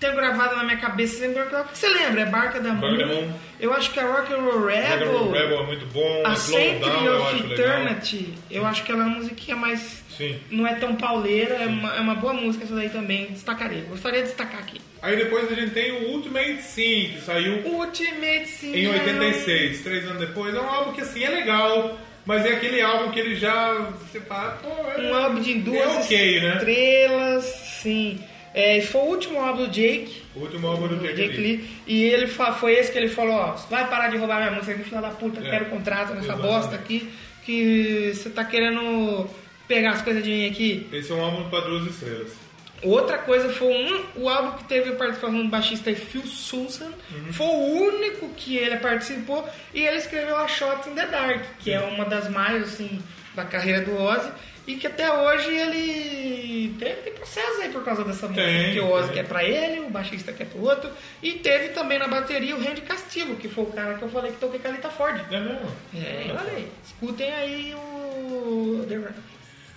[SPEAKER 1] tenho gravado na minha cabeça sempre aquela- O que você lembra? É Barca da
[SPEAKER 2] Barca da
[SPEAKER 1] Moon.
[SPEAKER 2] Moon.
[SPEAKER 1] Eu acho que é Rock and Roll
[SPEAKER 2] Rebel,
[SPEAKER 1] Rebel.
[SPEAKER 2] Rebel é muito bom,
[SPEAKER 1] a
[SPEAKER 2] Slow
[SPEAKER 1] Century
[SPEAKER 2] Down eu acho
[SPEAKER 1] of
[SPEAKER 2] legal.
[SPEAKER 1] Eternity. Eu acho que ela é uma musiquinha mais.
[SPEAKER 2] Sim.
[SPEAKER 1] Não é tão pauleira, é uma, é uma boa música essa daí também. Destacaria. Gostaria de destacar aqui.
[SPEAKER 2] Aí depois a gente tem o Ultimate Sim, que saiu
[SPEAKER 1] Ultimate Sim.
[SPEAKER 2] em 86, três anos depois. É um álbum que assim é legal, mas é aquele álbum que ele já. Você fala, pô, é.
[SPEAKER 1] Um álbum de duas
[SPEAKER 2] É ok, né?
[SPEAKER 1] estrelas, sim. É, e foi o último álbum do Jake.
[SPEAKER 2] O último álbum do
[SPEAKER 1] do
[SPEAKER 2] Jake Lee.
[SPEAKER 1] E ele fa- foi esse que ele falou, ó, vai parar de roubar minha música aqui, filha da puta,
[SPEAKER 2] É.
[SPEAKER 1] quero contrato nessa
[SPEAKER 2] Exatamente.
[SPEAKER 1] bosta aqui, que você tá querendo pegar as coisas de mim aqui.
[SPEAKER 2] Esse é um álbum pra duas estrelas.
[SPEAKER 1] Outra coisa foi um, o álbum que teve a participação do baixista Phil Sousan,
[SPEAKER 2] Uhum.
[SPEAKER 1] foi o único que ele participou, e ele escreveu a Shot in the Dark, que
[SPEAKER 2] Uhum.
[SPEAKER 1] é uma das mais, assim, da carreira do Ozzy, e que até hoje ele tem, tem processo aí por causa dessa música,
[SPEAKER 2] Tem,
[SPEAKER 1] que o Ozzy
[SPEAKER 2] tem.
[SPEAKER 1] quer pra ele, o baixista quer pro outro, e teve também na bateria o Randy Castillo, que foi o cara que eu falei que toquei com a Lita Ford.
[SPEAKER 2] É mesmo?
[SPEAKER 1] É, olha aí, escutem aí o The Run.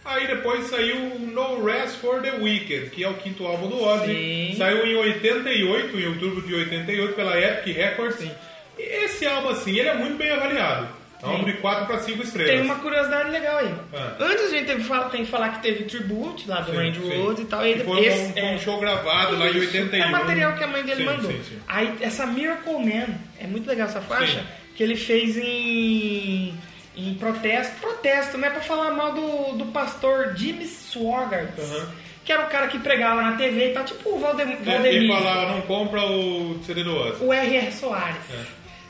[SPEAKER 2] Aí depois saiu o No Rest for the Wicked, que é o quinto álbum do Ozzy.
[SPEAKER 1] Sim.
[SPEAKER 2] Saiu em 88, em outubro de 88, pela Epic Records. E Esse álbum, assim, ele é muito bem avaliado. É um álbum de 4 para 5 estrelas.
[SPEAKER 1] Tem uma curiosidade legal aí.
[SPEAKER 2] Ah.
[SPEAKER 1] Antes a gente teve, fala- tem que falar que teve tribute lá do
[SPEAKER 2] Sim,
[SPEAKER 1] Randy
[SPEAKER 2] sim.
[SPEAKER 1] Rhoads e tal. E
[SPEAKER 2] Que
[SPEAKER 1] ele,
[SPEAKER 2] foi um,
[SPEAKER 1] esse,
[SPEAKER 2] foi um
[SPEAKER 1] é,
[SPEAKER 2] show gravado lá em
[SPEAKER 1] isso,
[SPEAKER 2] 81.
[SPEAKER 1] É material que a mãe dele
[SPEAKER 2] Sim,
[SPEAKER 1] mandou.
[SPEAKER 2] sim, sim.
[SPEAKER 1] Aí essa Miracle Man, é muito legal essa faixa,
[SPEAKER 2] Sim.
[SPEAKER 1] que ele fez em, em protesto. Protesto, não é pra falar mal do, do pastor Jimmy Swaggart.
[SPEAKER 2] Aham. É,
[SPEAKER 1] Que era o cara que pregava na TV e tal, tipo o Valdem,
[SPEAKER 2] Ele
[SPEAKER 1] Valdemiro.
[SPEAKER 2] falava, não compra o CD do Ozzy.
[SPEAKER 1] o R.R. Soares.
[SPEAKER 2] É.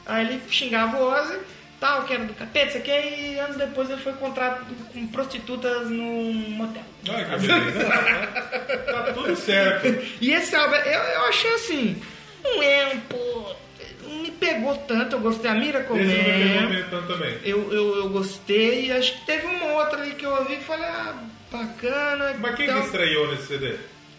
[SPEAKER 1] Aí ele xingava o Ozzy, tal, que era do capeta, isso aqui, e anos depois ele foi contratado com prostitutas num motel.
[SPEAKER 2] Olha que beleza. tá tudo certo.
[SPEAKER 1] E esse álbum, eu, eu achei assim, não é um pô, não me pegou tanto, eu gostei da Mira como
[SPEAKER 2] Esse não me pegou tanto também.
[SPEAKER 1] eu, eu, eu gostei, e acho que teve uma outra ali que eu ouvi e falei, ah, bacana.
[SPEAKER 2] Mas quem
[SPEAKER 1] tal.
[SPEAKER 2] que é? estreou nesse CD?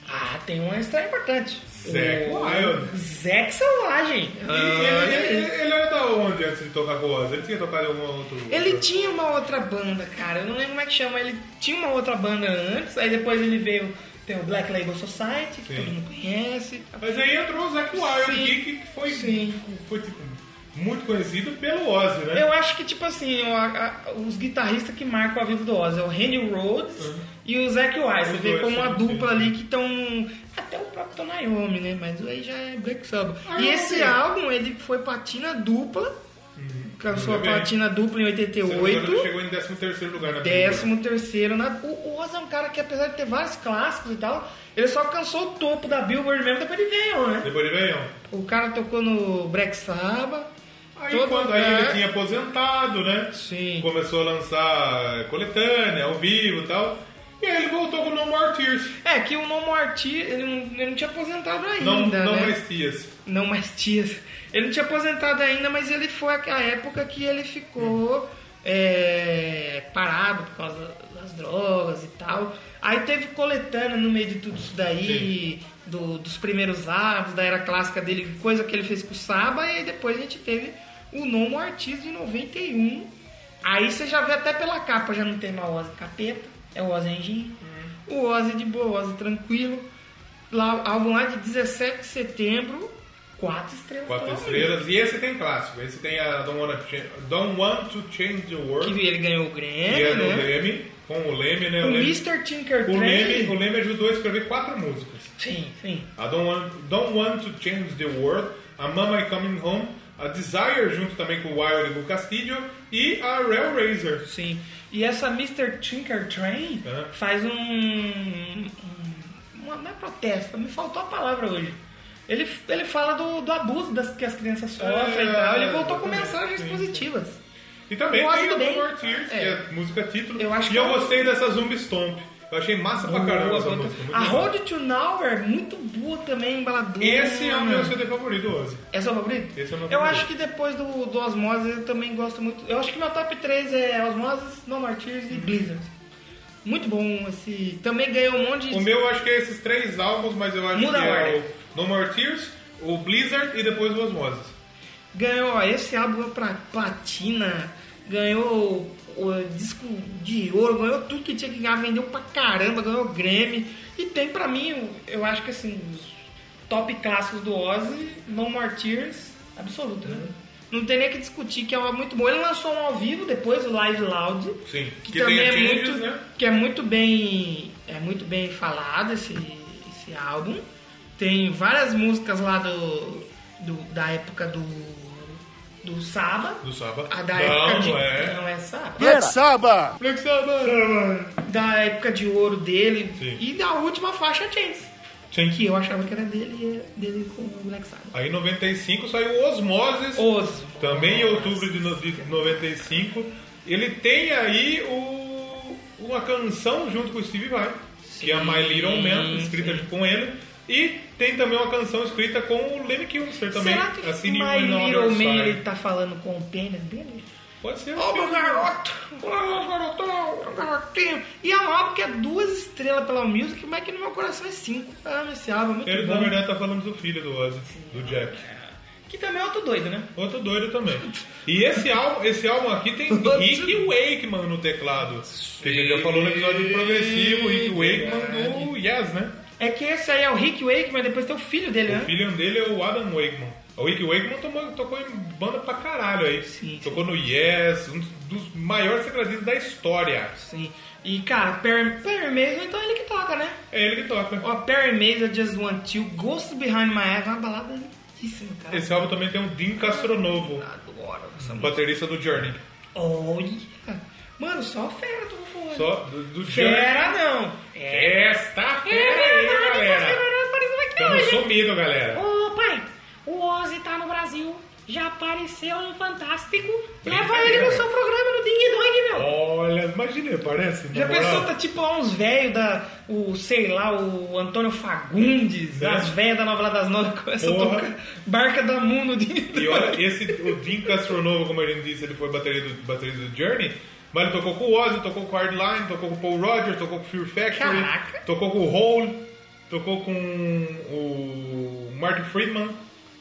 [SPEAKER 1] Ah, tem uma história importante.
[SPEAKER 2] Zack
[SPEAKER 1] O-
[SPEAKER 2] Wild. Ah,
[SPEAKER 1] Zack Selvagem.
[SPEAKER 2] E
[SPEAKER 1] Ah.
[SPEAKER 2] ele, ele- ele era da onde antes de tocar com o Ozzy? Ele tinha tocado em algum outro...
[SPEAKER 1] Ele tinha uma outra banda, cara. Eu não lembro como é que chama. Ele tinha uma outra banda antes, aí depois ele veio. Tem o Black Label Society, que
[SPEAKER 2] Sim.
[SPEAKER 1] todo mundo conhece.
[SPEAKER 2] Mas aí entrou o Zac Wild
[SPEAKER 1] Sim.
[SPEAKER 2] aqui, que foi,
[SPEAKER 1] Sim.
[SPEAKER 2] foi tipo, muito conhecido pelo Ozzy, né?
[SPEAKER 1] Eu acho que, tipo assim, o- a- a- os guitarristas que marcam a vida do Ozzy é o Randy Rhodes
[SPEAKER 2] Uhum.
[SPEAKER 1] e o Zac Wise. Você
[SPEAKER 2] Os
[SPEAKER 1] vê
[SPEAKER 2] dois,
[SPEAKER 1] como uma
[SPEAKER 2] sim,
[SPEAKER 1] dupla
[SPEAKER 2] sim.
[SPEAKER 1] ali que estão. Até o próprio Tom Iommi, né? Mas aí já é Black Sabbath.
[SPEAKER 2] Ah,
[SPEAKER 1] e
[SPEAKER 2] eu
[SPEAKER 1] esse
[SPEAKER 2] sei.
[SPEAKER 1] álbum, ele foi platina dupla. Alcançou a
[SPEAKER 2] Tudo bem.
[SPEAKER 1] platina dupla em
[SPEAKER 2] Se Uhum. não me engano,
[SPEAKER 1] 88.
[SPEAKER 2] Ele chegou em 13º lugar na película.
[SPEAKER 1] Décimo terceiro. Na... O Oz é um cara que, apesar de ter vários clássicos e tal, ele só alcançou o topo da Billboard mesmo depois ele ganhou, né?
[SPEAKER 2] Depois ele veio.
[SPEAKER 1] O cara tocou no Black Sabbath.
[SPEAKER 2] Aí
[SPEAKER 1] todo
[SPEAKER 2] quando aí
[SPEAKER 1] lugar.
[SPEAKER 2] ele tinha aposentado, né?
[SPEAKER 1] Sim.
[SPEAKER 2] Começou a lançar coletânea, ao vivo e tal. E aí ele voltou com No More Tears.
[SPEAKER 1] É, que o No More Tears, ele não, ele não tinha aposentado ainda,
[SPEAKER 2] Não, não
[SPEAKER 1] né?
[SPEAKER 2] mais tias.
[SPEAKER 1] Não mais tias. Ele não tinha aposentado ainda, mas ele foi a a época que ele ficou é, parado por causa das drogas e tal. Aí teve coletânea no meio de tudo isso daí, do- dos primeiros álbuns, da era clássica dele, coisa que ele fez com o Saba, e aí depois a gente teve o Nomo Artista de 91. Aí você já vê até pela capa, já não tem mais o Ozzy Capeta, é o Ozzy Anjinho. O Ozzy de boa, o Ozzy tranquilo. Lá, álbum lá de 17 de setembro, quatro estrelas.
[SPEAKER 2] Quatro
[SPEAKER 1] pelo menos.
[SPEAKER 2] estrelas. E esse tem clássico. Esse tem a Don't, Wanna Ch- Don't Want to Change the World.
[SPEAKER 1] Que ele ganhou o Grammy,
[SPEAKER 2] que é do
[SPEAKER 1] né?
[SPEAKER 2] Leme. Com o Leme, né?
[SPEAKER 1] O
[SPEAKER 2] Leme-
[SPEAKER 1] Mr. Tinker
[SPEAKER 2] o Leme, o
[SPEAKER 1] Train.
[SPEAKER 2] Leme ajudou a escrever quatro músicas.
[SPEAKER 1] Sim, sim.
[SPEAKER 2] A Don't Want, Don't Want to Change the World, a Mama I Coming Home, a Desire, junto também com o Wild e com o Castilho, e a Rail Razor.
[SPEAKER 1] Sim. E essa Mr. Tinker Train
[SPEAKER 2] É.
[SPEAKER 1] faz um. um- uma, não é protesto, me faltou a palavra hoje. Ele, ele fala do, do abuso das, que as crianças sofrem
[SPEAKER 2] É,
[SPEAKER 1] e tal. Ele voltou com
[SPEAKER 2] exatamente.
[SPEAKER 1] mensagens
[SPEAKER 2] Sim, sim.
[SPEAKER 1] positivas.
[SPEAKER 2] E também
[SPEAKER 1] Gosto
[SPEAKER 2] tem o
[SPEAKER 1] bem.
[SPEAKER 2] More
[SPEAKER 1] É.
[SPEAKER 2] Tears, que é a música título.
[SPEAKER 1] Eu acho
[SPEAKER 2] e
[SPEAKER 1] que
[SPEAKER 2] eu
[SPEAKER 1] é-
[SPEAKER 2] gostei dessa Zumbi Stomp. Eu achei massa pra caramba essa música. Ah, muito
[SPEAKER 1] a
[SPEAKER 2] legal.
[SPEAKER 1] Road to Nowhere, muito boa também, embaladora.
[SPEAKER 2] Esse é o meu CD favorito hoje.
[SPEAKER 1] É seu favorito?
[SPEAKER 2] Esse é o meu
[SPEAKER 1] eu
[SPEAKER 2] favorito.
[SPEAKER 1] acho que depois do, do Osmosis eu também gosto muito. Eu acho que meu top 3 é Osmosis, No More Tears
[SPEAKER 2] Uhum.
[SPEAKER 1] e Blizzard. Muito bom esse. Também ganhou um monte de.
[SPEAKER 2] O meu acho que é esses três álbuns, mas eu acho
[SPEAKER 1] Muda
[SPEAKER 2] que
[SPEAKER 1] a
[SPEAKER 2] é
[SPEAKER 1] ordem.
[SPEAKER 2] o No More Tears, o Blizzard e depois o Osmosis.
[SPEAKER 1] Ganhou ó, esse álbum é pra platina, ganhou o disco de ouro, ganhou tudo que tinha que ganhar, vendeu pra caramba, ganhou Grammy. E tem pra mim, eu- eu acho que assim, os top clássicos do Ozzy, No More Tears, absoluto, né?
[SPEAKER 2] Uhum.
[SPEAKER 1] Não tem nem o que discutir, que é um álbum muito bom. Ele lançou um ao vivo depois, o Live Loud.
[SPEAKER 2] Sim.
[SPEAKER 1] Que,
[SPEAKER 2] Que tem
[SPEAKER 1] também
[SPEAKER 2] a
[SPEAKER 1] é
[SPEAKER 2] Changes,
[SPEAKER 1] muito,
[SPEAKER 2] né?
[SPEAKER 1] que é muito bem, é muito bem falado esse, esse álbum. Tem várias músicas lá do, do- da época do do Saba.
[SPEAKER 2] Do Saba.
[SPEAKER 1] A Ah, da
[SPEAKER 2] Não,
[SPEAKER 1] época de
[SPEAKER 2] não é.
[SPEAKER 1] não é Saba.
[SPEAKER 6] Saba!
[SPEAKER 2] Black Sabbath.
[SPEAKER 1] Da época de ouro dele
[SPEAKER 2] é. Sim.
[SPEAKER 1] e da última faixa Chains,
[SPEAKER 2] Sim.
[SPEAKER 1] que eu achava que era dele é dele com o Black Saba.
[SPEAKER 2] Aí em 95 saiu Osmosis.
[SPEAKER 1] Os
[SPEAKER 2] Também em outubro de, no- de 95. Ele tem aí o, uma canção junto com o Steve Vai, que é a My Little Man, escrita com ele. E tem também uma canção escrita com o Lemmy Kilmister também.
[SPEAKER 1] Será que
[SPEAKER 2] assim,
[SPEAKER 1] My
[SPEAKER 2] When on
[SPEAKER 1] Little
[SPEAKER 2] Your
[SPEAKER 1] Man
[SPEAKER 2] Side.
[SPEAKER 1] ele tá falando com o pênis dele?
[SPEAKER 2] Pode ser.
[SPEAKER 1] Ô, meu
[SPEAKER 2] sim.
[SPEAKER 1] garoto! Ô, meu garotão! Meu garotinho! E é um álbum que é duas estrelas pela Music, mas que no meu coração é cinco. Eu amo esse álbum, é muito
[SPEAKER 2] Ele, né,
[SPEAKER 1] bom.
[SPEAKER 2] na verdade, tá falando do filho do Ozzy, do Jack.
[SPEAKER 1] Que também é outro doido, né?
[SPEAKER 2] Outro doido também. E esse álbum, esse álbum aqui tem Rick Wakeman no teclado. Que a gente já falou no episódio de progressivo, Rick Wakeman do Yes, né?
[SPEAKER 1] É que esse aí é o Rick Wakeman, depois tem o filho dele,
[SPEAKER 2] O
[SPEAKER 1] né?
[SPEAKER 2] filho dele é o Adam Wakeman. O Rick Wakeman tomou- tocou em banda pra caralho aí.
[SPEAKER 1] Sim.
[SPEAKER 2] Tocou no Yes, um dos maiores tecladistas da história.
[SPEAKER 1] Sim. E, cara, Perry, Perry Mason, então é ele que toca, né?
[SPEAKER 2] É ele que toca.
[SPEAKER 1] Ó, Perry Mason, I Just Want You, Ghost Behind My Eyes, é uma balada lindíssima, cara.
[SPEAKER 2] Esse álbum também tem o Dean Castronovo,
[SPEAKER 1] Adoro essa música.
[SPEAKER 2] baterista do Journey.
[SPEAKER 1] Olha! Mano, só fera do fone.
[SPEAKER 2] Só do, do Journey.
[SPEAKER 1] Fera não. É.
[SPEAKER 2] Esta
[SPEAKER 1] É,
[SPEAKER 2] fera aí,
[SPEAKER 1] verdade, essa
[SPEAKER 2] galera.
[SPEAKER 1] fera apareceu aqui
[SPEAKER 2] Tamo
[SPEAKER 1] hoje, hein?
[SPEAKER 2] sumido, galera.
[SPEAKER 1] Ô, pai, o Ozzy tá no Brasil, já apareceu no Fantástico. Leva ele
[SPEAKER 2] né?
[SPEAKER 1] no seu programa no Ding Dong, meu.
[SPEAKER 2] Olha, imagina, parece. na
[SPEAKER 1] Já
[SPEAKER 2] moral.
[SPEAKER 1] pensou, tá tipo lá uns velhos da. O, sei lá, o Antônio Fagundes,
[SPEAKER 2] É.
[SPEAKER 1] as velhas da novela das nove começam a
[SPEAKER 2] Porra.
[SPEAKER 1] tocar Barca da Mundo de
[SPEAKER 2] E olha, esse, o Dean Castronovo, como a gente disse, ele foi baterista do, baterista do Journey, mas ele tocou com o Ozzy, tocou com o Hardline, tocou com o Paul Rogers, tocou com o Fear Factory,
[SPEAKER 1] Caraca.
[SPEAKER 2] tocou com o Hole, tocou com o Martin Friedman.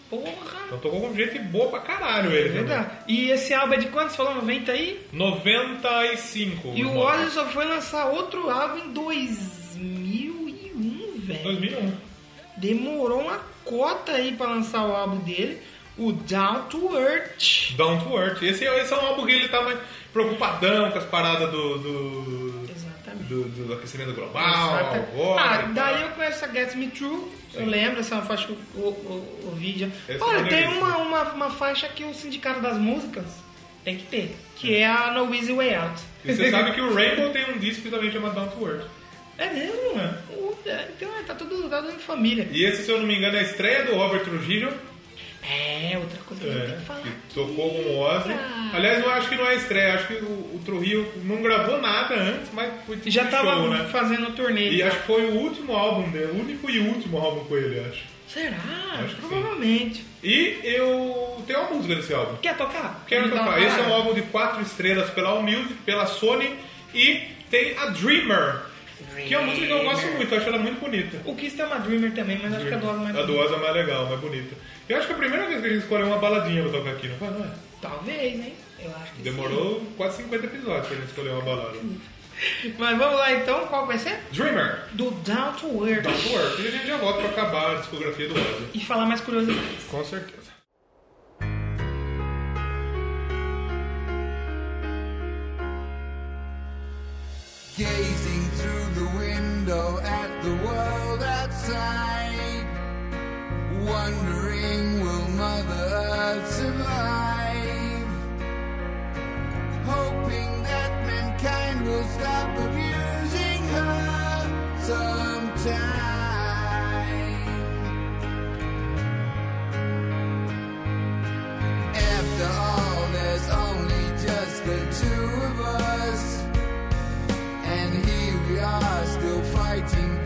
[SPEAKER 1] Porra!
[SPEAKER 2] Então tocou com gente boa pra caralho ele. né? também.
[SPEAKER 1] É Verdade. E esse álbum é de quantos? Falou 90 aí?
[SPEAKER 2] 95.
[SPEAKER 1] E o
[SPEAKER 2] irmão.
[SPEAKER 1] Ozzy só foi lançar outro álbum em 2001, velho.
[SPEAKER 2] 2001.
[SPEAKER 1] Demorou uma cota aí pra lançar o álbum dele, o Down to Earth.
[SPEAKER 2] Down to Earth. Esse, esse é um álbum que ele tava preocupadão com as paradas do. do...
[SPEAKER 1] Exatamente.
[SPEAKER 2] Do, do aquecimento global,
[SPEAKER 1] Exata.
[SPEAKER 2] agora.
[SPEAKER 1] ah,
[SPEAKER 2] e tal.
[SPEAKER 1] daí eu conheço a Get Me True, eu lembro, essa é uma faixa que eu eu- eu- eu ouvi já.
[SPEAKER 2] Essa é
[SPEAKER 1] Olha, tem
[SPEAKER 2] maneiríssima.
[SPEAKER 1] uma, uma, uma faixa que o Sindicato das Músicas tem que ter, que é a No Easy Way Out.
[SPEAKER 2] E você sabe que o Rainbow tem um disco também chamado Down to Earth.
[SPEAKER 1] É mesmo, né? Então é, tá tudo, tá tudo em família.
[SPEAKER 2] E esse, se eu não me engano, é a estreia do Robert Trujillo,
[SPEAKER 1] É, outra coisa que eu tenho que falar. Ah.
[SPEAKER 2] que tocou com o Ozzy.
[SPEAKER 1] cara.
[SPEAKER 2] Aliás, eu acho que não é a estreia, acho que o, o Trujillo não gravou nada antes, mas foi tipo
[SPEAKER 1] Já
[SPEAKER 2] um
[SPEAKER 1] tava
[SPEAKER 2] show, né?
[SPEAKER 1] fazendo turnê.
[SPEAKER 2] E acho que foi o último álbum dele, o único e último álbum com ele, acho.
[SPEAKER 1] Será?
[SPEAKER 2] Acho que sim.
[SPEAKER 1] Provavelmente.
[SPEAKER 2] E eu tenho uma música desse álbum.
[SPEAKER 1] Quer tocar? Então
[SPEAKER 2] Quero
[SPEAKER 1] Me dá uma
[SPEAKER 2] tocar. Esse é um
[SPEAKER 1] parada?
[SPEAKER 2] álbum de quatro estrelas pela All Music, pela Sony e tem a Dreamer, que é uma música que eu gosto muito, eu acho ela muito bonita.
[SPEAKER 1] O Kiss tem uma Dreamer também, mas acho que a do Ozzy é mais
[SPEAKER 2] A do Ozzy é mais legal, mais bonita. Eu acho que é a primeira vez que a gente escolheu uma baladinha pra tocar aqui, não foi? Não é?
[SPEAKER 1] Talvez, hein? Eu acho que
[SPEAKER 2] Demorou quase 50 episódios pra gente escolher uma balada.
[SPEAKER 1] sim. Mas vamos lá então, qual vai ser?
[SPEAKER 2] Dreamer,
[SPEAKER 1] Do Down to Earth.
[SPEAKER 2] da Tour. E a gente já volta pra acabar a discografia do Ozzy.
[SPEAKER 1] E falar mais curiosidades.
[SPEAKER 2] Com certeza.
[SPEAKER 6] gazing through the window at the world outside, wondering will Mother Earth survive, hoping that mankind will stop abusing her sometime. After all, there's only just the two of us. And here we are still fighting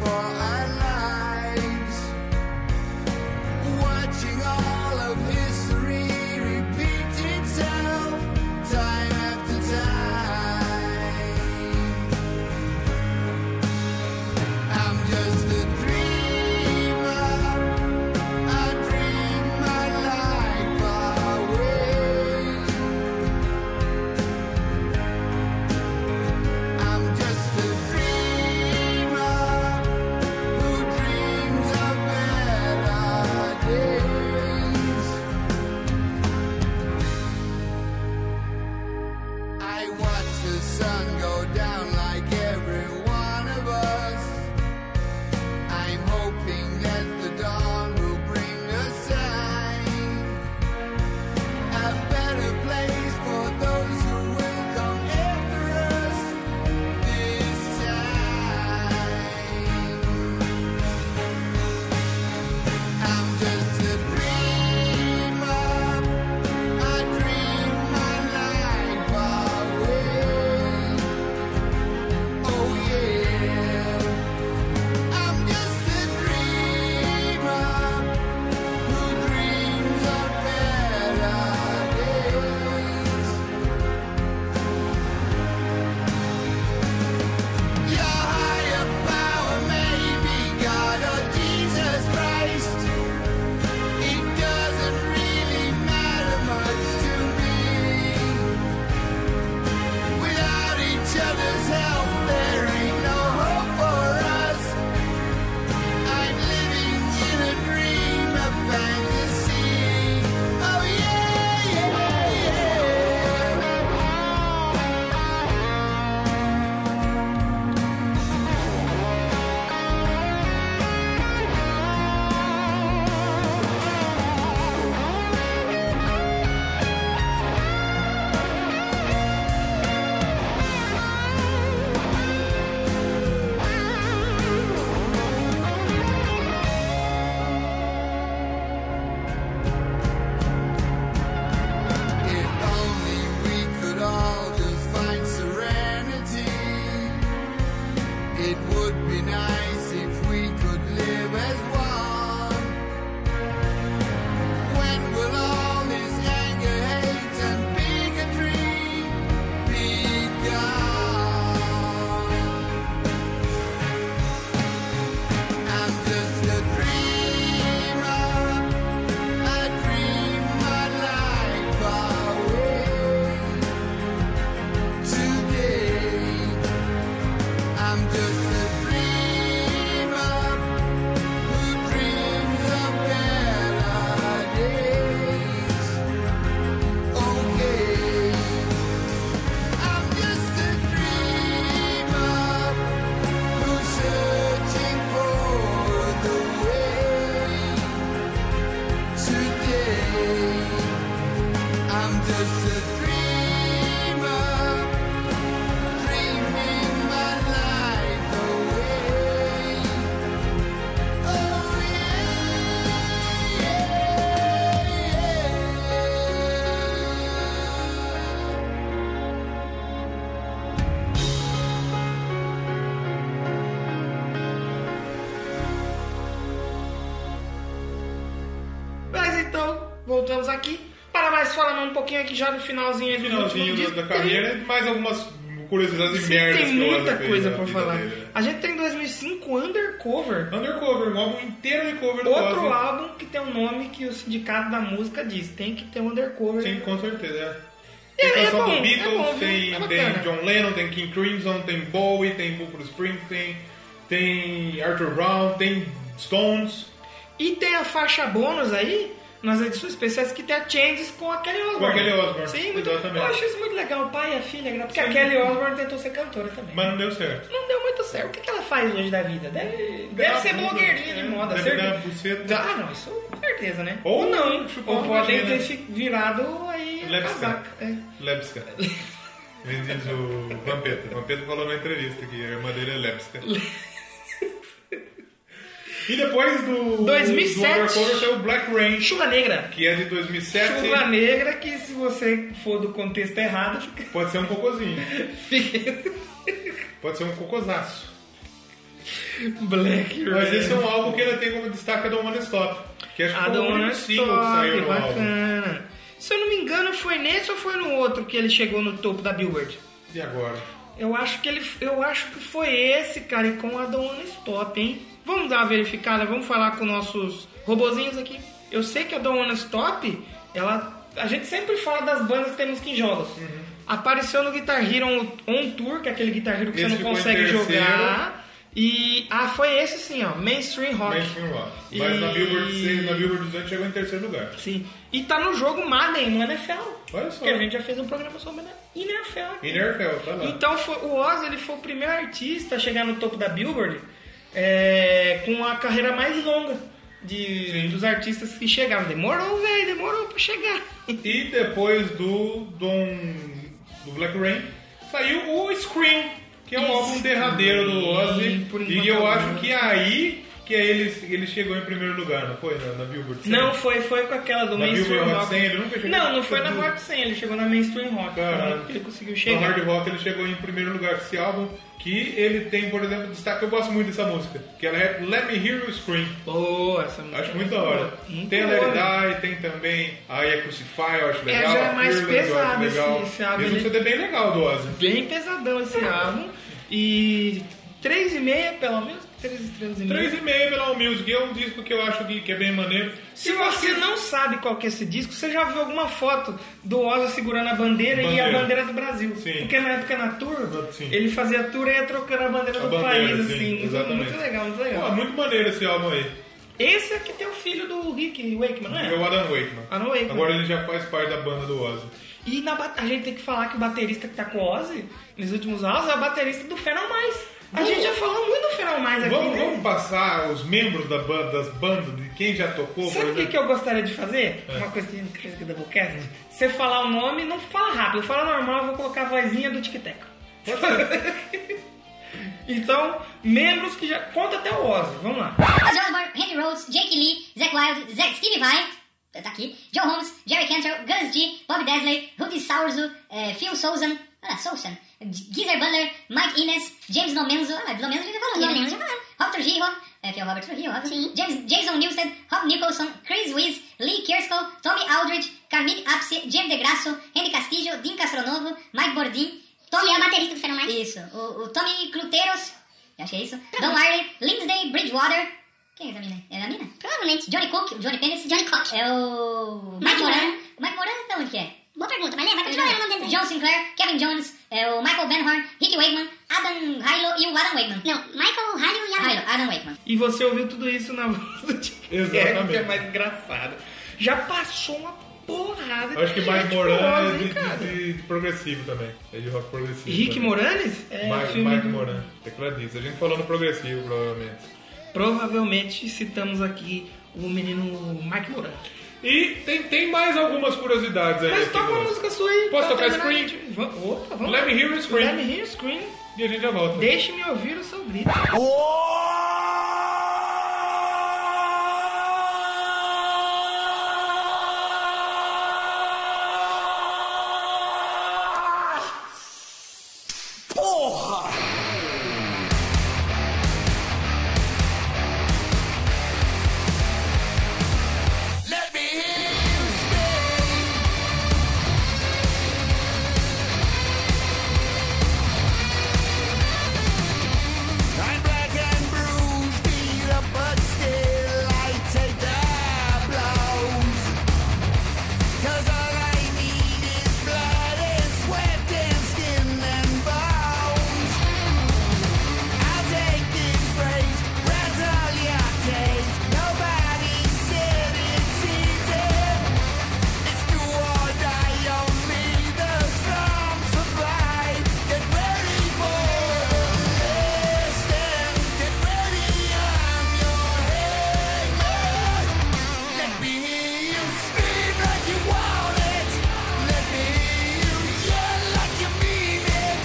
[SPEAKER 6] Oh, It would be nice if we could live as one. When will all this anger, hate, and bigotry be gone? I'm just a dreamer, I dream my life away today. I'm just a dreamer who dreams of better days. Okay. I'm just a dreamer who's searching for the way today. I'm just a dreamer. Dreaming my life away. Oh yeah, yeah.
[SPEAKER 1] Mas então, voltamos aqui para mais falar um pouquinho aqui já no finalzinho do
[SPEAKER 2] Finalzinho
[SPEAKER 1] último disco.
[SPEAKER 2] da, da carreira, é mais algumas curiosidades e merdas.
[SPEAKER 1] Tem
[SPEAKER 2] que o
[SPEAKER 1] muita
[SPEAKER 2] Ozzy fez
[SPEAKER 1] coisa
[SPEAKER 2] na
[SPEAKER 1] pra
[SPEAKER 2] vida
[SPEAKER 1] falar.
[SPEAKER 2] dele, né?
[SPEAKER 1] A gente tem em 2005 Undercover.
[SPEAKER 2] Undercover, um álbum inteiro de cover do
[SPEAKER 1] Outro
[SPEAKER 2] Ozzy.
[SPEAKER 1] álbum que tem um nome que o sindicato da música diz, tem que ter um undercover.
[SPEAKER 2] Sim, com certeza. é.
[SPEAKER 1] É,
[SPEAKER 2] Tem
[SPEAKER 1] é
[SPEAKER 2] canção
[SPEAKER 1] bom,
[SPEAKER 2] do Beatles,
[SPEAKER 1] é bom, viu?
[SPEAKER 2] tem,
[SPEAKER 1] É
[SPEAKER 2] tem
[SPEAKER 1] bacana.
[SPEAKER 2] John Lennon, tem King Crimson, tem Bowie, tem Buffalo Springsteen, tem Arthur Brown, tem Stones,
[SPEAKER 1] E tem a faixa bônus aí, nas edições especiais, que tem a Changes com a Kelly Osbourne.
[SPEAKER 2] Com a Kelly Osbourne,
[SPEAKER 1] Sim, muito,
[SPEAKER 2] exatamente.
[SPEAKER 1] eu acho isso muito legal. O pai e a filha, né? porque a
[SPEAKER 2] Sim.
[SPEAKER 1] Kelly Osbourne tentou ser cantora também.
[SPEAKER 2] mas não deu certo.
[SPEAKER 1] Não deu muito certo. O que, que ela faz hoje da vida? Deve, deve
[SPEAKER 2] Dá
[SPEAKER 1] ser
[SPEAKER 2] bunda,
[SPEAKER 1] blogueirinha de
[SPEAKER 2] é,
[SPEAKER 1] moda,
[SPEAKER 2] deve
[SPEAKER 1] certeza.
[SPEAKER 2] dar buceta.
[SPEAKER 1] Ah, não, isso com certeza, né?
[SPEAKER 2] Ou
[SPEAKER 1] não,
[SPEAKER 2] chupar
[SPEAKER 1] ou
[SPEAKER 2] uma
[SPEAKER 1] podem
[SPEAKER 2] vagina.
[SPEAKER 1] ter se virado aí a
[SPEAKER 2] Lepska.
[SPEAKER 1] casaca. É.
[SPEAKER 2] Lepska. Me diz o Vampeta. O Vampeta falou na entrevista que a irmã dele é Lepska. E depois do,
[SPEAKER 1] 2007.
[SPEAKER 2] do Undercover saiu Black Rain,
[SPEAKER 1] Chuva Negra.
[SPEAKER 2] que é de 2007.
[SPEAKER 1] Chuva Negra, que se você for do contexto errado, fica.
[SPEAKER 2] Pode ser um cocôzinho.
[SPEAKER 1] fica-
[SPEAKER 2] Pode ser um cocosaço.
[SPEAKER 1] Black
[SPEAKER 2] Mas
[SPEAKER 1] Rain.
[SPEAKER 2] esse é um álbum que ele tem como destaque a Don't Wanna Stop. Que acho que
[SPEAKER 1] A
[SPEAKER 2] foi o
[SPEAKER 1] Dona
[SPEAKER 2] único um single que saiu no álbum.
[SPEAKER 1] bacana. Se eu não me engano, foi nesse ou foi no outro que ele chegou no topo da Billboard?
[SPEAKER 2] E agora?
[SPEAKER 1] Eu acho que ele, eu acho que foi esse, cara, e com a Dona Stop, hein? Vamos dar uma verificada, vamos falar com nossos robozinhos aqui. Eu sei que a Dona Stop, ela, a gente sempre fala das bandas que tem música em jogos.
[SPEAKER 2] Uhum.
[SPEAKER 1] Apareceu no Guitar Hero On, On Tour, que é aquele Guitar Hero que
[SPEAKER 2] Esse
[SPEAKER 1] você não
[SPEAKER 2] ficou em
[SPEAKER 1] consegue
[SPEAKER 2] terceiro.
[SPEAKER 1] jogar. E ah, foi esse sim, ó, Mainstream Rock.
[SPEAKER 2] Mainstream Rock. Mas na
[SPEAKER 1] E-
[SPEAKER 2] Billboard, na Billboard 200 chegou em terceiro lugar.
[SPEAKER 1] Sim. E tá no jogo Madden, no NFL.
[SPEAKER 2] Olha só.
[SPEAKER 1] Que a gente já fez um programa sobre NFL.
[SPEAKER 2] E Nerfel, tá lá.
[SPEAKER 1] Então foi- o Oz ele foi o primeiro artista a chegar no topo da Billboard é, com a carreira mais longa de, dos artistas que chegaram. Demorou, velho, demorou pra chegar.
[SPEAKER 2] E depois do Don- do Black Rain, saiu o Scream, que é um
[SPEAKER 1] Scream,
[SPEAKER 2] álbum derradeiro do Ozzy.
[SPEAKER 1] por enquanto
[SPEAKER 2] E eu
[SPEAKER 1] não.
[SPEAKER 2] acho que é aí que ele, ele chegou em primeiro lugar, não foi? né, Na, na Billboard?
[SPEAKER 1] Não, foi, foi com aquela do
[SPEAKER 2] Na
[SPEAKER 1] Mainstream
[SPEAKER 2] Billboard Hot
[SPEAKER 1] Rock.
[SPEAKER 2] 100, ele nunca chegou
[SPEAKER 1] não,
[SPEAKER 2] no
[SPEAKER 1] não foi na
[SPEAKER 2] topo.
[SPEAKER 1] Hot 100, ele chegou na Mainstream Rock. Foi
[SPEAKER 2] Caralho.
[SPEAKER 1] lá que ele conseguiu
[SPEAKER 2] No
[SPEAKER 1] chegar.
[SPEAKER 2] hard rock ele chegou em primeiro lugar com esse álbum, que ele tem, por exemplo, destaque, eu gosto muito dessa música, que ela é Let Me Hear You Scream.
[SPEAKER 1] Boa, essa música.
[SPEAKER 2] Acho
[SPEAKER 1] é
[SPEAKER 2] muito da hora.
[SPEAKER 1] boa.
[SPEAKER 2] tem a
[SPEAKER 1] Muito boa,
[SPEAKER 2] Let
[SPEAKER 1] né?
[SPEAKER 2] It Die, tem também a I Crucify, eu acho legal.
[SPEAKER 1] já é mais
[SPEAKER 2] Fearless, eu acho
[SPEAKER 1] pesado,
[SPEAKER 2] legal.
[SPEAKER 1] assim, esse álbum,
[SPEAKER 2] Esse é um
[SPEAKER 1] ele-
[SPEAKER 2] CD bem legal do Ozzy.
[SPEAKER 1] Bem pesadão esse álbum. E 3,5 pelo menos? 3 estrelas e meia.
[SPEAKER 2] 3,5 pela All Music, é um disco que eu acho que, que é bem maneiro.
[SPEAKER 1] Se você não sabe qual que é esse disco, você já viu alguma foto do Ozzy segurando a bandeira, e
[SPEAKER 2] Bandeira.
[SPEAKER 1] a bandeira do Brasil.
[SPEAKER 2] Sim.
[SPEAKER 1] Porque na época na tour,
[SPEAKER 2] Sim.
[SPEAKER 1] ele fazia a tour e ia trocando a bandeira
[SPEAKER 2] A
[SPEAKER 1] do
[SPEAKER 2] bandeira,
[SPEAKER 1] país,
[SPEAKER 2] sim,
[SPEAKER 1] assim. Muito,
[SPEAKER 2] exatamente.
[SPEAKER 1] muito legal, muito
[SPEAKER 2] Pô,
[SPEAKER 1] legal.
[SPEAKER 2] é muito maneiro esse álbum aí.
[SPEAKER 1] Esse aqui tem o filho do Rick Wakeman, não
[SPEAKER 2] É,
[SPEAKER 1] é?
[SPEAKER 2] o Adam Wakeman.
[SPEAKER 1] Adam Wakeman.
[SPEAKER 2] Agora ele já faz parte da banda do Ozzy.
[SPEAKER 1] E na ba- a gente tem que falar que o baterista que tá com o Ozzy, nos últimos anos, é o baterista do Feral Mais. A
[SPEAKER 2] Vamos-
[SPEAKER 1] gente já falou muito do Feral Mais aqui,
[SPEAKER 2] Vamos,
[SPEAKER 1] né?
[SPEAKER 2] vamos passar os membros da banda, das bandas, de quem já tocou, por
[SPEAKER 1] Sabe o que,
[SPEAKER 2] exemplo?
[SPEAKER 1] que eu gostaria de fazer?
[SPEAKER 2] É.
[SPEAKER 1] Uma coisa que a gente fez aqui da Doublecast. Você falar o nome, não fala rápido. Fala normal, eu vou colocar a vozinha do Tic Tac. então, membros que já... Conta até o Ozzy, vamos lá.
[SPEAKER 7] Ozzy Osbourne, Henry Rhodes, Jake Lee, Zack Wilde, Zack Stevie Vai, tá aqui, Joe Holmes, Jerry Cantrell, Guns G, Bob Desley, Rudy Sourzo, eh, Phil Sousan, ah, Sousan, Geezer Butler, Mike Innes, James Lomenzo. Ah, Lomenzo já falou.
[SPEAKER 8] Lomenzo
[SPEAKER 7] né?
[SPEAKER 8] já falaram.
[SPEAKER 7] Rob Trujillo, é, que é o Robert Trujillo, óbvio. James, Jason Newsted, Rob Nicholson, Chris Wiz, Lee Kiersko, Tommy Aldridge, Camille Apse, James DeGrasso, Henry Castillo, Dean Castronovo, Mike Bordin, Tommy...
[SPEAKER 8] Que é o baterista do Fenomenal.
[SPEAKER 7] Isso, o, o Tommy Cluteiros, acho que é isso,
[SPEAKER 8] Uhum.
[SPEAKER 7] Don Wiley, Lindsay Bridgewater, quem é essa mina? É a mina?
[SPEAKER 8] Provavelmente.
[SPEAKER 7] Johnny Cook, o Johnny Pennant,
[SPEAKER 8] Johnny Cock.
[SPEAKER 7] é o...
[SPEAKER 8] Mike Moran.
[SPEAKER 7] O Mike Moran, de onde que é?
[SPEAKER 8] Boa pergunta, mas lembra, continua lendo o nome deles aí.
[SPEAKER 7] John Sinclair, Kevin Jones, é o Michael Van Horn, Rick Wakeman, Adam Hilo e o Adam Wakeman.
[SPEAKER 8] Não, Michael, Ryan e Adam.
[SPEAKER 7] Hilo, Adam Wakeman.
[SPEAKER 1] E você ouviu tudo isso na voz do Jack Black,
[SPEAKER 2] Exatamente.
[SPEAKER 1] que é mais engraçado. Já passou uma porrada
[SPEAKER 2] Eu acho que
[SPEAKER 1] de
[SPEAKER 2] Mike
[SPEAKER 1] gente
[SPEAKER 2] Moran
[SPEAKER 1] famosa,
[SPEAKER 2] é
[SPEAKER 1] hein,
[SPEAKER 2] de,
[SPEAKER 1] cara?
[SPEAKER 2] de- de progressivo também. É de rock progressivo.
[SPEAKER 1] Rick
[SPEAKER 2] também.
[SPEAKER 1] Moranes? É um
[SPEAKER 2] Mike,
[SPEAKER 1] filme-
[SPEAKER 2] Mike Moran. É claro disso. A gente falou no progressivo, provavelmente.
[SPEAKER 1] Provavelmente citamos aqui o menino Mike Moran.
[SPEAKER 2] E tem, tem mais algumas curiosidades aí.
[SPEAKER 1] Mas
[SPEAKER 2] aqui,
[SPEAKER 1] toca uma
[SPEAKER 2] Bruno.
[SPEAKER 1] música sua aí.
[SPEAKER 2] Posso
[SPEAKER 1] pra
[SPEAKER 2] tocar
[SPEAKER 1] terminar,
[SPEAKER 2] Scream?
[SPEAKER 1] gente. Va- Opa, vamos.
[SPEAKER 2] Let me hear you scream.
[SPEAKER 1] Let me hear you scream.
[SPEAKER 2] E a gente já volta.
[SPEAKER 1] Deixe-me ouvir o seu grito.
[SPEAKER 6] Let me hear you scream. I'm black and bruised, beat up, but still I take the blows. 'Cause all I need is blood and sweat and skin and bones. I'll take this phrase, that's all your case. Nobody said it's easy. It's do or die, only the strong survive. Get ready for the lesson. Get ready, I'm your head. Let me hear you scream like you want it. Let me hear you yell like you mean it.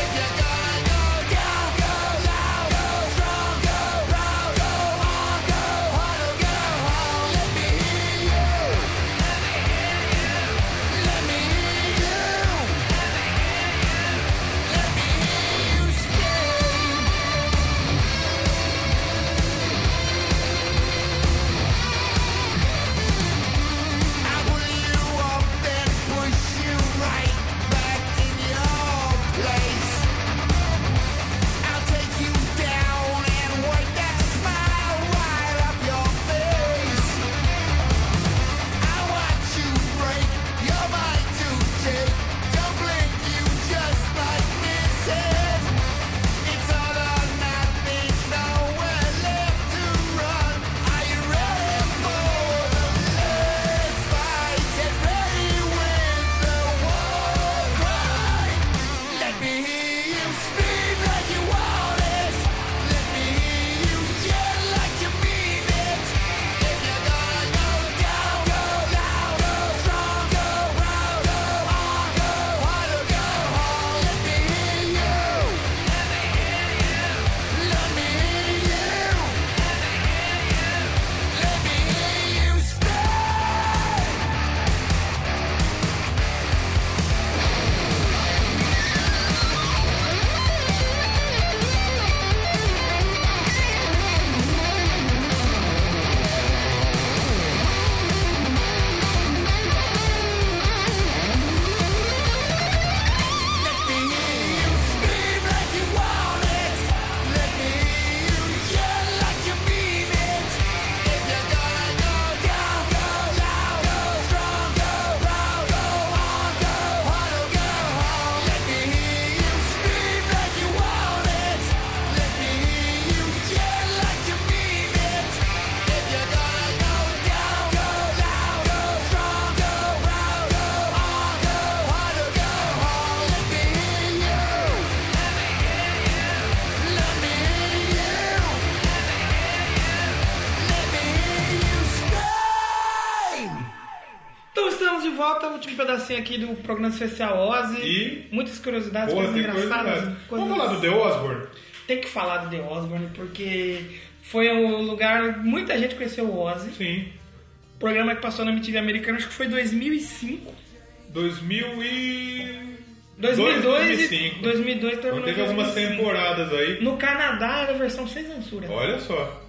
[SPEAKER 6] If you're gonna go down, go loud, go strong, go proud, go on, go hard, or go home. Let me hear you. Let me hear you. Let me hear you scream. I pull you up and push you right back in your place. I'll take you down and wipe that smile right off your face. I watch you break. You're my to take. Don't blink. You just might miss it. It's all or nothing. Nowhere left to run. Are you ready for the last fight? Get ready with the war cry. Let me hear you scream like you want it. Let me hear you yell like you mean it. If you're gonna go down, go loud, go strong, go proud, go hard, go hard, or go home. Let me hear you. Let me hear you. Let me hear you scream. Let me hear you scream like you want it. Let me hear you yell like you mean it. If you're gonna go down, go loud, go strong, go proud, go on, go hard, or go home. Let me hear you scream like you want it. Let me hear you yell like you mean it. If you're gonna go down, go loud, go strong, go proud, go on, go hard, or go home. Let me hear you. Let me hear you. Let me hear you scream.
[SPEAKER 1] Então estamos de volta, último pedacinho aqui do programa especial Ozzy.
[SPEAKER 2] E?
[SPEAKER 1] Muitas curiosidades,
[SPEAKER 2] Pô,
[SPEAKER 1] coisas
[SPEAKER 2] tem coisa
[SPEAKER 1] engraçadas.
[SPEAKER 2] demais.
[SPEAKER 1] coisas-
[SPEAKER 2] Vamos falar do The Osborne?
[SPEAKER 1] Tem que falar do The Osborne, porque foi o lugar... Muita gente conheceu o Ozzy.
[SPEAKER 2] Sim.
[SPEAKER 1] Programa que passou na MTV americana, acho que foi 2005.
[SPEAKER 2] 2000 e...
[SPEAKER 1] 2002
[SPEAKER 2] 2005.
[SPEAKER 1] e 2002 terminou
[SPEAKER 2] Então teve
[SPEAKER 1] em
[SPEAKER 2] algumas
[SPEAKER 1] 2005.
[SPEAKER 2] temporadas aí.
[SPEAKER 1] No Canadá era a versão sem censura.
[SPEAKER 2] Olha só.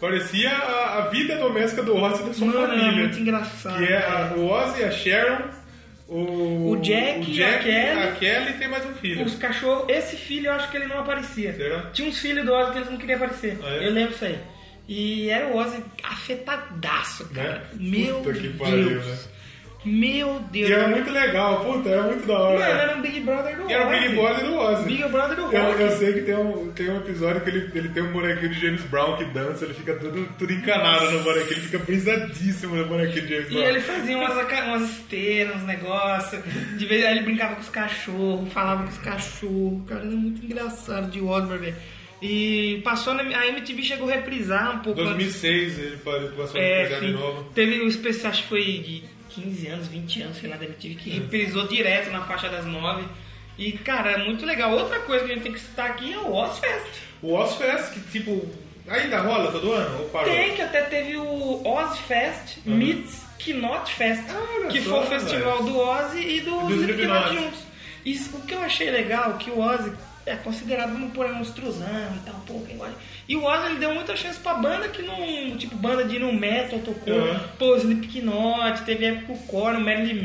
[SPEAKER 2] Parecia a, a vida doméstica do Ozzy e da sua
[SPEAKER 1] Mano, era
[SPEAKER 2] família.
[SPEAKER 1] muito engraçado.
[SPEAKER 2] Que é
[SPEAKER 1] cara.
[SPEAKER 2] a- o Ozzy, a Sharon, o,
[SPEAKER 1] O Jack, a Kelly.
[SPEAKER 2] a Kelly e tem mais um filho.
[SPEAKER 1] Os cachorros, esse filho eu acho que ele não aparecia.
[SPEAKER 2] Será?
[SPEAKER 1] Tinha uns filhos do Ozzy que eles não queriam aparecer.
[SPEAKER 2] É? Ah, é?
[SPEAKER 1] Eu lembro isso aí. E era o Ozzy afetadaço, cara.
[SPEAKER 2] Né?
[SPEAKER 1] Meu
[SPEAKER 2] Puta que
[SPEAKER 1] Deus.
[SPEAKER 2] pariu, né?
[SPEAKER 1] Meu
[SPEAKER 2] E
[SPEAKER 1] Deus.
[SPEAKER 2] era muito legal, puta, era muito da hora.
[SPEAKER 1] Mano, era um Big Brother do
[SPEAKER 2] Era o
[SPEAKER 1] Ozzy.
[SPEAKER 2] Big Brother do Ozzy.
[SPEAKER 1] Big Brother do
[SPEAKER 2] Eu,
[SPEAKER 1] Rock.
[SPEAKER 2] eu sei que tem um, tem um episódio que ele, ele tem um bonequinho de James Brown que dança, ele fica tudo, tudo encanado no bonequinho, ele fica brisadíssimo no bonequinho de James
[SPEAKER 1] E
[SPEAKER 2] Brown.
[SPEAKER 1] ele fazia umas, aca- umas esteiras, uns negócios. De vez aí ele brincava com os cachorros, falava com os cachorros. Cara, era muito engraçado de Ozzy, velho. E passou na. A MTV chegou a reprisar um pouco. antes.
[SPEAKER 2] 2006 ele parou- passou a
[SPEAKER 1] É,
[SPEAKER 2] pegar de
[SPEAKER 1] sim.
[SPEAKER 2] novo.
[SPEAKER 1] Teve um especial, acho que foi de 15 anos, 20 anos, sei lá, da MTV, que
[SPEAKER 2] É.
[SPEAKER 1] reprisou direto na faixa das 9. E, cara, é muito legal. Outra coisa que a gente tem que citar aqui é o Ozfest.
[SPEAKER 2] O Ozfest, que tipo, ainda rola todo ano? Ou parou?
[SPEAKER 1] Tem, que até teve o Ozfest meets Knot Fest,
[SPEAKER 2] Uhum. Ah, Olha
[SPEAKER 1] que
[SPEAKER 2] só,
[SPEAKER 1] foi o festival do Ozzy e do,
[SPEAKER 2] Do Slipknot.
[SPEAKER 1] Slipknot juntos. Isso, o que eu achei legal, que o Ozzy é considerado, vamos pôr, é monstruosão e tal, pô, quem gosta. E o Ozzy, ele deu muita chance pra banda que não, tipo, banda de no metal tocou,
[SPEAKER 2] Aham.
[SPEAKER 1] pô, Slipknot, teve época o Korn, o Marilyn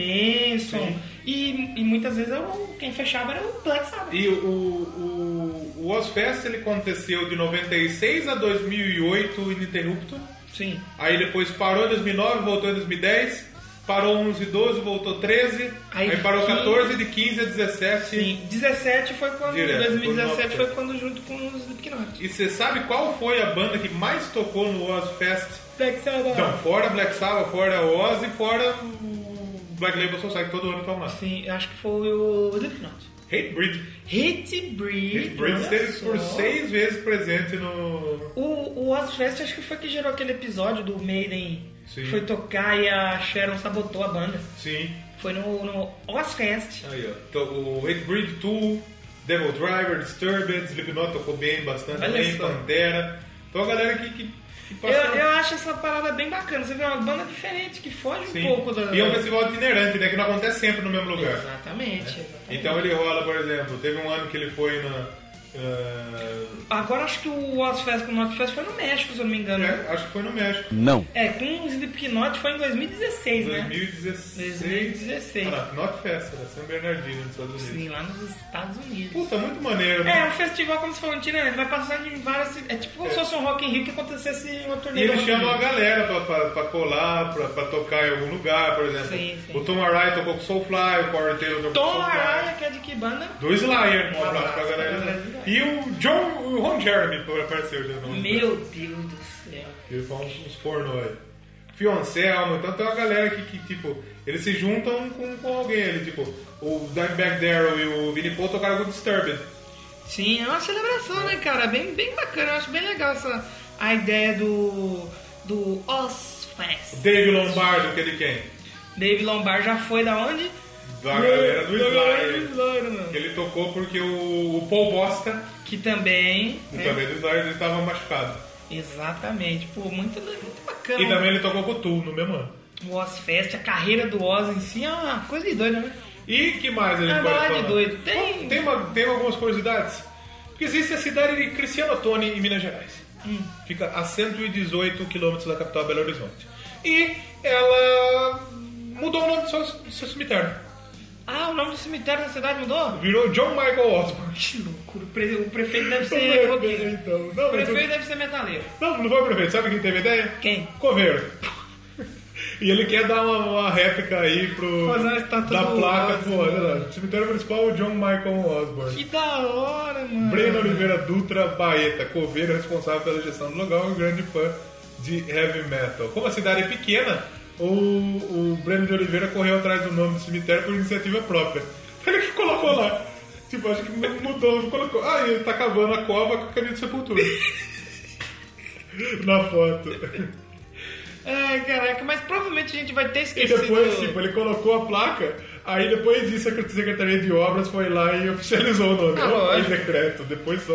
[SPEAKER 1] Manson,
[SPEAKER 2] Sim.
[SPEAKER 1] e, e muitas vezes era o- quem fechava era o Black Sabbath.
[SPEAKER 2] E o, o, o Ozfest ele aconteceu de 96 a 2008 ininterrupto.
[SPEAKER 1] Sim.
[SPEAKER 2] Aí depois parou em 2009, voltou em 2010. Parou 11, 12, voltou 13. Aí,
[SPEAKER 1] Aí
[SPEAKER 2] parou
[SPEAKER 1] 15.
[SPEAKER 2] 14, de 15 a 17.
[SPEAKER 1] Sim, 17 foi quando,
[SPEAKER 2] Direto,
[SPEAKER 1] 2017
[SPEAKER 2] foi
[SPEAKER 1] foi
[SPEAKER 2] no-
[SPEAKER 1] quando junto com os Slipknot.
[SPEAKER 2] E você sabe qual foi a banda que mais tocou no Ozfest?
[SPEAKER 1] Black Sabbath.
[SPEAKER 2] Então, fora Black Sabbath, fora Oz e fora o Black Label Society, todo ano estão lá.
[SPEAKER 1] Sim, eu acho que foi o Slipknot.
[SPEAKER 2] Hate Breed.
[SPEAKER 1] Hate Breed.
[SPEAKER 2] Hate Breed
[SPEAKER 1] olha
[SPEAKER 2] esteve por
[SPEAKER 1] só.
[SPEAKER 2] seis vezes presente no...
[SPEAKER 1] O, o Ozfest acho que foi que gerou aquele episódio do Maiden.
[SPEAKER 2] Sim.
[SPEAKER 1] que Foi tocar e a Sharon sabotou a banda.
[SPEAKER 2] Sim.
[SPEAKER 1] Foi no, no Ozfest.
[SPEAKER 2] Aí, ó. Então, o Hate Breed Tool, Devil Driver, Disturbed, Slipknot tocou bem, bastante
[SPEAKER 1] Olha
[SPEAKER 2] bem,
[SPEAKER 1] só. É,
[SPEAKER 2] Pantera. Então a galera que, que, que
[SPEAKER 1] Eu,
[SPEAKER 2] passou...
[SPEAKER 1] eu acho essa parada bem bacana. Você vê uma banda diferente que foge
[SPEAKER 2] Sim.
[SPEAKER 1] um pouco da.
[SPEAKER 2] E é um festival itinerante, né? Que não acontece sempre no mesmo lugar.
[SPEAKER 1] Exatamente. exatamente.
[SPEAKER 2] Então ele rola, por exemplo, teve um ano que ele foi na... ah,
[SPEAKER 1] Agora acho que o Ozfest com o Notfest foi no México, se eu não me engano.
[SPEAKER 2] é, acho que foi no México.
[SPEAKER 1] É, com o Slipknot foi em 2016, né?
[SPEAKER 2] 2016.
[SPEAKER 1] 2016.
[SPEAKER 2] Ah, não, Not Fest, era São Bernardino, nos Estados Unidos.
[SPEAKER 1] Sim, lá nos Estados Unidos.
[SPEAKER 2] Puta, muito maneiro.
[SPEAKER 1] É, é
[SPEAKER 2] né?
[SPEAKER 1] um festival, como você falou, tirando, ele vai passando em várias. É tipo como se fosse um Rock in Rio que acontecesse uma
[SPEAKER 2] E
[SPEAKER 1] turnê.
[SPEAKER 2] eles
[SPEAKER 1] Rock in
[SPEAKER 2] chamam a
[SPEAKER 1] Rio.
[SPEAKER 2] galera pra, pra, pra colar, pra, pra tocar em algum lugar, por exemplo.
[SPEAKER 1] Sim, sim.
[SPEAKER 2] O Tom Araya tocou com Soulfly, o Corey Taylor tocou com
[SPEAKER 1] Tom
[SPEAKER 2] Soulfly.
[SPEAKER 1] Araya, que é de que banda?
[SPEAKER 2] Do Slayer, um
[SPEAKER 1] Um
[SPEAKER 2] abraço pra
[SPEAKER 1] abraço
[SPEAKER 2] galera.
[SPEAKER 1] pra
[SPEAKER 2] né?
[SPEAKER 1] galera.
[SPEAKER 2] E o John, o Ron Jeremy apareceu já no
[SPEAKER 1] Meu Deus do céu.
[SPEAKER 2] Ele fala uns, uns pornô aí. Fiancé, Alma, então tem uma galera que, que, tipo, eles se juntam com, com alguém ali, tipo, o Dimebag Daryl e o Vinnie Paul tocaram com o Disturbed.
[SPEAKER 1] Sim, é uma celebração, né, cara? Bem, bem bacana, eu acho bem legal essa a ideia do. do Ozfest.
[SPEAKER 2] Dave Lombardo, que é de quem?
[SPEAKER 1] Dave Lombard já foi da onde?
[SPEAKER 2] Da galera do
[SPEAKER 1] Da galera do
[SPEAKER 2] Slayer.
[SPEAKER 1] Slayer, mano.
[SPEAKER 2] Ele tocou porque o, o Paul Bosta,
[SPEAKER 1] Que também. né?
[SPEAKER 2] também é do Slayer, ele estava machucado.
[SPEAKER 1] Exatamente. Pô, muito, muito bacana.
[SPEAKER 2] E também ele tocou com o Tool no mesmo ano.
[SPEAKER 1] O Ozfest, a carreira do Oz em si é uma coisa de doida, né?
[SPEAKER 2] E que mais ele
[SPEAKER 1] É uma
[SPEAKER 2] pode
[SPEAKER 1] balada
[SPEAKER 2] falar?
[SPEAKER 1] de doido. Tem-
[SPEAKER 2] Bom, Tem, uma- tem algumas curiosidades. Porque existe a cidade de Cristiano Tone, em Minas Gerais.
[SPEAKER 1] Hum.
[SPEAKER 2] Fica a 118 quilômetros da capital Belo Horizonte. E ela mudou o nome do seu, do seu cemitério.
[SPEAKER 1] Ah, o nome do cemitério da cidade mudou?
[SPEAKER 2] Virou John Michael Osborne.
[SPEAKER 1] Que loucura. O pre- O prefeito deve ser roqueiro.
[SPEAKER 2] Então,
[SPEAKER 1] O
[SPEAKER 2] não, mas-
[SPEAKER 1] é um prefeito deve ser metaleiro.
[SPEAKER 2] não, não foi o prefeito. Sabe quem teve a ideia?
[SPEAKER 1] Quem?
[SPEAKER 2] Coveiro. E ele quer dar uma, uma réplica aí pro.
[SPEAKER 1] Fazer uma estátua
[SPEAKER 2] da
[SPEAKER 1] do
[SPEAKER 2] placa
[SPEAKER 1] Ozzy,
[SPEAKER 2] pro olha lá. Cemitério Municipal John Michael Osborne.
[SPEAKER 1] Que da hora, mano.
[SPEAKER 2] Breno Oliveira Dutra Baeta, coveiro responsável pela gestão do local e um grande fã de heavy metal. Como a cidade é pequena, o, o Breno de Oliveira correu atrás do nome do cemitério por iniciativa própria. Ele que colocou lá. Tipo, acho que mudou, colocou. Ah, ele tá cavando a cova com a caminho de sepultura. Na foto.
[SPEAKER 1] Ai, É, caraca, mas provavelmente a gente vai ter
[SPEAKER 2] E
[SPEAKER 1] esquecido.
[SPEAKER 2] depois, tipo, ele colocou a placa, Aí depois disso a Secretaria de Obras foi lá e oficializou o nome.
[SPEAKER 1] Ah,
[SPEAKER 2] Não foi
[SPEAKER 1] lógico.
[SPEAKER 2] decreto, depois só.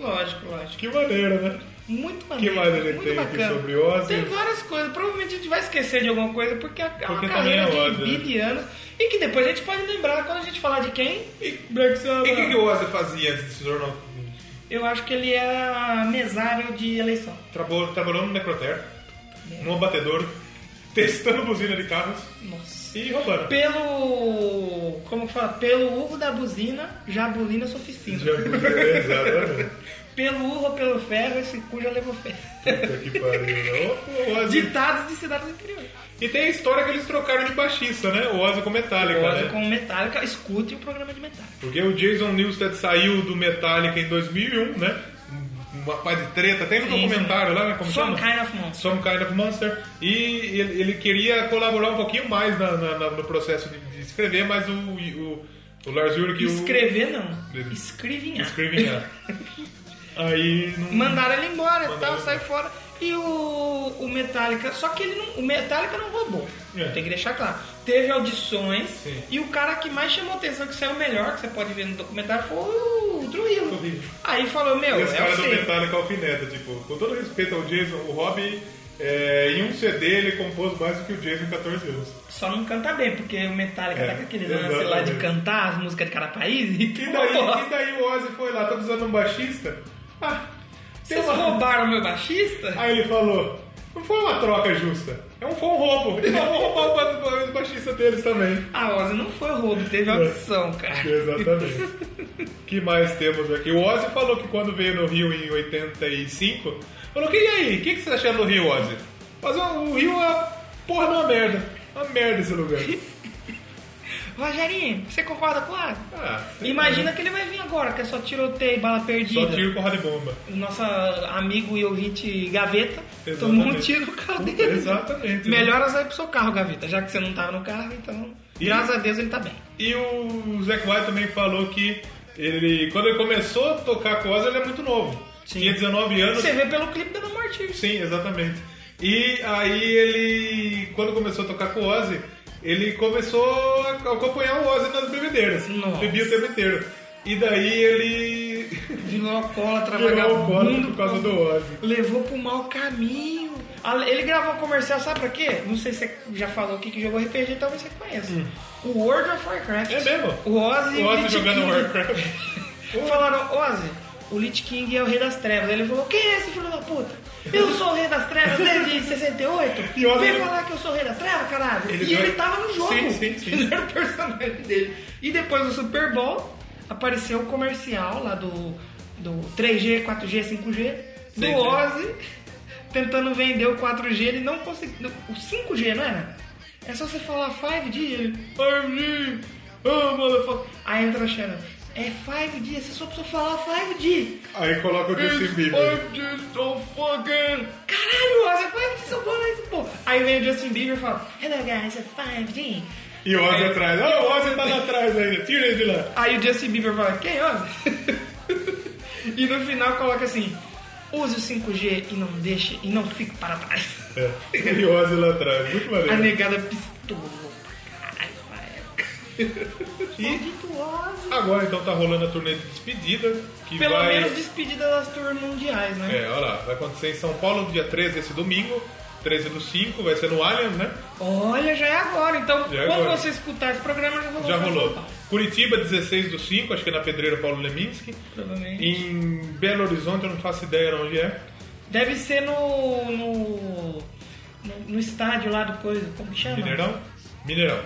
[SPEAKER 1] Lógico, lógico.
[SPEAKER 2] Que maneiro, né?
[SPEAKER 1] Muito
[SPEAKER 2] que
[SPEAKER 1] maneiro.
[SPEAKER 2] mais ele
[SPEAKER 1] muito
[SPEAKER 2] tem aqui
[SPEAKER 1] bacana.
[SPEAKER 2] sobre Ozzy?
[SPEAKER 1] Tem várias coisas. Provavelmente a gente vai esquecer de alguma coisa, porque é uma
[SPEAKER 2] Porque também é
[SPEAKER 1] carreira de
[SPEAKER 2] Ozzy, né?
[SPEAKER 1] Bibiana. E que depois a gente pode lembrar quando a gente falar de quem.
[SPEAKER 2] Black Sabbath.
[SPEAKER 5] E o que, que o Ozzy fazia?
[SPEAKER 2] Yes, se tornou-
[SPEAKER 1] Eu acho que ele é mesário de eleição.
[SPEAKER 2] Trabalhou, trabalhou no Necroter, no abatedouro, testando buzina de carros
[SPEAKER 1] Nossa.
[SPEAKER 2] e roubando.
[SPEAKER 1] Pelo. Como que fala? Pelo urro da buzina, jabulina sua oficina.
[SPEAKER 2] Exatamente.
[SPEAKER 1] Pelo urro ou pelo ferro, esse cu já levou ferro.
[SPEAKER 2] Puta que pariu, né? O- o Ozzy-
[SPEAKER 1] Ditados de cidades interiores.
[SPEAKER 2] E tem a história que eles trocaram de baixista, né? O Ozzy com Metallica,
[SPEAKER 1] Ozzy
[SPEAKER 2] né?
[SPEAKER 1] com Metallica, escute o programa de Metallica.
[SPEAKER 2] Porque o Jason Newsted saiu do Metallica em 2001, né? Uma pá de treta. Tem um
[SPEAKER 1] Sim,
[SPEAKER 2] documentário lá, né? Como
[SPEAKER 1] Some
[SPEAKER 2] chama?
[SPEAKER 1] kind of monster.
[SPEAKER 2] Some Kind of Monster. E ele, ele queria colaborar um pouquinho mais na- na- na- no processo de, de escrever, mas o, o, o Lars Ulrich... e o-
[SPEAKER 1] Escrever não.
[SPEAKER 2] Dele.
[SPEAKER 1] Escrevinhar.
[SPEAKER 2] Escrevinha. Aí não...
[SPEAKER 1] Mandaram ele embora e
[SPEAKER 2] Mandaram
[SPEAKER 1] tal,
[SPEAKER 2] ele
[SPEAKER 1] saiu fora. E o, o Metallica. Só que ele não, o Metallica não roubou.
[SPEAKER 2] É.
[SPEAKER 1] Tem que deixar claro. Teve audições
[SPEAKER 2] Sim.
[SPEAKER 1] e o cara que mais chamou atenção, que saiu melhor, que você pode ver no documentário, foi o Trujillo.
[SPEAKER 2] Trujillo.
[SPEAKER 1] Aí falou, meu,
[SPEAKER 2] E os
[SPEAKER 1] é
[SPEAKER 2] caras
[SPEAKER 1] o
[SPEAKER 2] do
[SPEAKER 1] C.
[SPEAKER 2] Metallica alfineta, tipo, com todo respeito ao Jason, o Rob, é, em um CD, ele compôs mais do que o Jason em 14 anos.
[SPEAKER 1] Só não canta bem, porque o Metallica
[SPEAKER 2] É,
[SPEAKER 1] tá com aquele lance lá de
[SPEAKER 2] exatamente.
[SPEAKER 1] cantar as músicas de cada país e
[SPEAKER 2] E
[SPEAKER 1] tudo.
[SPEAKER 2] daí, e daí o Ozzy foi lá, tá precisando de um baixista? Ah, tem
[SPEAKER 1] Vocês
[SPEAKER 2] uma...
[SPEAKER 1] roubaram meu baixista?
[SPEAKER 2] Aí ele falou, não foi uma troca justa, é um, foi um roubo. Então vou roubar o ba- ba- o baixista deles também.
[SPEAKER 1] A Ah, Ozzy não foi roubo, teve audição, cara.
[SPEAKER 2] É. Exatamente. que mais temos aqui? O Ozzy falou que quando veio no Rio em 85, falou que e aí, o que, que você tá achando do Rio, Ozzy? Mas ó, o Rio é uma porra de uma merda. Uma merda esse lugar.
[SPEAKER 1] Rogerinho, você concorda com a Ozzy?
[SPEAKER 2] Ah, sei
[SPEAKER 1] Imagina que ele vai vir agora, que é só tiroteio, bala
[SPEAKER 2] lá. Só
[SPEAKER 1] perdida.
[SPEAKER 2] tiro com de bomba.
[SPEAKER 1] O nosso amigo e ouvinte Gaveta,
[SPEAKER 2] Exatamente.
[SPEAKER 1] todo mundo tira o carro dele.
[SPEAKER 2] Exatamente. né?
[SPEAKER 1] Melhor usar aí pro seu carro, Gaveta, já que você não tava no carro, então.
[SPEAKER 2] E-
[SPEAKER 1] Graças a Deus ele tá bem.
[SPEAKER 2] E o Zac White também falou que ele, quando ele começou a tocar com o Ozzy, ele é muito novo.
[SPEAKER 1] Sim.
[SPEAKER 2] Tinha 19 anos.
[SPEAKER 1] Você vê pelo clipe da No More Tears.
[SPEAKER 2] Sim, exatamente. E aí ele, quando começou a tocar com o Ozzy, ele começou a acompanhar o Ozzy nas bebedeiras.
[SPEAKER 1] Nossa.
[SPEAKER 2] Bebia o tempo inteiro. E daí ele
[SPEAKER 1] Virou alcoólatra,
[SPEAKER 2] virou alcoólatra
[SPEAKER 1] vagabundo.
[SPEAKER 2] por causa do Ozzy.
[SPEAKER 1] Levou pro mau caminho. Ah, Ele gravou um comercial, sabe pra quê? Não sei se você já falou aqui que jogou RPG, talvez você conheça. O World of Warcraft.
[SPEAKER 2] Hum. É mesmo?
[SPEAKER 1] O Ozzy,
[SPEAKER 2] O
[SPEAKER 1] e
[SPEAKER 2] Ozzy
[SPEAKER 1] Lich
[SPEAKER 2] jogando
[SPEAKER 1] King.
[SPEAKER 2] Warcraft.
[SPEAKER 1] Falaram, Ozzy, o Lich King é o rei das trevas. Ele falou, quem é esse filho da puta? Eu sou o rei das trevas desde 68.
[SPEAKER 2] E Ozzy-
[SPEAKER 1] Vem falar que eu sou o rei das trevas, caralho.
[SPEAKER 2] Ele
[SPEAKER 1] e
[SPEAKER 2] foi-
[SPEAKER 1] ele tava no jogo.
[SPEAKER 2] Sim, sim, sim.
[SPEAKER 1] Fizeram o personagem dele. E depois do Super Bowl, apareceu o comercial lá do, do 3G, 4G, 5G, do
[SPEAKER 2] 6G.
[SPEAKER 1] Ozzy tentando vender o 4G, ele não conseguiu. O 5G, não era? É só você falar 5G, ele. 5G! Oh, motherfucker! Aí entra a Shannon. É 5G, você só precisa falar 5G!
[SPEAKER 2] Aí coloca o Justin
[SPEAKER 1] It's
[SPEAKER 2] Bieber.
[SPEAKER 1] 5G, so fucking. Caralho, Ozzy, é 5G, só fala isso, pô! Aí vem o Justin Bieber e fala: Hello guys, é 5G!
[SPEAKER 2] E o Ozzy atrás. Ah, o Ozzy tá lá atrás ainda. Tira ele de lá.
[SPEAKER 1] Aí o Justin Bieber fala, quem usa? e no final coloca assim, use o 5G e não deixe, e não fique para trás.
[SPEAKER 2] É. E o Ozzy lá atrás. Muito
[SPEAKER 1] A
[SPEAKER 2] maneiro.
[SPEAKER 1] negada pistolou pra caralho na época. Maldito Ozzy.
[SPEAKER 2] Agora então tá rolando a turnê de despedida. Que
[SPEAKER 1] Pelo
[SPEAKER 2] vai...
[SPEAKER 1] menos despedida das tours mundiais, né?
[SPEAKER 2] É, olha lá, vai acontecer em São Paulo no dia 13, esse domingo, 13 do 5, vai ser no Allianz, né?
[SPEAKER 1] Olha, já é agora. Então,
[SPEAKER 2] Já é
[SPEAKER 1] quando
[SPEAKER 2] agora.
[SPEAKER 1] você escutar esse programa, já rolou.
[SPEAKER 2] Já
[SPEAKER 1] pra
[SPEAKER 2] rolou.
[SPEAKER 1] São Paulo.
[SPEAKER 2] Curitiba, 16 do 5, acho que é na Pedreira Paulo Leminski.
[SPEAKER 1] Provavelmente.
[SPEAKER 2] Em Belo Horizonte, eu não faço ideia onde é.
[SPEAKER 1] Deve ser no, no... no- No estádio lá do coisa, como que chama?
[SPEAKER 2] Mineirão? Mineirão.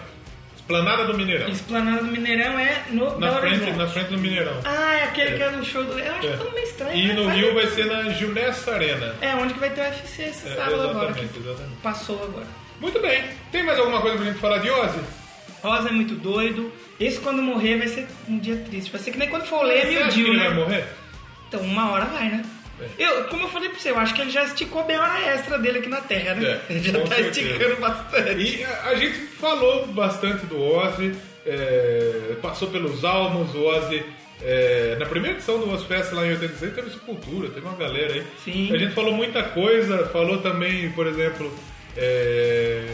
[SPEAKER 2] Esplanada do Mineirão.
[SPEAKER 1] Esplanada do Mineirão é no
[SPEAKER 2] Na
[SPEAKER 1] Belo
[SPEAKER 2] frente,
[SPEAKER 1] Horizonte.
[SPEAKER 2] na frente do Mineirão.
[SPEAKER 1] Ah, é aquele que é no show do. Eu acho
[SPEAKER 2] É.
[SPEAKER 1] que tá meio estranho.
[SPEAKER 2] E
[SPEAKER 1] né?
[SPEAKER 2] no
[SPEAKER 1] Faz-
[SPEAKER 2] Rio vai ser na Gilnessa Arena.
[SPEAKER 1] É, onde que vai ter o UFC esse
[SPEAKER 2] É,
[SPEAKER 1] sábado agora?
[SPEAKER 2] exatamente,
[SPEAKER 1] que
[SPEAKER 2] exatamente.
[SPEAKER 1] Passou agora.
[SPEAKER 2] Muito bem. Tem mais alguma coisa pra gente falar de Ozzy?
[SPEAKER 1] Rosa é muito doido. Esse quando morrer vai ser um dia triste. Vai ser que nem quando for o Leme
[SPEAKER 2] É, Você
[SPEAKER 1] e o
[SPEAKER 2] acha que
[SPEAKER 1] Dil,
[SPEAKER 2] ele
[SPEAKER 1] né?
[SPEAKER 2] vai morrer? É.
[SPEAKER 1] Então uma hora vai, né? Eu, como eu falei pra você, eu acho que ele já esticou bem a hora extra dele aqui na Terra, né?
[SPEAKER 2] É,
[SPEAKER 1] ele já
[SPEAKER 2] com
[SPEAKER 1] tá
[SPEAKER 2] certeza.
[SPEAKER 1] esticando bastante.
[SPEAKER 2] E a a gente falou bastante do Ozzy, é, passou pelos álbuns, o Ozzy. é, na primeira edição do Ozfest lá em 86 teve Sepultura, teve uma galera aí.
[SPEAKER 1] Sim.
[SPEAKER 2] A gente falou muita coisa, falou também, por exemplo, é,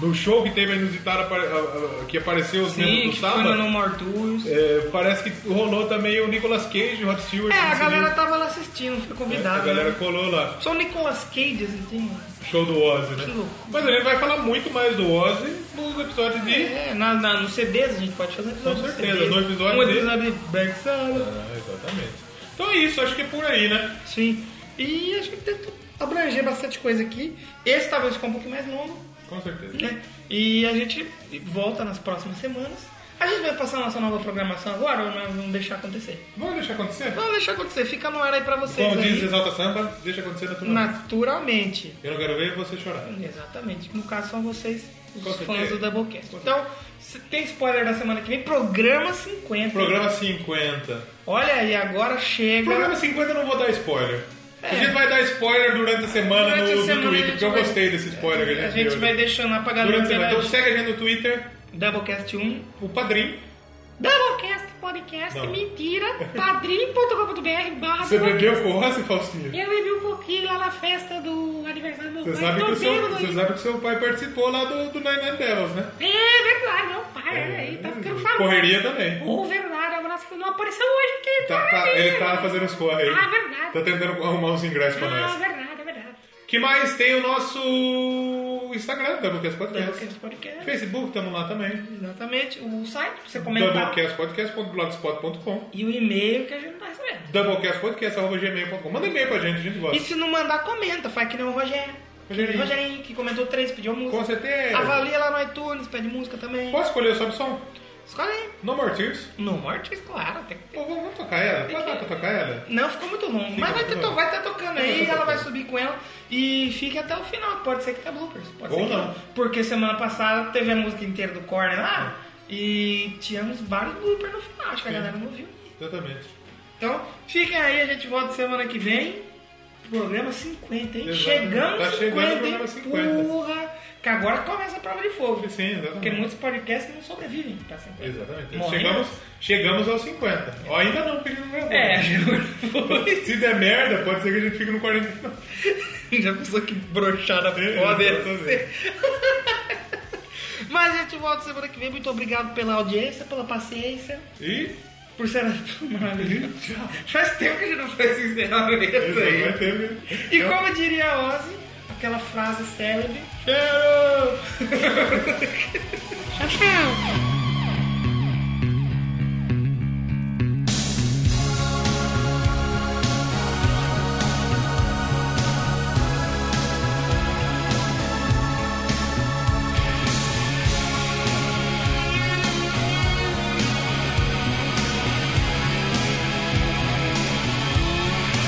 [SPEAKER 2] No show que teve a inusitada apare- a- a- que apareceu os
[SPEAKER 1] Sim,
[SPEAKER 2] membros do
[SPEAKER 1] que foi
[SPEAKER 2] Samba,
[SPEAKER 1] no No More Tours.
[SPEAKER 2] é, parece que rolou também o Nicolas Cage, o Rod Stewart.
[SPEAKER 1] É, a
[SPEAKER 2] nesse
[SPEAKER 1] galera
[SPEAKER 2] dia.
[SPEAKER 1] tava lá assistindo, foi
[SPEAKER 2] É, A
[SPEAKER 1] convidada.
[SPEAKER 2] galera
[SPEAKER 1] né?
[SPEAKER 2] colou lá.
[SPEAKER 1] Só o Nicolas Cage, assim.
[SPEAKER 2] Show do Ozzy, né?
[SPEAKER 1] Que louco.
[SPEAKER 2] Mas a gente vai falar muito mais do Ozzy nos episódios de...
[SPEAKER 1] É, na, na, no CDs a gente pode fazer um episódio.
[SPEAKER 2] Com
[SPEAKER 1] de
[SPEAKER 2] certeza,
[SPEAKER 1] CDs.
[SPEAKER 2] dois episódios
[SPEAKER 1] Um
[SPEAKER 2] dele.
[SPEAKER 1] episódio de Black Sabbath.
[SPEAKER 2] Ah, exatamente. Então é isso, acho que é por aí, né?
[SPEAKER 1] Sim. E acho que tento abranger bastante coisa aqui. Esse talvez ficou um pouquinho mais longo,
[SPEAKER 2] Com certeza.
[SPEAKER 1] né? E a gente volta nas próximas semanas. A gente vai passar nossa nova programação agora ou nós vamos deixar acontecer?
[SPEAKER 2] Vamos deixar acontecer?
[SPEAKER 1] Vamos deixar acontecer, fica no ar aí pra vocês.
[SPEAKER 2] Como
[SPEAKER 1] aí,
[SPEAKER 2] diz Exalta Samba, deixa acontecer naturalmente.
[SPEAKER 1] naturalmente.
[SPEAKER 2] Eu não quero ver você chorar.
[SPEAKER 1] Exatamente. No caso são vocês, os
[SPEAKER 2] Com
[SPEAKER 1] fãs
[SPEAKER 2] certeza.
[SPEAKER 1] do Doublecast. Então, se tem spoiler da semana que vem, programa 50.
[SPEAKER 2] Programa 50.
[SPEAKER 1] Olha aí, agora chega.
[SPEAKER 2] Programa 50 eu não vou dar spoiler.
[SPEAKER 1] É.
[SPEAKER 2] A gente vai dar spoiler durante a semana
[SPEAKER 1] Durante
[SPEAKER 2] no,
[SPEAKER 1] a
[SPEAKER 2] no
[SPEAKER 1] semana a
[SPEAKER 2] Twitter,
[SPEAKER 1] gente
[SPEAKER 2] porque eu
[SPEAKER 1] vai-
[SPEAKER 2] gostei desse spoiler que
[SPEAKER 1] A gente
[SPEAKER 2] deu.
[SPEAKER 1] vai deixando lá pra
[SPEAKER 2] né? Durante
[SPEAKER 1] galera.
[SPEAKER 2] a semana. Então segue a gente no Twitter,
[SPEAKER 1] Doublecast 1,
[SPEAKER 2] o Padrim.
[SPEAKER 9] Doublecast Podcast
[SPEAKER 2] Não.
[SPEAKER 9] Mentira, padrim.com.br barra
[SPEAKER 2] Você
[SPEAKER 9] podcast.
[SPEAKER 2] bebeu forró, Faustinho?
[SPEAKER 9] Eu bebi um pouquinho lá na festa do aniversário do meu
[SPEAKER 2] Você
[SPEAKER 9] pai,
[SPEAKER 2] sabe, que
[SPEAKER 9] tô
[SPEAKER 2] o seu,
[SPEAKER 9] bêbado
[SPEAKER 2] você
[SPEAKER 9] ainda.
[SPEAKER 2] sabe que seu pai participou lá do, do Nine Nine Devils, né?
[SPEAKER 9] É verdade, meu pai, olha aí, tá ficando famoso.
[SPEAKER 2] É. Correria também.
[SPEAKER 9] Ô, verdade, agora que não apareceu hoje aqui,
[SPEAKER 2] Tá- tá- ele tá fazendo né? os corre aí.
[SPEAKER 9] Ah, verdade.
[SPEAKER 2] Tá tentando arrumar uns ingressos pra
[SPEAKER 9] Ah,
[SPEAKER 2] nós.
[SPEAKER 9] verdade, é verdade.
[SPEAKER 2] Que mais tem o nosso Instagram, Doublecast Podcast.
[SPEAKER 1] Doublecast Podcast.
[SPEAKER 2] Facebook, estamos lá também.
[SPEAKER 1] Exatamente. O site, pra você comentar.
[SPEAKER 2] Doublecastpodcast.blogspot.com
[SPEAKER 1] E o e-mail que a gente tá recebendo.
[SPEAKER 2] Doublecastpodcast.gmail.com Manda e-mail pra gente, a gente
[SPEAKER 1] E
[SPEAKER 2] gosta.
[SPEAKER 1] se não mandar, comenta. Faz que nem o Rogério.
[SPEAKER 2] Rogerinho.
[SPEAKER 1] Rogério, que comentou três, pediu música.
[SPEAKER 2] Com certeza.
[SPEAKER 1] Avalia lá no iTunes, pede música também.
[SPEAKER 2] Posso escolher o som?
[SPEAKER 1] Escolhe aí.
[SPEAKER 2] No More Tears.
[SPEAKER 1] No Mortis, claro. Tem que ter.
[SPEAKER 2] Pô, vamos vamos tocar ela. Pode dar pra tocar ela?
[SPEAKER 1] Não, ficou muito longo.
[SPEAKER 2] Fica
[SPEAKER 1] mas vai
[SPEAKER 2] muito
[SPEAKER 1] ter,
[SPEAKER 2] longo.
[SPEAKER 1] vai ter tocando
[SPEAKER 2] Vai
[SPEAKER 1] aí,
[SPEAKER 2] ter
[SPEAKER 1] ela vai
[SPEAKER 2] tocando.
[SPEAKER 1] subir com ela. E fique até o final. Pode ser que tenha bloopers. Pode
[SPEAKER 2] Ou
[SPEAKER 1] ser que
[SPEAKER 2] não.
[SPEAKER 1] Porque semana passada teve a música inteira do Corner lá. E tínhamos vários bloopers no final. Acho que a
[SPEAKER 2] É. Sim.
[SPEAKER 1] galera não viu.
[SPEAKER 2] Exatamente.
[SPEAKER 1] Então, fiquem aí, a gente volta semana que vem. Programa 50, hein?
[SPEAKER 2] Exato.
[SPEAKER 1] Chegamos
[SPEAKER 2] Tá
[SPEAKER 1] 50,
[SPEAKER 2] chegando o
[SPEAKER 1] hein?
[SPEAKER 2] programa 50.
[SPEAKER 1] Porra! Que agora começa a prova de fogo.
[SPEAKER 2] Sim, exatamente.
[SPEAKER 1] Porque muitos podcasts não sobrevivem pra 50.
[SPEAKER 2] Exatamente.
[SPEAKER 1] Morrendo.
[SPEAKER 2] Chegamos, chegamos aos 50. Ó, ainda não, porque ele não gravou.
[SPEAKER 1] É,
[SPEAKER 2] Se der merda, pode ser que a gente fique no 49.
[SPEAKER 1] já pensou que brochada foda ia
[SPEAKER 2] assim.
[SPEAKER 1] ser? Mas a gente volta semana que vem. Muito obrigado pela audiência, pela paciência,
[SPEAKER 2] E
[SPEAKER 1] por ser maravilhoso. Faz tempo que a gente não faz esse encerramento aí.
[SPEAKER 2] vai ter mesmo.
[SPEAKER 1] E como diria a Ozzy, aquela frase célebre: Quero! tchau, tchau!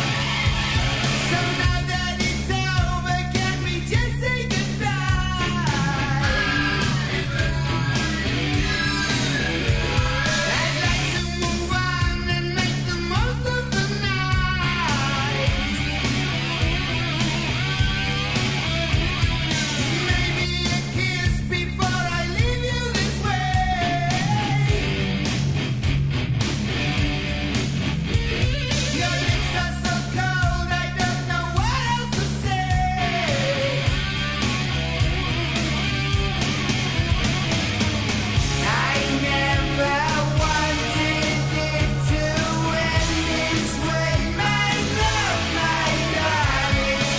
[SPEAKER 6] So now that it's over, can we just say goodbye? I'd like to move on and make the most of the night. Maybe a kiss before I leave you this way. Your lips are so cold, I don't know what else to say. I never wanted it to end this way, my love, my darling.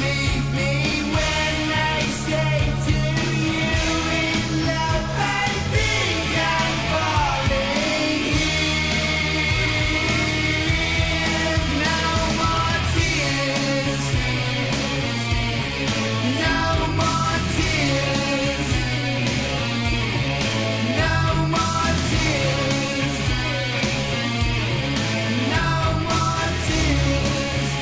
[SPEAKER 6] Believe me when I say to you in love, I think I'm falling. No more tears. No more tears. No more tears. No more tears.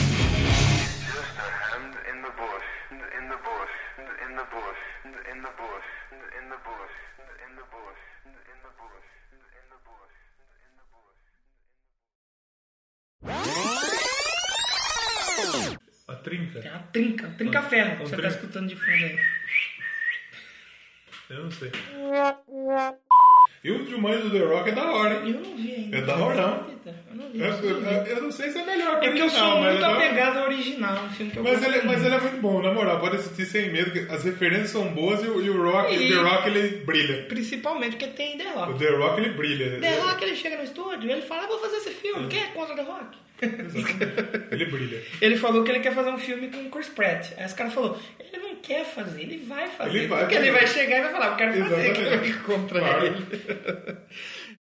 [SPEAKER 10] Just a hand in the bush, in the bush, in the bush, in the bush, in the bush, in the bush, in the bush, in the bush, in the bush.
[SPEAKER 2] A trinca?
[SPEAKER 1] É uma trinca, um trinca-ferro que
[SPEAKER 2] Um
[SPEAKER 1] você
[SPEAKER 2] trinca.
[SPEAKER 1] tá escutando de fundo aí.
[SPEAKER 2] Eu não sei. E o Jumanji do The Rock é da hora, hein?
[SPEAKER 1] Eu não vi ainda.
[SPEAKER 2] É da hora, não.
[SPEAKER 1] Eu não vi.
[SPEAKER 2] Eu, eu- eu não sei se é melhor que
[SPEAKER 1] É
[SPEAKER 2] o
[SPEAKER 1] que eu
[SPEAKER 2] original,
[SPEAKER 1] sou
[SPEAKER 2] mas
[SPEAKER 1] muito
[SPEAKER 2] é da hora.
[SPEAKER 1] apegado ao original, um filme que eu
[SPEAKER 2] Mas
[SPEAKER 1] gosto
[SPEAKER 2] ele, mas
[SPEAKER 1] muito.
[SPEAKER 2] ele é muito bom, na moral, pode assistir sem medo, que as referências são boas e o, e o Rock,
[SPEAKER 1] E-
[SPEAKER 2] o The Rock ele brilha.
[SPEAKER 1] Principalmente porque tem The
[SPEAKER 2] O
[SPEAKER 1] Rock.
[SPEAKER 2] The Rock ele brilha.
[SPEAKER 1] The Rock, ele chega no estúdio, ele fala, "Ah, vou fazer esse filme, quem é contra The Rock?
[SPEAKER 2] Ele brilha.
[SPEAKER 1] Ele falou que ele quer fazer um filme com o Chris Pratt. Aí os caras falaram, ele não quer fazer, ele vai fazer.
[SPEAKER 2] Ele vai
[SPEAKER 1] porque
[SPEAKER 2] fazer.
[SPEAKER 1] ele vai chegar e vai falar, eu quero fazer, que
[SPEAKER 2] Exatamente.
[SPEAKER 1] eu contra
[SPEAKER 2] Claro.
[SPEAKER 1] ele.